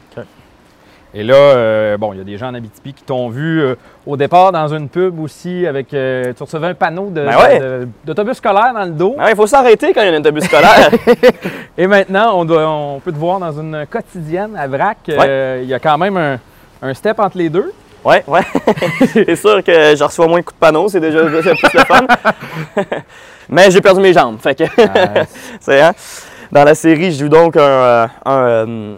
A: Et là, euh, bon, il y a des gens en Abitibi qui t'ont vu euh, au départ dans une pub aussi avec. euh, tu recevais un panneau de-
M: Ben ouais. Ben
A: de- d'autobus scolaire dans le dos.
M: il faut s'arrêter quand il y a un autobus scolaire.
A: Et maintenant, on, doit- on peut te voir dans une quotidienne à Vrac. Euh, Il y a quand même un, un step entre les deux.
M: Ouais, ouais. c'est sûr que je reçois moins de coups de panneau, c'est déjà c'est plus le fun. Mais j'ai perdu mes jambes, fait que c'est hein? Dans la série, je joue donc un, euh, un, euh,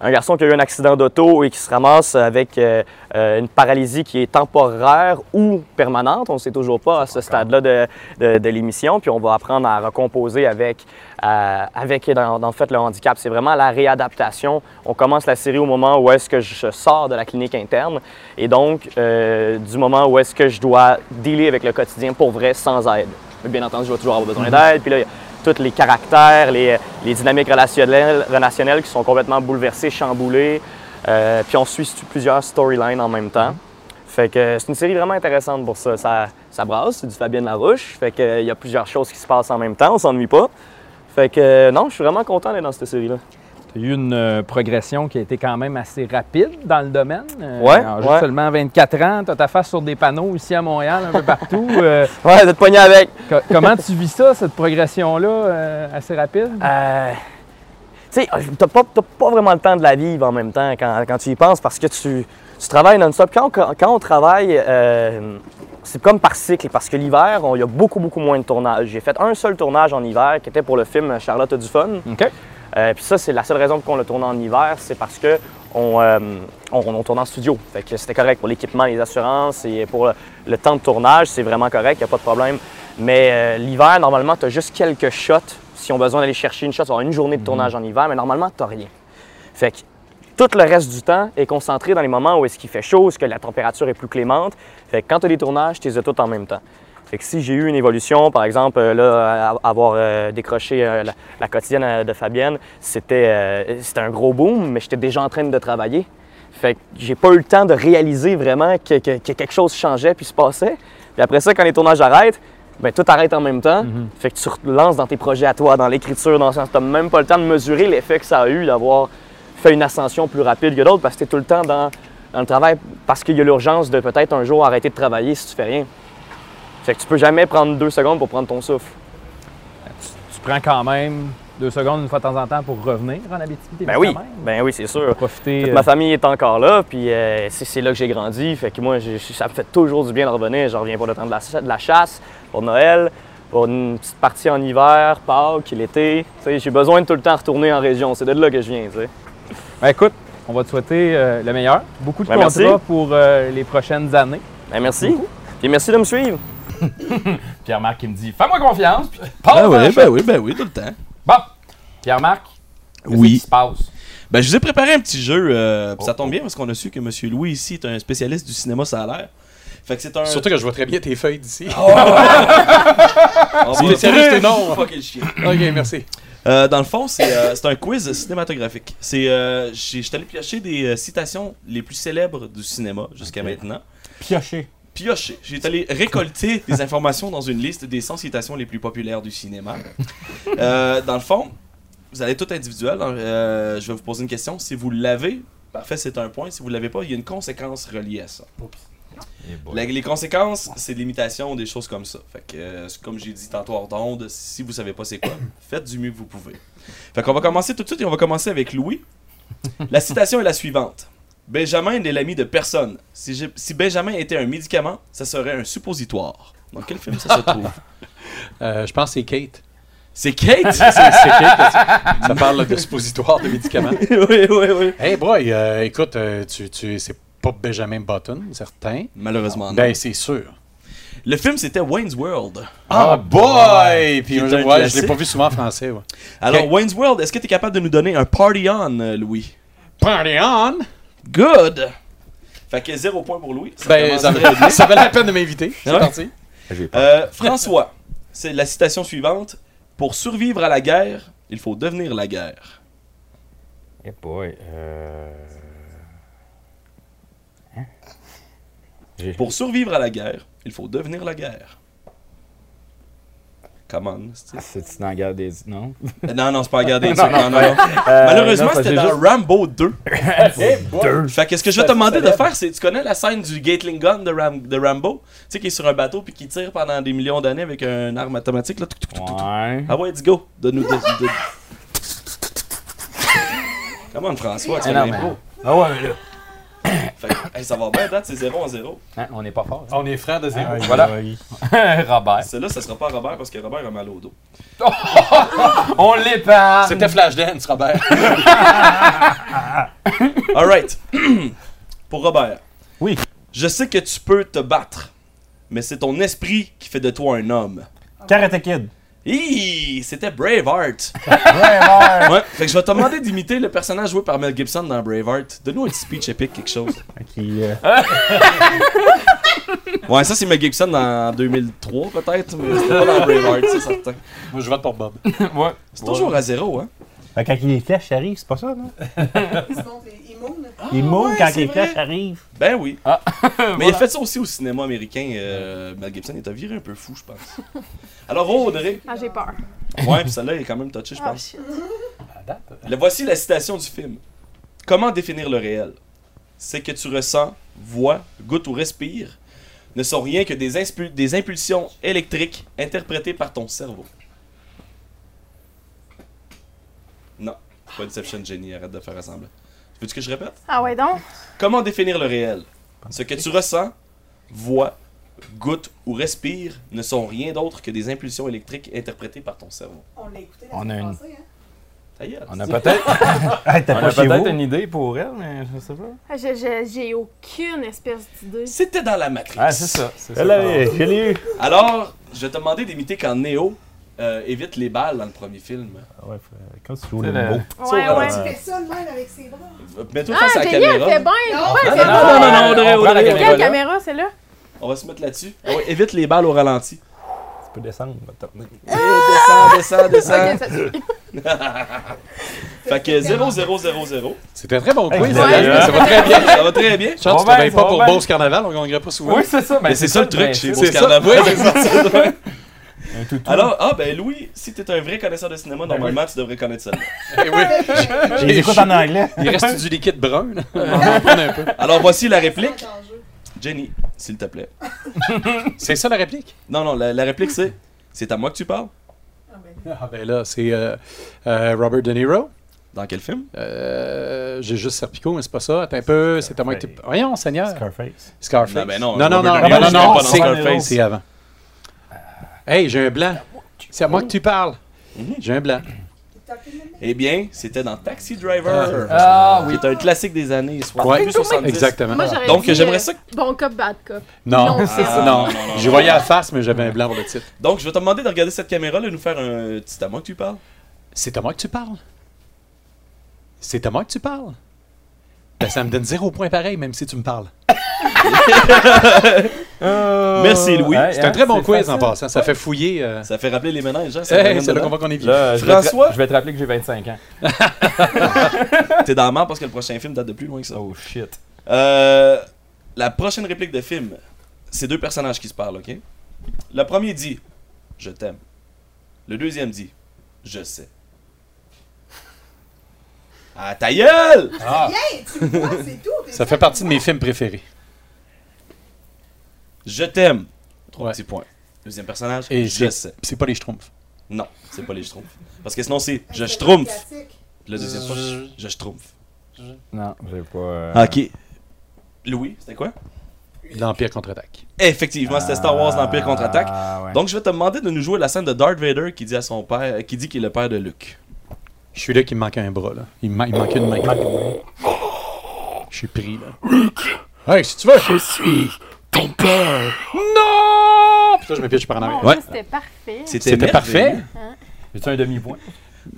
M: un garçon qui a eu un accident d'auto et qui se ramasse avec euh, euh, une paralysie qui est temporaire ou permanente. On ne sait toujours pas à ce stade-là de, de- de l'émission. Puis on va apprendre à recomposer avec, euh, avec dans, dans le fait, le handicap. C'est vraiment la réadaptation. On commence la série au moment où est-ce que je sors de la clinique interne et donc euh, du moment où est-ce que je dois dealer avec le quotidien pour vrai sans aide. Bien entendu, je vais toujours avoir besoin
N: Mhm.
M: d'aide culturel. Puis là, il y a tous les caractères, les, les dynamiques relationnelles, relationnelles qui sont complètement bouleversées, chamboulées. Euh, puis on suit stu- plusieurs storylines en même temps. Fait que c'est une série vraiment intéressante pour ça. Ça, ça brasse, c'est du Fabienne Larouche. Fait que euh, il y a plusieurs choses qui se passent en même temps, on s'ennuie pas. Fait que euh, non, je suis vraiment content d'être dans cette série-là.
A: Tu as eu une euh, progression qui a été quand même assez rapide dans le domaine. Euh,
M: Ouais,
A: en
M: ouais.
A: juste seulement 24 ans, tu as ta face sur des panneaux ici à Montréal, un peu partout. Euh,
M: Ouais, d'être pogné avec.
A: comment tu vis ça, cette progression-là, euh, assez rapide?
M: Euh, tu sais, euh, t'as pas, t'as pas vraiment le temps de la vivre en même temps quand, quand tu y penses parce que tu, tu travailles non-stop. Quand, on- quand on travaille, euh, c'est comme par cycle parce que l'hiver, on- il y a beaucoup, beaucoup moins de tournages. J'ai fait un seul tournage en hiver qui était pour le film Charlotte a du fun. Euh, Puis ça, c'est la seule raison pour qu'on le tourne en hiver, c'est parce que on, euh, on, on tourne en studio. Fait que c'était correct pour l'équipement, les assurances et pour le, le temps de tournage, c'est vraiment correct, il n'y a pas de problème. Mais euh, l'hiver, normalement, tu as juste quelques shots. Si on a besoin d'aller chercher une shot, tu vas avoir une journée de tournage en hiver, mais normalement, tu rien. Fait que tout le reste du temps est concentré dans les moments où est-ce qu'il fait chaud, où est-ce que la température est plus clémente. Fait que quand tu as des tournages, tu les as tous en même temps. Fait que si j'ai eu une évolution, par exemple, euh, là, à- avoir euh, décroché euh, la, la quotidienne euh, de Fabienne, c'était euh, c'était un gros boom, mais j'étais déjà en train de travailler. Fait que j'ai pas eu le temps de réaliser vraiment que, que- que quelque chose changeait puis se passait. Puis après ça, quand les tournages arrêtent, ben tout arrête en même temps. Fait que tu relances dans tes projets à toi, dans l'écriture, dans le sens, t'as même pas le temps de mesurer l'effet que ça a eu d'avoir fait une ascension plus rapide que d'autres parce que tu es tout le temps dans dans le travail parce qu'il y a l'urgence de peut-être un jour arrêter de travailler si tu fais rien. Fait que tu peux jamais prendre deux secondes pour prendre ton souffle.
A: Tu prends quand même deux secondes une fois de temps en temps pour revenir en Abitibi.
M: Ben oui, ben oui, c'est sûr. Toute ma famille est encore là, puis euh, c'est c'est là que j'ai grandi. Fait que moi, j'ai- ça me fait toujours du bien de revenir. Je reviens pour le temps de la, de la chasse, pour Noël, pour une petite partie en hiver, Pâques, l'été. Tu sais, J'ai besoin de tout le temps retourner en région. C'est de là que je viens. tu sais.
A: Ben écoute, on va te souhaiter euh, le meilleur. Beaucoup de
M: Ben,
A: contrats
M: merci.
A: pour euh, les prochaines années.
M: Ben, merci. Puis merci de me suivre.
A: Pierre-Marc qui me dit Fais-moi confiance. Puis passe
N: Ben
A: dans la
N: oui, ben
A: shop.
N: oui, ben oui, tout le temps.
A: Bon, Pierre-Marc, qu'est-ce
N: Oui.
A: qui se passe Oh,
N: Ben, je vous ai préparé un petit jeu. euh, puis Ça tombe bien parce qu'on a su que M. Louis ici est un spécialiste du cinéma salaire. Fait que c'est un.
I: Surtout que je vois très bien tes feuilles d'ici.
A: Oh,
N: On va-
I: Spécialiste, non.
N: Fuck it, shit.
I: Ok, merci.
N: Euh, dans le fond, c'est euh, c'est un quiz cinématographique. C'est euh, j'ai- j'étais allé piocher des euh, citations les plus célèbres du cinéma jusqu'à maintenant.
A: Piocher.
N: Piocher. J'ai allé récolter des informations dans une liste des 100 citations les plus populaires du cinéma. Euh, dans le fond, vous allez tout individuel. hein. Euh, je vais vous poser une question. Si vous l'avez, parfait, c'est un point. Si vous l'avez pas, il y a une conséquence reliée à ça. La- les conséquences, c'est de l'imitation ou des choses comme ça. Fait que, euh, c'est comme j'ai dit tantôt hors d'onde, si vous savez pas c'est quoi, faites du mieux que vous pouvez. Fait qu'on va commencer tout de suite et on va commencer avec Louis. La citation est la suivante. Benjamin n'est l'ami de personne. Si, j'ai- si Benjamin était un médicament, ça serait un suppositoire. Dans quel film ça se trouve?
I: Euh, je pense que c'est Kate.
N: C'est Kate?
I: c'est, c'est Kate. Ça, ça parle de suppositoire de médicaments.
N: oui, oui, oui.
I: Hey, boy, euh, écoute, euh, tu, tu, c'est pas Benjamin Button, certain.
N: Malheureusement, non.
I: Ben, c'est sûr.
N: Le film, c'était Wayne's World.
I: Ah, boy!
N: Qui
I: Puis
N: est
I: je,
N: un
I: ouais, je l'ai
N: classique.
I: pas vu souvent en français. ouais.
N: Alors,
I: Ok.
N: Wayne's World, est-ce que tu es capable de nous donner un party on, euh, Louis?
I: Party on?
N: Good! Fait que zéro point pour Louis.
I: Ben, ça,
N: commence très bien.
I: ça valait la peine de m'inviter. C'est
N: Ouais.
I: parti.
N: Euh, François, c'est la citation suivante. Pour survivre à la guerre, il faut devenir la guerre.
A: Eh boy. Euh...
N: hein? Pour survivre à la guerre, il faut devenir la guerre. Come on.
A: Ah, C'est-tu dans la guerre des. Non?
N: Euh, Non, non, c'est pas à garder.
A: Non,
N: ça,
A: non,
N: non, non, non.
A: euh,
N: Malheureusement,
A: non, parce
N: c'était
A: que
N: dans
A: j'ai
N: Rambo 2.
A: Eh, deux.
N: Fait que ce que je vais te
A: Ça,
N: demander de
A: célèbre.
N: faire, c'est tu connais la scène du Gatling Gun de, Ram- de Rambo, tu sais, qui est sur un bateau puis qui tire pendant des millions d'années avec un arme automatique. Là. Tuk, tuk, tuk, tuk, tuk. Ah ouais, dis go. Donne-nous. de- de- Come on, François, tu
A: Eh
N: fais
A: non,
N: l'impro.
A: mais- Ah ouais, mais là.
N: Fait que, hey, ça va bien, date, c'est 0 en 0.
A: Hein, on n'est pas fort.
I: On est frère de zéro.
A: Ah, voilà. Robert.
N: Celle-là, ça sera pas Robert parce que Robert a mal au dos.
A: On l'épargne.
I: C'était Flashdance, Robert.
N: Alright. Pour Robert. Oui. Je sais que tu peux te battre, mais c'est ton esprit qui fait de toi un homme.
E: Karate Kid.
N: Hi, c'était Braveheart.
E: Braveheart.
N: Ouais, fait que je vais te demander d'imiter le personnage joué par Mel Gibson dans Braveheart. Donne-nous un petit speech épique, quelque chose.
E: euh.
N: Ouais, ça c'est Mel Gibson en 2003 peut-être, mais c'était pas dans Braveheart, c'est certain.
I: Moi, je vote pour Bob.
A: ouais.
N: C'est toujours à zéro, hein?
E: Ben, quand les flèches arrivent, c'est pas ça, non? Il mourent
N: ouais,
E: quand
N: c'est
E: les
N: vrai.
E: flèches arrivent.
N: Ben oui. Mais il
E: Voilà.
N: a fait ça aussi au cinéma américain. euh, Mel Gibson est un viré un peu fou, je pense. Alors Audrey.
F: Ah, j'ai peur.
N: Ouais, puis celle-là est quand même touchée, je
F: Ah,
N: pense.
F: shit.
N: Le- voici la citation du film. Comment définir le réel C'est que tu ressens, vois, goûte ou respires ne sont rien que des, inspu- des impulsions électriques interprétées par ton cerveau. Non, c'est pas Deception Genie, arrête de faire assembler. Veux-tu que je répète
F: Ah ouais, donc?
N: Comment définir le réel Ce que tu ressens, vois, goûte ou respire ne sont rien d'autre que des impulsions électriques interprétées par ton cerveau.
O: On l'a hein? écouté
A: On a une.
N: Ta gueule.
A: On a peut-être.
E: Hey, t'as
A: on
E: pas
A: a
E: chez
A: peut-être
E: vous?
A: une idée pour elle, mais je sais pas.
F: Ah, je- je- J'ai aucune espèce d'idée.
N: C'était dans la matrice.
A: Ah, c'est ça. c'est
E: Elle
A: ça.
E: avait- je l'ai eu.
N: Alors, je vais te demander d'imiter quand Neo euh, évite les balles dans le premier film.
E: Ah Ouais, quand tu joues
N: le
E: les mots.
F: Ouais,
N: euh,
F: ouais.
O: Tu fais ça de même avec ses bras.
N: Mets-toi
F: Ah,
N: face à la
F: Jenny, elle
N: caméra.
F: fait bien.
N: Non,
F: Ouais,
N: non,
F: c'est
N: non,
F: bon.
N: non, non, non, Audrey,
F: On prend la
N: Audrey,
F: caméra.
N: Audrey,
F: Quelle
N: voilà.
F: caméra, celle-là?
N: On va se mettre là-dessus. Ah ouais, évite les balles au ralenti.
E: Tu peux descendre, maintenant.
N: Eh, descends, descends,
E: Ok, ça
N: descends.
E: suffit.
N: fait que 0, 0, 0, 0.
I: C'était un très bon
N: Hey,
I: quiz.
N: vous
I: hein,
N: avez-
I: Ça va très bien.
N: Ça va très bien.
I: Charles, tu
N: Ça va
I: travailles
N: bien,
I: pas
N: ça
I: pour
N: va bien.
I: Beauce Carnaval, on gagnerait pas souvent.
N: Oui, c'est ça, ben, Mais c'est c'est ça, ça le truc ben, chez c'est Beauce ça.
I: Beauce
N: Carnaval.
I: c'est ça.
N: Un toutou. Alors, ah ben Louis, si t'es un vrai connaisseur de cinéma, normalement tu devrais connaître celle-là.
I: Eh
E: Je Ben les écoute en anglais.
N: Il reste du liquide brun. Euh, Alors voici la réplique. Jenny, s'il te plaît.
I: c'est ça la réplique?
N: Non, non, la, la réplique c'est C'est à moi que tu parles.
I: Ah ben là, c'est euh, euh, Robert De Niro. Euh,
N: Dans quel film?
I: J'ai juste Serpico, mais c'est pas ça. Attends un peu, c'est à moi que tu... Voyons, Seigneur.
E: Scarface.
I: Scarface.
N: Non, ben non,
I: non, non,
N: Robert
I: non,
N: De Niro,
I: non,
N: je
I: non,
N: comprends
I: non,
N: pas dans
I: c'est
N: Scarface.
I: c'est avant. Hey, j'ai un blanc. C'est à moi que tu parles.
N: Mhm,
I: J'ai un blanc.
N: Eh bien, c'était dans Taxi Driver. euh,
I: Ah, oui.
N: Qui est un classique des années 60.
I: Ouais,
N: plus 70.
I: exactement.
F: Moi, j'aurais
N: Donc
F: dit,
N: j'aimerais
F: euh,
N: ça.
F: Bon cop, bad cop.
I: Non,
F: c'est
I: Ah,
F: ça.
I: non,
N: Non, non, non.
I: je voyais la face, mais j'avais un blanc pour le titre.
N: Donc je vais te demander de regarder cette caméra là et nous faire un petit à moi que tu parles.
I: C'est à moi que tu parles. C'est à moi que tu parles. Ben, ça me donne zéro point pareil, même si tu me parles.
A: Oh.
N: Merci Louis.
I: C'est
A: hein,
I: un très bon quiz en passant. Ça fait fouiller. euh,
N: Ça fait rappeler les ménages. Hein,
I: Hey,
N: ramène
I: c'est là
N: dedans.
I: qu'on voit qu'on est vieux.
A: Là, je vais te ra-
N: François,
A: je vais te rappeler que j'ai 25 ans.
N: t'es dans la merde parce que le prochain film date de plus loin que ça.
A: Oh shit.
N: Euh, la prochaine réplique de film, c'est deux personnages qui se parlent, ok? Le premier dit Je t'aime. Le deuxième dit Je sais. Ah ta gueule!
I: Ah. Ça fait partie de mes films préférés.
N: Je t'aime. Trois
I: Ouais.
N: petits points. Deuxième personnage,
I: Et
N: je
I: c'est-
N: sais.
I: c'est pas les Schtroumpfs.
N: Non, c'est pas les schtroumpfs. Parce que sinon c'est je schtroumpf.
B: classique.
N: Le deuxième
A: Je-
N: fois, je- je schtroumpf.
A: Non, j'ai pas. euh,
N: Ok. Louis, c'était quoi?
I: L'Empire contre-attaque.
N: Effectivement, c'était Star Wars l'Empire contre-attaque.
A: Ah, ouais.
N: Donc je vais te demander de nous jouer la scène de Darth Vader qui dit à son père, qui dit qu'il est le père de Luke.
I: Je suis là qu'il me manque un bras. Là. Il, me man- il me manque une main. Je suis pris. là. Hey, si tu veux. Je suis ton père. Non! Puis là, je me pitche par en
F: Mon
I: arrière.
F: Dieu, C'était parfait.
I: C'était parfait.
A: J'ai-tu Hein? un demi-point?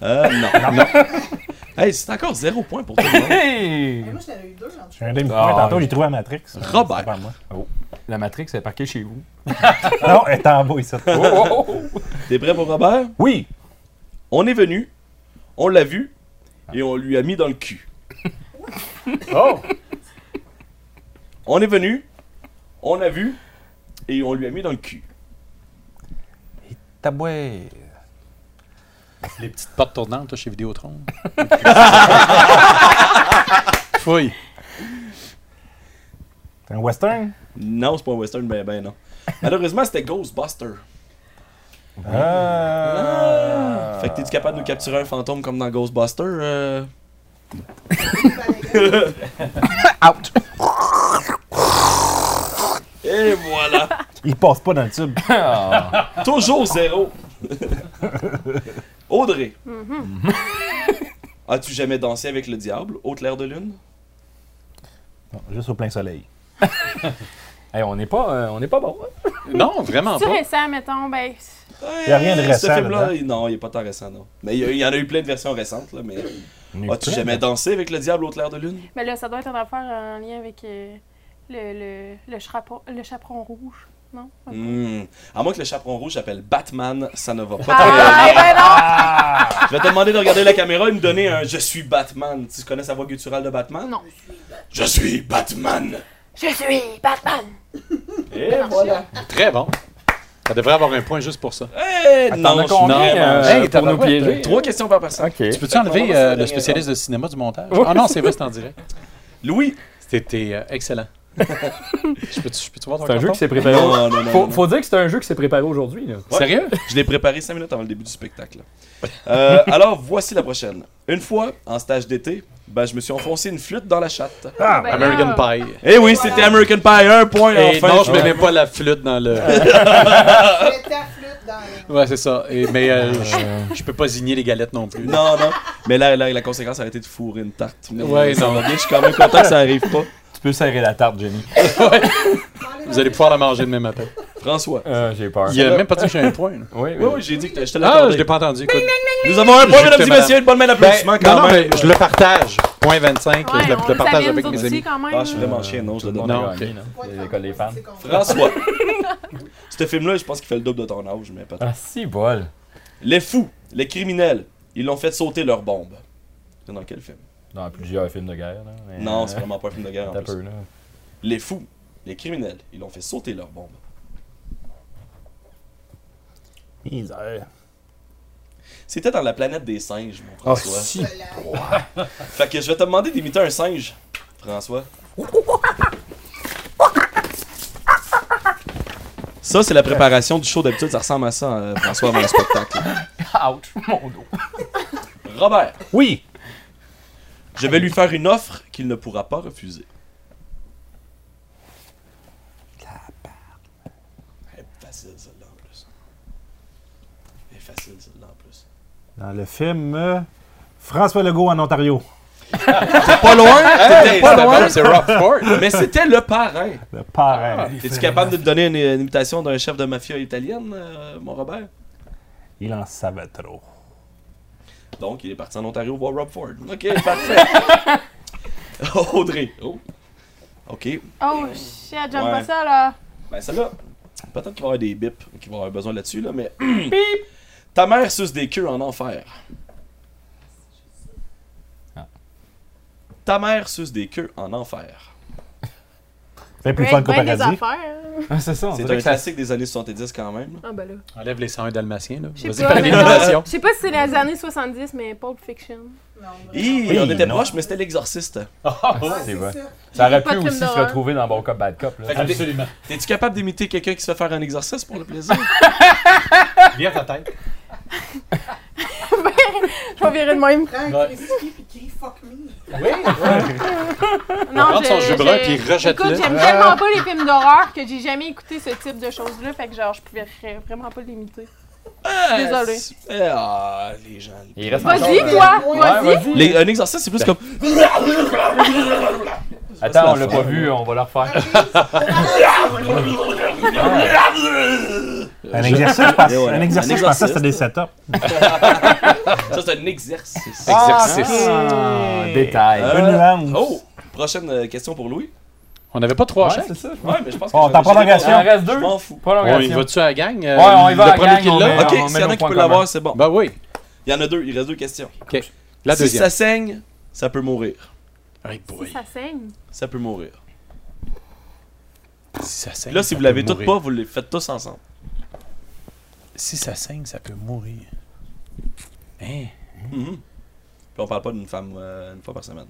N: Euh, non. non. Hey, c'est encore zéro point pour tout le monde.
A: Hey!
B: Moi, j'en ai eu deux. en tout
E: J'ai un demi
A: Ah,
E: Tantôt,
A: oui. Oh.
E: j'ai trouvé à Matrix.
N: Robert.
E: C'est pas à moi.
A: La Matrix est parquée chez vous. Oh,
E: Non, elle est en bas ici.
N: Oh. T'es prêt pour Robert?
E: Oui.
N: On est venu, on l'a vu, et on lui a mis dans le cul.
I: Oh!
N: On est venu, on a vu, et on lui a mis dans le cul.
A: Taboué.
I: Les petites portes tournantes là, chez Vidéotron. Fouille.
E: C'est un western.
N: Non, c'est pas un western, ben ben non. Malheureusement, c'était Ghostbuster.
E: Ah.
N: Fait que t'es-tu capable de nous capturer un fantôme comme dans Ghostbuster? euh?
A: Out!
N: Et voilà!
E: Il passe pas dans le tube. Ah.
N: Ah. Toujours zéro! Audrey, as-tu jamais dansé avec le diable au clair de lune?
E: Non, juste au plein soleil.
A: Hey, on n'est pas, euh, on n'est pas bon.
I: Non, vraiment
F: Tu
I: pas.
F: récent, mettons, ben.
N: Il
E: Y a rien de récent
N: Eh, Ce film-là,
E: dedans.
N: il- non, il n'est pas tant récent, non. Mais il y, a- il y en a eu plein de versions récentes, là, mais...
A: hein.
N: As-tu jamais dansé avec le diable au clair de lune?
F: Mais là, ça doit être une affaire en lien avec euh, le, le, le, chaperon, le chaperon rouge, non?
N: Hmm. À moins que le chaperon rouge s'appelle Batman, ça ne va pas.
F: Ah, ben non!
N: Je vais te demander de regarder la caméra et me donner un « Je suis Batman ». Tu connais sa voix gutturale de Batman?
F: Non.
N: Je suis Batman!
F: Je suis Batman!
N: Et
F: Ah.
N: voilà!
I: Très bon. Ça devrait avoir un point juste pour ça.
N: Eh,
A: Attends,
N: non,
A: on a
N: je suis
A: combien,
N: vraiment-
A: euh,
N: Hey,
I: Hey,
A: pour
I: tabarouette,
A: nous piéger?
N: Trois questions par personne.
A: Ok.
I: Tu peux-tu enlever euh, le spécialiste de cinéma du montage? Ah non, c'est vrai, c'est en direct.
N: Louis!
I: C'était euh, excellent. je peux-tu je peux voir ton
A: C'est un jeu
I: carton?
A: qui s'est préparé.
N: Non, non, non,
A: Faut,
N: non.
A: faut dire que c'est un jeu qui s'est préparé aujourd'hui. là.
N: Ouais.
I: Sérieux?
N: Je l'ai préparé cinq minutes avant le début du spectacle. Euh, alors, voici la prochaine. Une fois, en stage d'été, ben, je me suis enfoncé une flûte dans la chatte.
F: Ah, ben
I: American
F: là.
I: Pie.
N: Eh oui, c'était American Pie, un point
I: Et
N: enfin.
I: non, je mettais pas la flûte dans le.
B: cas. Je mets ta flûte dans le-
I: Ouais, c'est ça. Et- mais euh, je, je peux pas zigner les galettes non plus.
N: Non, non. Mais là, là, la conséquence a été de fourrer une tarte. Mais
I: Ouais,
N: ça
I: non.
N: va bien, je suis quand même content que ça arrive pas.
A: Tu peux serrer la tarte, Jenny.
I: Vous allez pouvoir la manger demain matin.
N: François.
A: Euh, j'ai peur.
I: Il a même pas dit que j'ai un point. là.
A: Oui,
N: Oui, oui, j'ai dit que je te
I: Ah,
N: l'accordais.
I: je l'ai pas entendu. écoute.
N: Nous avons un point,
I: J'étais
N: mesdames et
I: malade.
N: messieurs. Une bonne main
I: Ben,
N: d'applaudissement
I: non,
N: quand
I: non,
N: même.
I: mais je le partage. Point 25,
F: Ouais,
I: je le,
F: on
I: le
F: le
I: partage
F: savait,
I: avec
F: nous
I: mes
F: autres
I: amis.
F: aussi, quand même.
N: Ah, je suis
F: là.
N: vraiment chien, non, je le donne.
I: Non,
A: ok. L'école des femmes.
N: François. Ce film-là, je pense qu'il fait le double de ton âge, mais peut-être.
A: Ah, si, bol.
N: Les fous, les criminels, ils l'ont fait sauter leur bombe. C'est dans quel film
A: Dans plusieurs films de guerre. Là, mais- euh,
N: Non, c'est vraiment pas un film de guerre.
A: T'as
N: En plus.
A: peu, là.
N: Les fous, les criminels, ils l'ont fait sauter leur bombe. C'était dans la planète des singes, mon
E: Ah,
N: François.
E: si.
N: fait que je vais te demander d'imiter un singe, François. Ça, c'est la préparation du show d'habitude, ça ressemble à ça, euh, François, avant le spectacle.
A: Ouch, mon dos.
N: Robert.
E: Oui.
N: Je vais lui faire une offre qu'il ne pourra pas refuser. Elle est facile, celle-là, en plus. Elle est facile, celle-là, en plus.
E: Dans le film euh, François Legault en Ontario.
N: T'es pas loin, t'étais
E: Hey,
N: pas
E: c'est
N: loin.
E: bon, c'est Rockford.
N: Mais c'était le parrain.
E: Le parrain.
N: Es-tu Ah, capable de te donner une, une imitation d'un chef de mafia italienne, euh, mon Robert?
E: Il en savait trop.
N: Donc, il est parti en Ontario voir Rob Ford. Ok, parfait. Audrey. Oh. Ok.
F: Oh shit, j'aime
N: Ouais.
F: pas ça là.
N: Ben, celle-là, peut-être qu'il va y avoir des bips, qu'il va y avoir besoin là-dessus, là, mais. Bip! Ta mère suce des queues en enfer.
F: Ah.
N: Ta mère suce des queues en enfer.
E: Fait
F: plus fun qu'au Ben, des paradis. affaires. Ah, c'est ça, on
N: C'est
F: dirait
N: un
F: que ça-
N: classique des années 70 quand même.
F: Ah ben là.
I: Enlève les 101 dalmatiens, là.
F: Je
I: Vas-y,
F: sais pas,
I: fais
F: mais
I: l'imitation.
F: genre, je sais pas si c'est les années 70, mais Pulp Fiction.
N: Hi,
A: Oui,
N: on était
A: non. Ah,
N: proche, mais c'était l'exorciste.
A: c'est vrai. Ça aurait
F: Pas
A: pu
F: de film
A: aussi se
F: d'horreur.
A: retrouver dans Bon Cop, Bad Cop. Là.
N: Fait que t'es- T'es-tu capable d'imiter quelqu'un qui se fait faire un exorcisme pour le plaisir?
I: Viens ta tête.
F: Je vais virer de même.
I: Oui,
F: Non,
I: Rentre son
F: je,
I: jubrun,
F: je-
I: puis rejette-le.
F: Écoute, j'aime tellement pas les films d'horreur que j'ai jamais écouté ce type de choses-là, fait que genre, je pouvais r- vraiment pas l'imiter. Désolée.
N: Eh, Ah, les gens.
A: Il
F: reste Vas-y, encore, toi, euh, vas-y. vas-y.
N: Les- Un exorcisme, c'est plus comme.
A: Attends, on l'a pas vu, on va le refaire.
E: Un exercice, je pense-
N: Et voilà.
E: un exercice,
N: Un
E: je pensais que c'était des
N: exorciste.
E: setups.
N: Ça, c'est un exercice. Euh,
E: Ah, Exercice. ok. Détail. Une nuance.
N: Oh, prochaine euh, question pour Louis.
I: On n'avait pas trois
N: Ouais,
I: chèques.
N: c'est ça, je pense. Ouais, mais je pense que
I: On
N: On t'en prend l'engagement.
I: On
N: Il en reste deux. Je m'en fous. Prolongation.
I: On y va-tu à la gang? euh,
N: Ouais, on y va à
I: Le
N: la
I: premier
N: gang,
I: qui
N: on
I: l'a.
N: met- Ok, on met s'il y en a nos qui points peut l'avoir, communs. c'est bon.
I: Ben oui.
N: Il y en a deux, il reste deux questions.
I: Ok. La
N: Si
I: deuxième.
N: ça saigne, ça peut mourir.
I: Ah,
N: Hey boy.
F: Ça saigne.
N: Ça peut mourir.
I: Si ça saigne,
N: Là, si
I: ça
N: vous l'avez
I: peut
N: toutes
I: mourir.
N: pas, vous les faites tous ensemble.
I: Si ça saigne, ça peut mourir. Hein?
N: Mhm. Puis on parle pas d'une femme euh, une fois par semaine.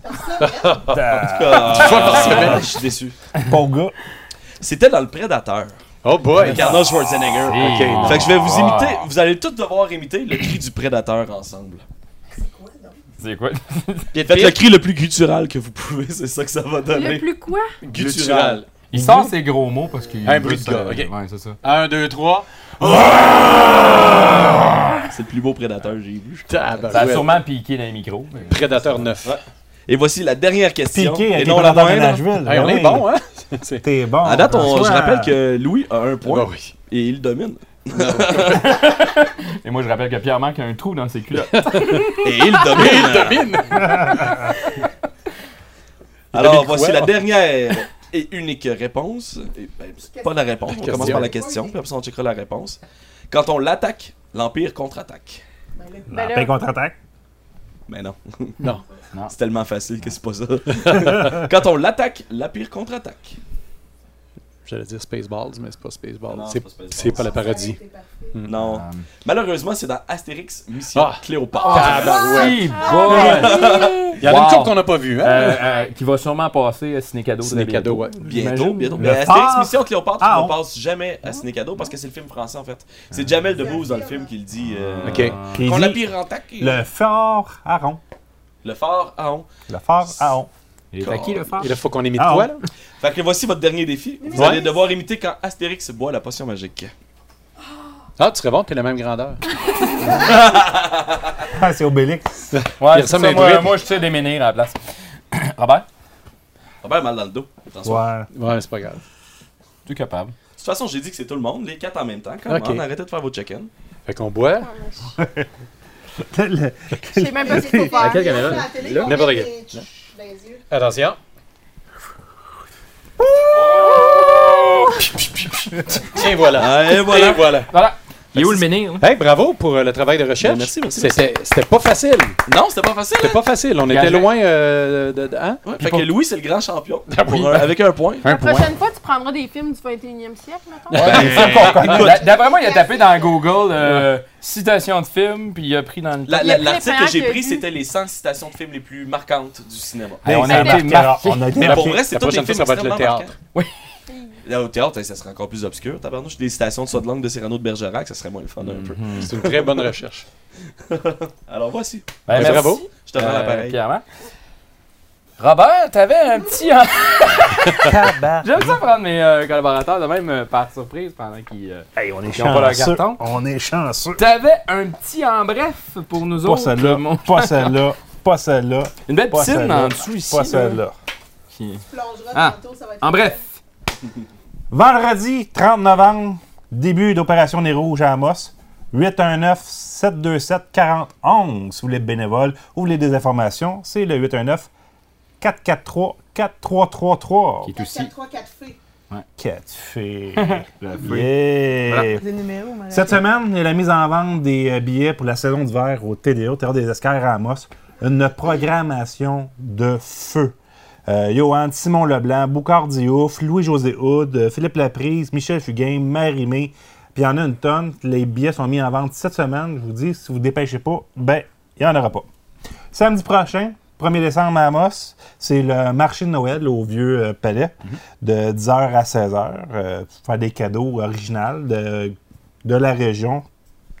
I: semaine?
N: en tout cas, euh,
I: Une fois par semaine.
N: je suis déçu.
E: Bon gars.
N: C'était dans le Prédateur.
I: Oh boy!
N: Avec Arnold Schwarzenegger.
I: Si.
N: Ok. Fait que je vais vous
I: Ah.
N: imiter, vous allez tous devoir imiter le cri du Prédateur ensemble.
A: C'est quoi?
N: Faites le cri le plus guttural que vous pouvez, c'est ça que ça va donner.
F: Le plus quoi?
N: Guttural.
A: Il sort ses gros mots parce qu'il.
I: Un bruit de gars,
A: ok.
I: ok.
A: Ouais, c'est ça.
I: 1, 2, 3.
N: C'est le plus beau prédateur que j'ai vu.
A: Ça a sûrement piqué dans les micros. mais-
I: Prédateur 9.
N: Et voici la dernière question.
A: Piqué avec
N: et
A: les
N: non la
A: prédateurs de
N: moindre.
A: Nashville, Hey, on ben est oui. bon, hein?
E: T'es bon.
N: À date, on- je
E: François.
N: rappelle que Louis a un point. Et il domine.
A: Et moi, je rappelle que Pierre-Marc a un trou dans ses culottes.
N: Et il domine. Alors, voici la dernière et unique réponse. Et, ben, c'est pas la réponse, on
I: Question.
N: commence par la question, puis après ça, on checkera la réponse. Quand on l'attaque, l'Empire contre-attaque.
F: Ben là.
E: contre-attaque.
N: Mais non.
I: Non.
N: C'est tellement facile que c'est pas ça. Quand on l'attaque, l'Empire contre-attaque.
I: J'allais dire Spaceballs, mais c'est pas Spaceballs.
N: Non,
I: C'est
N: c'est pas Spaceballs.
I: c'est pas le paradis. Hmm.
N: Non. Malheureusement, c'est dans Astérix Mission Cléopâtre.
A: Ah, tabarouette. bon.
I: Il y en a une
A: Wow.
I: couple qu'on n'a pas vue. Hein?
A: Euh, euh, qui va sûrement passer à Ciné Cadeau.
I: Ciné Cadeau, ouais.
N: Bientôt, bientôt. Mais
A: Mais
N: euh, Astérix Mission Cléopâtre
A: Ah,
N: ne
A: on-
N: passe jamais à Ciné Cadeau parce que c'est le film français en fait. C'est Jamel Debbouze dans le film qui le dit. euh,
I: Ok.
E: Puis il
N: Qu'on
E: dit
N: l'empire en tac.
E: Le fort Aaron.
N: Le fort à on.
E: Le fort Aaron.
I: Il faut qu'on imite
E: Ah,
I: toi,
E: on-
I: là.
N: Fait que voici votre dernier défi. Vous
I: Ouais.
N: allez devoir imiter quand Astérix boit la potion magique.
I: Ah, tu serais bon, t'es la même grandeur.
E: Ah, c'est Obélix.
A: Ouais, c'est
I: Il
A: ça,
I: ressemble à un
A: moi,
I: druide.
A: moi, je sais déménir à la place. Robert?
N: Robert a mal dans le dos. Attention.
E: Ouais.
I: Ouais, c'est pas grave.
A: Tu es capable.
N: De toute façon, j'ai dit que c'est tout le monde, les quatre en même temps. Comment?
I: Ok.
N: Arrêtez de faire vos check-in.
I: Fait qu'on boit.
F: Ah, Je sais même pas ce qu'il faut faire.
I: Laquelle caméra, là? Là? N'importe quelle. Attention. Tiens, voilà.
N: Ah, et voilà.
I: Ah, Et voilà.
A: Voilà.
I: Il est où le
A: menhir?
I: Hey, bravo pour euh, le travail de recherche.
N: Ben, merci, merci,
I: C'était c'était pas facile. hein?
N: Non, c'était pas facile.
I: C'était pas facile. On
N: Gage-
I: était loin euh, de. de- hein?
N: Ouais,
I: Puis
N: fait
I: pour-
N: que Louis, c'est le grand champion.
I: Ah
N: Pour
I: oui.
N: un- avec un point.
I: Un
F: La prochaine fois, tu prendras des films du 21e siècle, mettons.
A: Ouais,
N: Ben,
A: des films qu'on connaît.
N: écoute.
A: D'a- D'après moi, il a tapé dans Google euh, citation de film, puis il a pris dans le.
N: La-
A: Il
N: la-
A: a pris
N: L'article
A: les
N: que j'ai
A: parents
N: pris,
A: vu.
N: c'était les 100 citations de films les plus marquantes du cinéma.
A: Hey, on a été marqués, alors, on a été
N: Mais pour
A: marqués.
N: vrai, c'est
A: La
N: tous les
A: prochaine fois,
N: films
A: ça va être le
N: extrêmement
A: théâtre.
N: marquants. Là, au théâtre, ça serait encore plus obscur. Tabarnouche, des citations de Sodelangue, de Cyrano de Bergerac, ça serait moins le fun un peu.
I: C'est une très bonne recherche.
N: Alors voici.
A: Ben,
N: Ben,
A: merci.
N: bravo. Je te rends
A: Euh,
N: l'appareil.
A: Pierre-Marc. Robert, t'avais un petit. J'aime ça prendre mes euh, collaborateurs de même euh, par surprise pendant qu'ils. euh,
E: On
A: qu'ils
E: est
A: ont pas leur
E: chanceux.
A: carton.
E: On est chanceux.
A: T'avais un petit en bref pour nous
E: Pas
A: autres.
E: celle-là.
A: mon-
E: Pas celle-là. Pas celle-là.
A: Une belle
E: pas
A: piscine
E: celle-là,
A: en dessous ici,
E: Pas
A: là.
E: celle-là.
A: Qui- Ah, en bref.
E: Vendredi 30 novembre, début d'opération Nez Rouge à Amos. 819-727-4011. Si vous voulez être bénévole ou vous voulez des informations, c'est le 819-443-4333. Qui est aussi.
B: 3, 4 filles.
E: 4 filles.
B: La
A: fille.
E: Yeah.
B: Voilà. Des numéros, madame.
E: Cette semaine, il y a la mise en vente des euh, billets pour la saison d'hiver au TDA, au Théâtre des Esquerres à Amos. Une programmation de feu. Euh, Johan, Simon Leblanc, Boucard Diouf, Louis-José Houd, euh, Philippe Laprise, Michel Fugain, Marie-Mé. Puis il y en a une tonne. Les billets sont mis en vente cette semaine. Je vous dis, si vous ne dépêchez pas, ben, il n'y en aura pas. Samedi prochain, 1er décembre à Amos, c'est le marché de Noël au vieux euh, palais de 10h à 16h. euh, pour faire des cadeaux originaux de, de la région.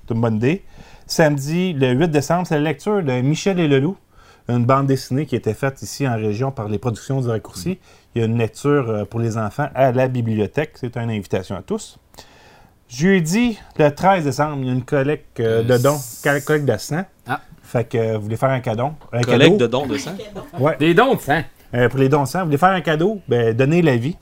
E: C'est une bonne idée. Samedi, le 8 décembre, c'est la lecture de Michel et le loup, une bande dessinée qui était faite ici en région par les productions du Raccourci. Il y a une lecture euh, pour les enfants à la bibliothèque. C'est une invitation à tous. Jeudi, le 13 décembre, il y a une collecte euh, de dons, collecte de sang. Fait que euh, vous voulez faire un cadeau. Un cadeau.
N: Collègue Ah. de dons de sang.
E: Des dons de sang. pour les dons de sang, vous voulez faire un cadeau, ben, donnez la vie.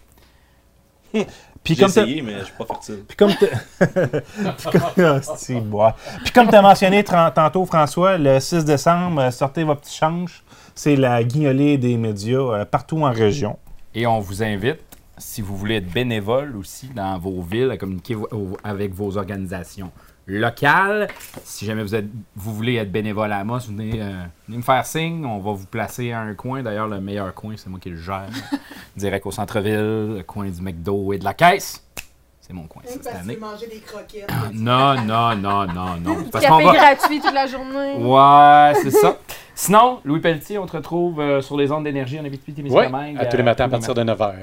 E: Puis
N: J'ai
E: comme ça-
N: essayé, mais je suis pas fertile.
E: Puis comme t'as- Puis comme- Ah, c'est bois. Puis comme t'as mentionné tran- tantôt, François, le 6 décembre, euh, sortez vos petits changes. C'est la guignolée des médias euh, partout en région.
A: Et on vous invite, si vous voulez être bénévole aussi dans vos villes, à communiquer vo- au- avec vos organisations locales. Si jamais vous, êtes, vous voulez être bénévole à Amos, venez, euh, venez me faire signe. On va vous placer à un coin. D'ailleurs, le meilleur coin, c'est moi qui le gère. Direct au centre-ville, le coin du McDo et de la caisse. C'est mon coin, ça, cette année.
B: manger des croquettes.
G: Ah,
A: Non, non, non, non, non.
F: Du
A: Parce qu'on
F: café
A: va-
F: gratuit toute la journée.
A: Ouais, c'est ça. Sinon, Louis Pelletier, on te retrouve euh, sur les ondes d'énergie en
I: Oui,
A: Abitibi-Témiscamingue.
I: à tous les matins à partir de 9h.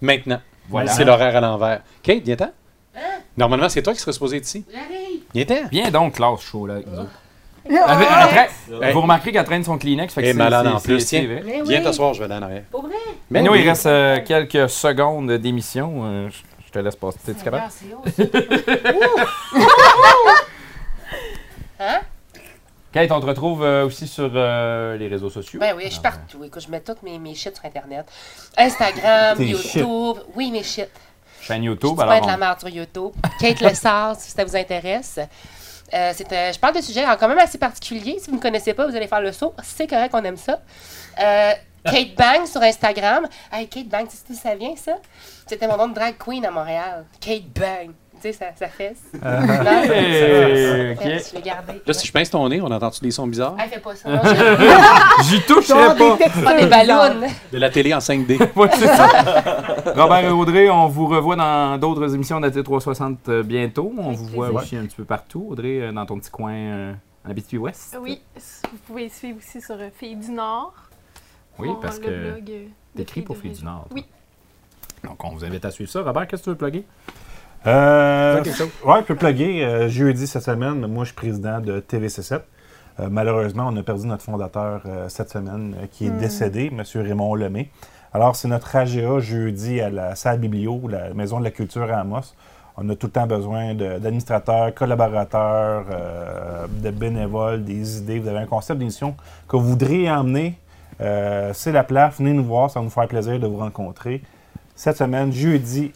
I: Maintenant.
A: Voilà.
I: C'est l'horaire à l'envers. Kate, viens-t'en. Normalement, c'est toi qui serais supposé être ici. Viens-t'en.
A: Viens donc, classe chaud, là.
I: Ouais.
A: Après,
I: Ouais.
A: vous remarquerez qu'elle traîne son Kleenex. Fait que
I: Et
A: c'est-
I: malade
A: c'est-
I: en plus.
A: c'est-
I: Tiens,
A: c'est vrai.
I: viens t'asseoir, je vais aller en arrière.
G: Pour vrai?
A: Mais
I: Mais
A: nous,
I: oui.
A: il reste euh, quelques secondes d'émission. Euh, je- je te laisse passer. T'es-tu capable?
G: Ah, Hein?
A: Kate, on te retrouve euh, aussi sur euh, les réseaux sociaux.
G: Ben oui, je suis partout. Écoute, je mets toutes mes, mes shit sur Internet. Instagram,
A: Tes
G: YouTube. Oui, mes shit.
A: Chaîne
G: Tu
A: YouTube.
G: peux
A: ben Alors,
G: être la
A: on-
G: merde sur YouTube. Kate Lessard, si ça vous intéresse. Euh, c'est, euh, je parle de sujets euh, quand même assez particuliers. Si vous ne connaissez pas, vous allez faire le saut. C'est correct, on aime ça. Euh, Kate Bang sur Instagram. Hey, Kate Bang, tu sais d'où ça vient, ça? C'était mon nom de drag queen à Montréal. Kate Bang. Tu sais, ça, ça fesse.
I: Ah.
A: Euh.
G: Non,
I: Hey,
G: ça fesse,
I: ok.
G: Je l'ai gardé.
I: Là, si je pince ton nez, on entend-tu des sons bizarres?
G: Hey, fais pas ça. Non, je-
I: J'y toucherai pas.
G: Pas des ballons.
I: De la télé en 5D.
A: Robert et Audrey, on vous revoit dans d'autres émissions d'AT 360 euh, bientôt. On vous voit
F: plaisir.
A: aussi un petit peu partout. Audrey, euh, dans ton petit coin euh, en Abitibi-Ouest.
F: Oui, s- vous pouvez suivre aussi sur euh, Filles du Nord.
A: Oui,
F: Mon-
A: parce
F: le
A: que
F: blog, euh, de
A: T'écris pour Filles du Nord. toi.
F: Oui.
A: Donc, on vous invite à suivre ça. Robert, qu'est-ce que tu veux plugger?
E: Euh,
A: Fais quelque chose.
E: ouais, je peux plugger. euh, jeudi cette semaine, moi, je suis président de TVC7. Euh, malheureusement, on a perdu notre fondateur euh, cette semaine euh, qui est
O: Hmm.
E: décédé, M. Raymond Lemay. Alors, c'est notre AGA jeudi à la salle Biblio, la Maison de la Culture à Amos. On a tout le temps besoin de- d'administrateurs, collaborateurs, euh, de bénévoles, des idées. Vous avez un concept d'émission que vous voudriez emmener. euh, c'est la place. Venez nous voir. Ça va nous faire plaisir de vous rencontrer. Cette semaine, jeudi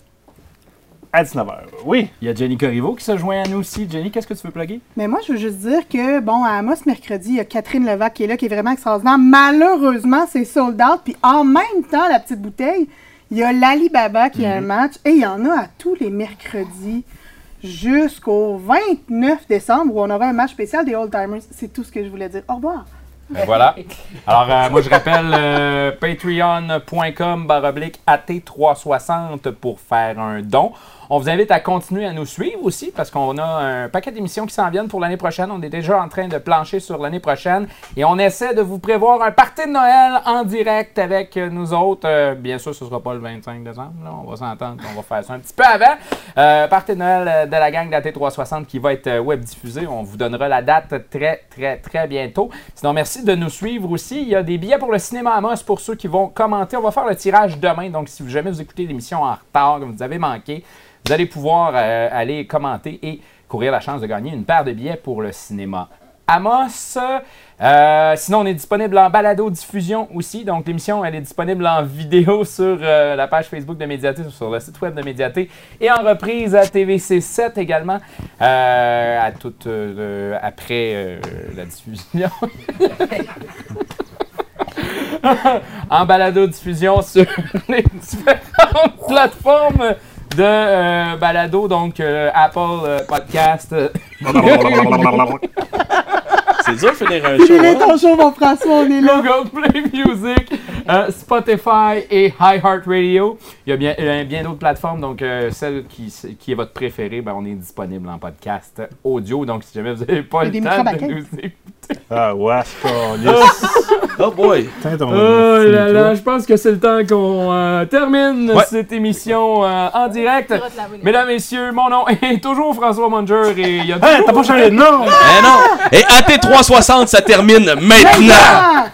E: à 19h. Oui.
A: Il y a Jenny Corriveau qui se joint à nous aussi. Jenny, qu'est-ce que tu veux plugger?
B: Mais moi, je veux juste dire que, bon, à Amos, mercredi, il y a Catherine Levac qui est là, qui est vraiment extraordinaire. Malheureusement, c'est sold out. Puis en même temps, la petite bouteille, il y a l'Alibaba qui a un match. Et il y en a à tous les mercredis. jusqu'au 29 décembre où on aura un match spécial des Old Timers. C'est tout ce que je voulais dire. Au revoir.
A: Ben voilà. Alors, euh, moi, je rappelle euh, patreon.com baroblique AT360 pour faire un don. On vous invite à continuer à nous suivre aussi parce qu'on a un paquet d'émissions qui s'en viennent pour l'année prochaine. On est déjà en train de plancher sur l'année prochaine et on essaie de vous prévoir un party de Noël en direct avec euh, nous autres. Euh, bien sûr, ce sera pas le 25 décembre. là. On va s'entendre. On va faire ça un petit peu avant. Euh, party de Noël euh, de la gang de la T360 qui va être euh, web diffusé. On vous donnera la date très, très, très bientôt. Sinon, merci de nous suivre aussi. Il y a des billets pour le cinéma Amos pour ceux qui vont commenter. On va faire le tirage demain. Donc, si jamais vous écoutez l'émission en retard, que vous avez manqué, vous allez pouvoir euh, aller commenter et courir la chance de gagner une paire de billets pour le cinéma. Amos. Euh, sinon, on est disponible en balado-diffusion aussi. Donc, l'émission, elle est disponible en vidéo sur euh, la page Facebook de Médiaté, sur le site web de Médiaté et en reprise à TVC7 également, euh, à toute, euh, après euh, la diffusion. en balado-diffusion sur les différentes plateformes de euh, balado, donc euh, Apple euh, Podcast. euh,
N: C'est dur de finir un
A: Euh,
B: Il
N: show.
B: est
N: hein?
B: ton show, mon François, on est là.
A: Google Play Music, euh, Spotify et iHeartRadio. Il y a bien, il y a bien d'autres plateformes, donc euh, celle qui, qui est votre préférée, ben, on est disponible en podcast audio. Donc, si jamais vous n'avez pas
B: Il y a des
A: le temps de
B: micro-baquettes.
A: nous écouter.
E: Ah, ouais, c'est
N: Oh boy!
A: Oh là là, je pense que c'est le temps qu'on euh, termine
N: Ouais.
A: cette émission euh, en direct. Mesdames, Messieurs, mon nom est toujours François Monger et il y a
E: Hey, t'as pas changé de nom!
N: Eh non! Et AT360, ça termine maintenant!
B: Ah!